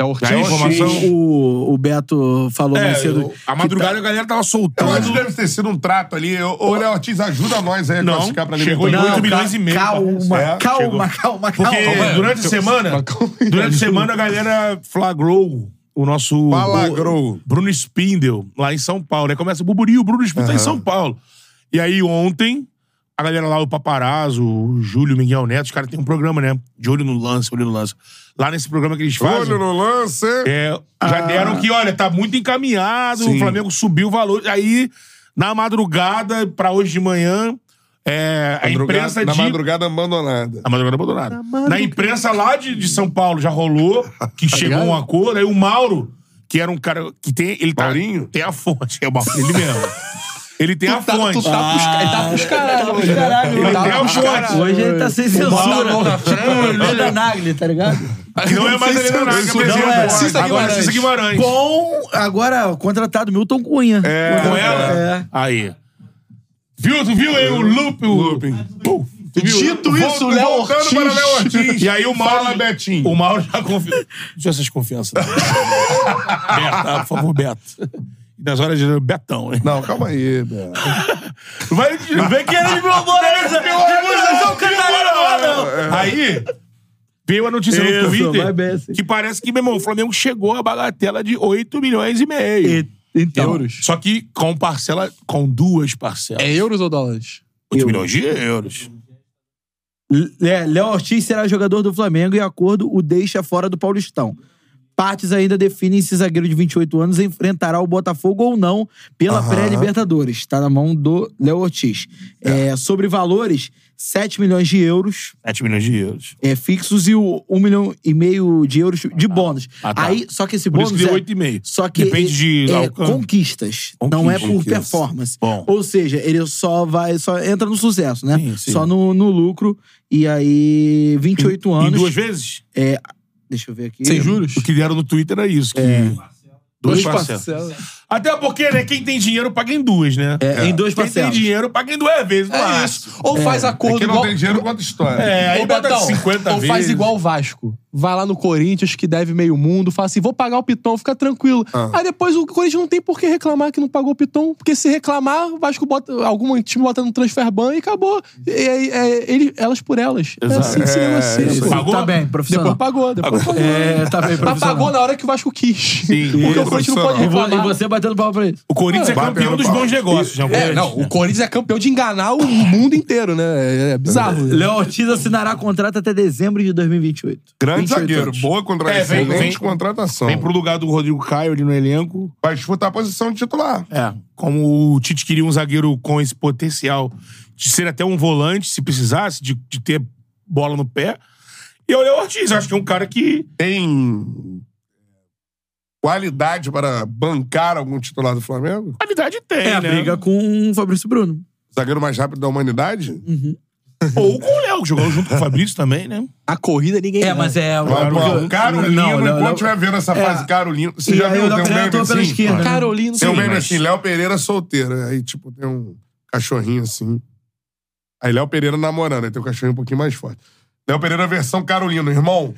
É Já é informação. O, o Beto falou mais É, cedo. a madrugada a galera tava Eu acho que soltando. deve ter sido um trato ali. Ô, ô, Léo Ortiz, ajuda nós aí a Não, classificar pra chegou em Libertadores. oito Não, milhões e meio. Calma, parece. É, calma, chegou. calma, calma, Porque durante a semana, durante a semana a galera flagrou o nosso Flagrou. o Bruno Spindel lá em São Paulo. Aí começa o burburinho, o Bruno Spindel tá em São Paulo. E aí ontem, a galera lá, o Paparazzo, o Júlio, o Miguel Neto, os caras têm um programa, né? De olho no lance, olho no lance. Lá nesse programa que eles fazem, Olho no lance. é, já deram que, olha, tá muito encaminhado, Sim. o Flamengo subiu o valor. Aí, na madrugada pra hoje de manhã, é, a Madrugada- imprensa Na de... madrugada abandonada. A madrugada abandonada. Na imprensa lá de, de São Paulo já rolou, que chegou um acordo. Aí o Mauro, que era um cara que tem. Ele tá, tem a fonte. É o Mauro, ele mesmo. Ele tem a Tá- fonte. tu tá pros- ele tá pros caralho hoje, né? Ele Ele tá tem a pros fonte. caralho. Hoje ele tá sem O Mauro censura. na frente. Leda Nagli, tá ligado? Que é não é mais Sem Helena Nagel, censura. por exemplo. Não é. Cissa Agora é Guimarães. Cissa Guimarães. Com, agora, contratado Milton Cunha. É, Com ela? É. Aí. Viu? Tu viu aí o loop? O... Pum. Tu viu? Dito Vol- isso, o Léo voltando Ortiz- para Léo Ortiz. E aí o Mauro... Fala, Betinho. O Mauro já confiou. Deixa essas confianças. Beto, tá? por favor, Beto. E nas horas de Betão, hein? Não, calma aí, velho. Vai ver que ele me mandou nessa. Divulgação cantarada, não. Aí, veio a notícia Isso, no vai bem, Twitter assim. que parece que, meu irmão, o Flamengo chegou à bagatela de 8 milhões e meio. E- então, Euros. Só que com parcela, com duas parcelas. É euros ou dólares? 8 milhões de euros. Lé- é, Léo Ortiz será jogador do Flamengo e acordo o deixa fora do Paulistão. Partes ainda definem se zagueiro de 28 anos enfrentará o Botafogo ou não pela pré-Libertadores. Está na mão do Léo Ortiz. É, sobre valores, 7 milhões de euros 7 milhões de euros. é, fixos e o 1 milhão e meio de euros de bônus. Ah, tá. Aí, só que esse Por bônus isso que deu é- 8,5. Só que Depende de é, alcance. conquistas, não é por Conquistas. performance. Bom. Ou seja, ele só vai, só entra no sucesso, né? Sim, sim. Só no, no lucro. E aí, 28 anos. E duas vezes? É, deixa eu ver aqui. Sem juros? O que deram no Twitter é isso. Que... Duas parcelas. Até porque, né, quem tem dinheiro paga em duas, né? É, em duas quem tem parcelas. dinheiro paga em duas vezes, não É acho. isso. Ou faz acordo Quem não igual... tem dinheiro, conta história. É, aí Ô, bota Betão, 50 ou vezes. faz igual o Vasco. Vai lá no Corinthians, que deve meio mundo, fala assim, vou pagar o Piton, fica tranquilo. Aí depois o Corinthians não tem por que reclamar que não pagou o Piton, porque se reclamar, o Vasco bota, algum time bota no transfer ban e acabou. E, aí, é, ele- elas por elas. É assim que se É, negocia. isso pô. aí. Pagou? Tá bem, profissional. Depois pagou, depois pagou. É, tá bem, Mas profissional. pagou na hora que o Vasco quis. Sim. Porque o Isso. Corinthians não pode E, vo- e reclamar. você batendo pau pra ele. O Corinthians é Batendo campeão dos pau. bons negócios, né? O É, Corinthians, não, né? o Corinthians é campeão de enganar o mundo inteiro, né? É, é Tá, bizarro. Léo Ortiz assinará contrato até dezembro de 2028. Grande 28 zagueiro. anos. Boa contratação. É, vem- excelente vem- contratação. Vem pro lugar do Rodrigo Caio ali no elenco. Vai disputar a posição de titular. É. Como o Tite queria um zagueiro com esse potencial de ser até um volante, se precisasse, de, de ter bola no pé. E o Léo Ortiz, acho que é um cara que. Tem qualidade para bancar algum titular do Flamengo? Qualidade tem, É a né? briga com o Fabrício Bruno. Zagueiro mais rápido da humanidade? Ou com o Léo, que jogou junto com o Fabrício também, né? A corrida ninguém É, mas é. Claro, porque- Carolino, Não, não, não. enquanto estiver vendo essa É. fase Carolino. Você E já aí é viu o Léo tem um Pereira meme atua assim? pela esquerda. né? Carolina, Tem um meme mas- assim, Léo Pereira solteiro. Aí, tipo, tem um cachorrinho assim. Aí Léo Pereira namorando, aí tem um cachorrinho um pouquinho mais forte. Léo Pereira versão Carolino, irmão.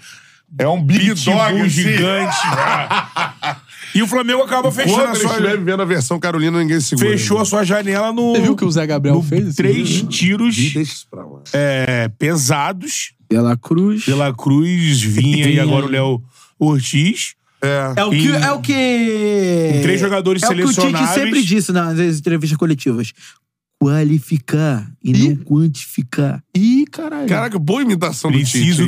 É um big dog Pitbull assim. gigante. né? e o Flamengo acaba fechando Quando a ele sua, estiver vivendo a versão Carolina, ninguém segura. fechou a sua janela no. Você viu o que o Zé Gabriel no fez? esse Três dia? tiros Deixa isso pra lá. é, pesados De La Cruz. De La Cruz, Vinha e agora o Léo Ortiz. É. É o que. É o que... com três jogadores é O que o Tite selecionáveis. sempre disse nas entrevistas coletivas. Qualificar e não quantificar. Ih, caralho. Caraca, boa imitação Preciso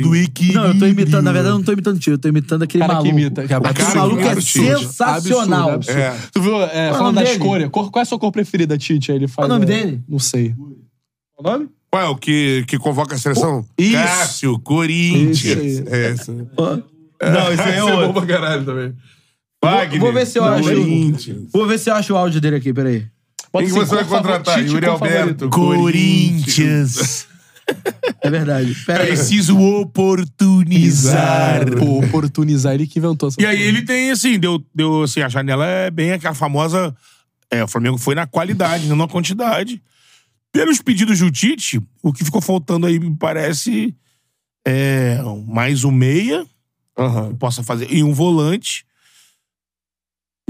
do Tite. do hein? equilíbrio. Não, eu tô imitando, na verdade, eu não tô imitando o tio, eu tô imitando aquele Cara que maluco. imita, que é aquele absurdo, maluco é absurdo. sensacional. Absurdo, absurdo. É. Tu viu, é, Qual é o falando nome das dele? cores, cor- qual é a sua cor preferida, Tite? Aí Ele faz, Qual é o nome é, dele? Não sei. O nome? Qual é o que, que convoca a seleção? Isso. Cássio, Corinthians. Isso aí. É esse. Não, esse aí é Esse bom outro. pra caralho também. Vou, Wagner. vou ver se eu acho. Corinthians. Vou ver se eu acho o áudio dele aqui, peraí. Bota Quem que assim, você vai cor favor- contratar? Tite, Yuri cor favorito. Alberto. Corinthians. É verdade. Peraí. Preciso oportunizar. Pô, oportunizar ele que inventou essa E aí porra. ele tem, assim, deu, deu assim, a janela é bem aquela famosa. É, o Flamengo foi na qualidade, não na quantidade. Pelos pedidos do Tite, o que ficou faltando aí, me parece, é mais um meia Aham. que possa fazer, e um volante.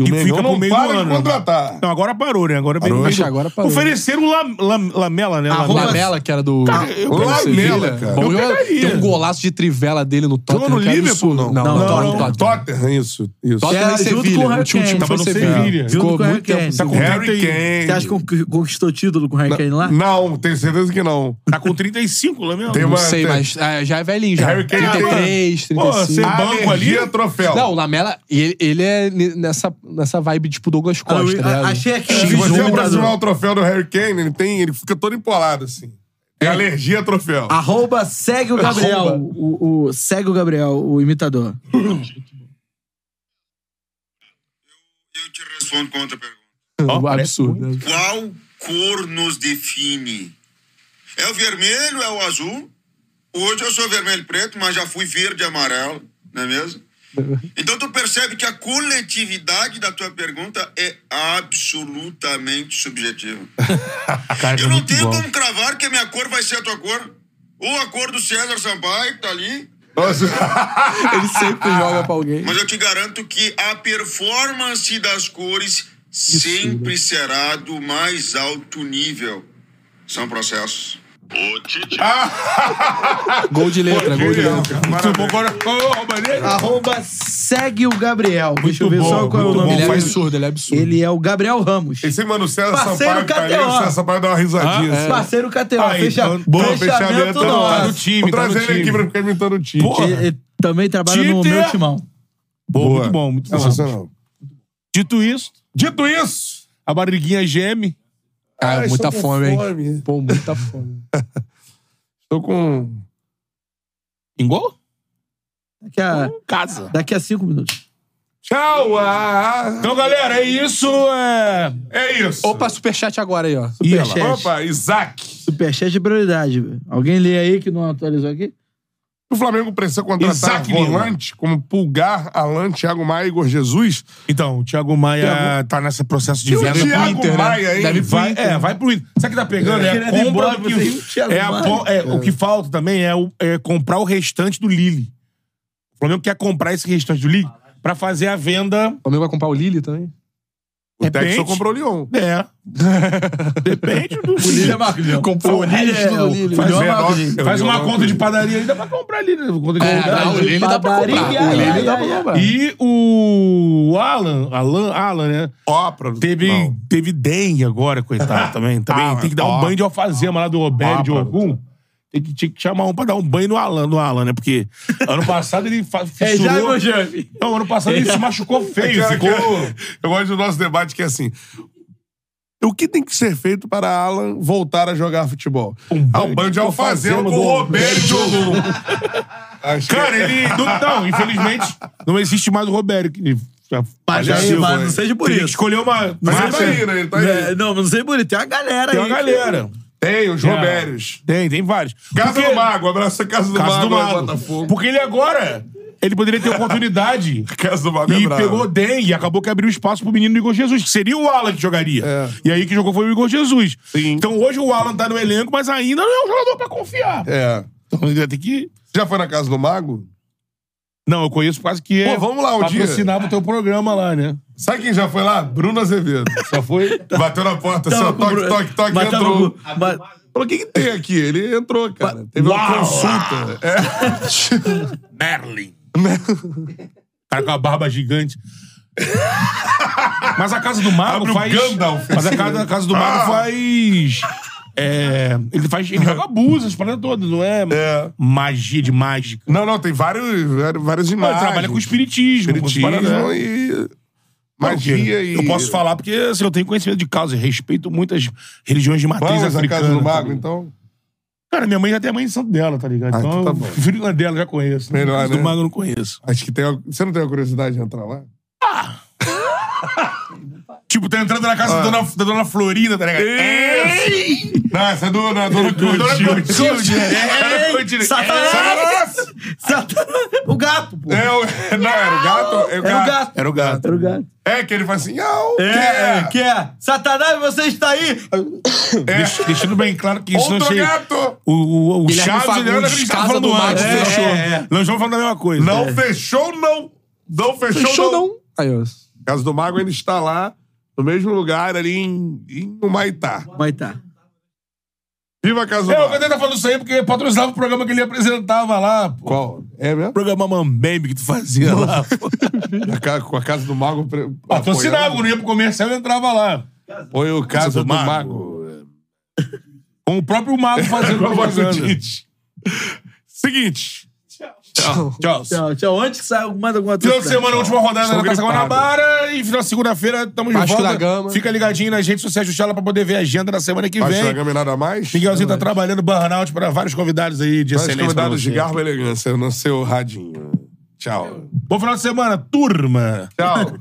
E o que Mengão fica pro não meio do para de ano. contratar. Não, agora parou, né? Agora veio Parou. o meio Ixi, do- agora parou. Ofereceram o Lam- Lam- Lamela, né? A Lamela, que era do. Cara, eu do pegaria, Sevilha. cara. Bom, Eu eu- pegaria. Tem um golaço de trivela dele no Jogou Tottenham. no que era Liverpool, absurdo. é não? Não, Não, não, não. não. Tottenham, isso. isso. Tottenham Era e junto com o Sevilha. Harry O time Kane, tava no foi Sevilha. Sevilha. Junto com Ficou o Harry muito tempo. Kane. sem Tá com jogar. Harry Kane. Você acha que con- conquistou o título com o Harry Kane lá? Não, tenho certeza que não. Tá com 35, Lamela. Tem Não uma- sei, tem- mas ah, já é velhinho, já. Harry Kane- 33, Pô, você é 35. A banco ali. alergia é troféu. Não, o Lamela, e ele, ele é ne- nessa, nessa vibe tipo Douglas Ah, Costa, eu- né? a- achei aqui. um Se é você é Vislumbrado. aproximar o troféu do Harry Kane, ele, tem, ele fica todo empolado, assim. É, alergia a troféu. Ah. Arroba, segue o Gabriel. O, o- segue o Gabriel, o imitador. Eu te respondo com outra pergunta. Ó, parece absurdo. muito. Qual cor nos define? É o vermelho, é o azul? Hoje eu sou vermelho e preto, mas já fui verde e amarelo, não é mesmo? Então tu percebe que a coletividade da tua pergunta é absolutamente subjetiva. Cara, Eu é não muito tenho bom. como cravar que a minha cor vai ser a tua cor. Ou a cor do César Sampaio, que tá ali. Então, assim, Ele sempre joga pra alguém. Mas eu te garanto que a performance das cores sempre será do mais alto nível. São processos. Ô, Tite. Gol de letra, gol de letra. Muito bom, agora. Ô, Maria. Arroba, segue o Gabriel. Deixa eu ver bom, só qual é o muito nome bom. Ele Ah, é dele. Faz- um absurdo, ele é absurdo. Ele é o Gabriel Ramos. Esse mano, o César Parceiro Sampaio tá aí, KTO. o César Sampaio dá uma risadinha. é assim. Parceiro KTO. Aí, fecha, então, bom, fechamento fechamento Tá nosso. no time, Vou tá trazer no ele time. aqui pra ficar imitando o time. Porra. Ele, ele também trabalha no Tite! meu timão. Boa, muito é bom, muito bom. Sensacional. Dito isso, Dito isso, a barriguinha é geme. Cara, Ai, muita Ah, estou com fome, hein? fome. Pô, muita fome. tô com... Engol? Daqui a, Casa. daqui a cinco minutos. Tchau! ah. Então, galera, é isso. É... É isso. Opa, superchat agora aí, ó. Ih, olha lá. Superchat. Opa, Isaac. Superchat de prioridade. velho. Alguém lê aí que não atualizou aqui? O Flamengo precisa contratar Isaac Lima. volante como Pulgar, Alan, Thiago Maia, Igor Jesus. Então, o Thiago Maia tá nesse processo de o venda Thiago pro Inter, né? Maia, hein? Deve vai, Inter. É, vai pro Inter. Sabe o que tá pegando? É, Eu a queria ir embora, compra que... vocês não tiraram É a mais. po- é, O que falta também é, o- é comprar o restante do Lille. O Flamengo quer comprar esse restante do Lille pra fazer a venda... O Flamengo vai comprar o Lili também? O Repente. Texo comprou o Lyon. É. Depende do... é, Comprou o Lili. resto do Lille. Faz Faz uma menor- Lili. Faz Eu uma não conta de padaria aí, dá pra comprar ali, né? Conta de É, lugar. não, o Lili dá pra Padaria, comprar. O ai, Lili dá pra ai, ai. comprar. E o Alan, Alan, Alan, né? Ó, produto. Teve, Não. teve dengue agora, coitado, também. Também Ah, tem que dar ó. um banho de alfazema lá do Roberto, Ó, de algum. Tem que, tinha que chamar um pra dar um banho no Alan, no Alan, né? Porque ano passado ele fa- É, já, fissurou. meu jovem. Não, ano passado ele se machucou feio, Cara, ficou... que- Eu gosto do nosso debate que é assim. O que tem que ser feito para Alan voltar a jogar futebol? Um ah, um banho de alfazema com o Roberto de Ogum. Acho que- Cara, ele. Não, não, infelizmente, não existe mais o Robério. Que já Mas já aí, se mas foi. não seja por Teria isso. que escolher uma. Mas marca. ele tá aí, né? Ele tá É, aí. não, mas não sei bonito. Tem uma galera Tem aí. uma galera. Tem os Robérios. Tem, tem vários. Casa É. Porque- do Mago, abraça a Casa do Casa do Mago. é lá em Mago. Botafogo. Porque ele agora. Ele poderia ter oportunidade. Casa do Mago é E brava. pegou dengue e acabou que abriu espaço pro menino Igor Jesus, que seria o Alan que jogaria. É. E aí que jogou foi o Igor Jesus. Sim. Então hoje o Alan tá no elenco, mas ainda não é um jogador pra confiar. É. Então ele vai ter que. Já foi na Casa do Mago? Não, eu conheço quase que é. Pô, vamos lá um dia. Patrocinava o teu programa lá, né? Sabe quem já foi lá? Bruno Azevedo. Só foi. Bateu na porta, assim, Tava ó, tá com o toque, Bruno- toque, toque, Mas tava entrou. com- mas- Falou, o que, que tem aqui? Ele entrou, cara. Teve uma Uau! consulta. É. Merlin. cara Tá com a barba gigante. Mas a casa do Mago Abre o faz. Gandalf. mas a casa, a casa do Mago Ah. faz. É, ele faz. Ele joga abusa, as paradas todas, não é, magia de mágica. Não, não, tem vários, vários- várias Não, imagens. ele trabalha com espiritismo. com as Espiritismo paradas, né? e... Não, porque Magia e... Eu posso falar porque assim, eu tenho conhecimento de causa e respeito muitas religiões de matriz Vamos na africana. casa do tá Mago, ligado? então? Cara, minha mãe já tem a mãe de santo dela, tá ligado? Ah, então então tá eu bom. prefiro ir na dela, já conheço. Melhor, Casa do né? Mago eu não conheço. Acho que tem... uma- Você não tem a curiosidade de entrar lá? Tipo, tá entrando na casa Ah. da, dona, da dona Florinda, tá ligado? É, Ei! Não, essa é do, não, do, do, Clotilde. É, Clotilde. Satanás! O gato, pô. É, o- não, era o gato. É o Era o gato. Era o gato. Era o gato. É que ele faz assim, ah, o É, quê? que é. Satanás, você está aí! Deix- Deixando bem claro que isso não É. Outro achei... gato! O, o, o Guilherme Chaves, ele Fagundes, olha que a gente tava Casa falando do antes, né? Mago. É, fechou. é, é. Nós estamos falando da mesma coisa. Não É. fechou, não. Não fechou, Fechou, não. não. Aí, ó. Casa do Mago ainda está lá, no mesmo lugar, ali em, em Humaitá. Humaitá. Viva a Casa do É, o Mago. Cadê tá falando isso aí porque patrocinava o programa que ele apresentava lá, pô. Qual? É O mesmo? programa Mambembe que tu fazia lá, pô. A ca- Com a Casa do Mago. pre- Patrocinava, apoiando. não ia pro comercial e entrava lá. Foi o Casa Casa do do Mago. Com o próprio Mago fazendo Com a voz do propaganda. Tite. Seguinte. Tchau. Tchau. Tchau, tchau. Antes que saia mais alguma Final de semana, última rodada Estou da Taça gripado. Guanabara. E final de segunda-feira, estamos de Vasco volta. da Gama. Fica ligadinho nas redes sociais do Chala pra poder ver a agenda da semana que Baixo da vem. Gama e nada mais. Miguelzinho tá trabalhando burnout para vários convidados aí de Nós excelência. pra convidados você. de Garba e Elegância no seu radinho. Tchau. Bom final de semana, turma. Tchau.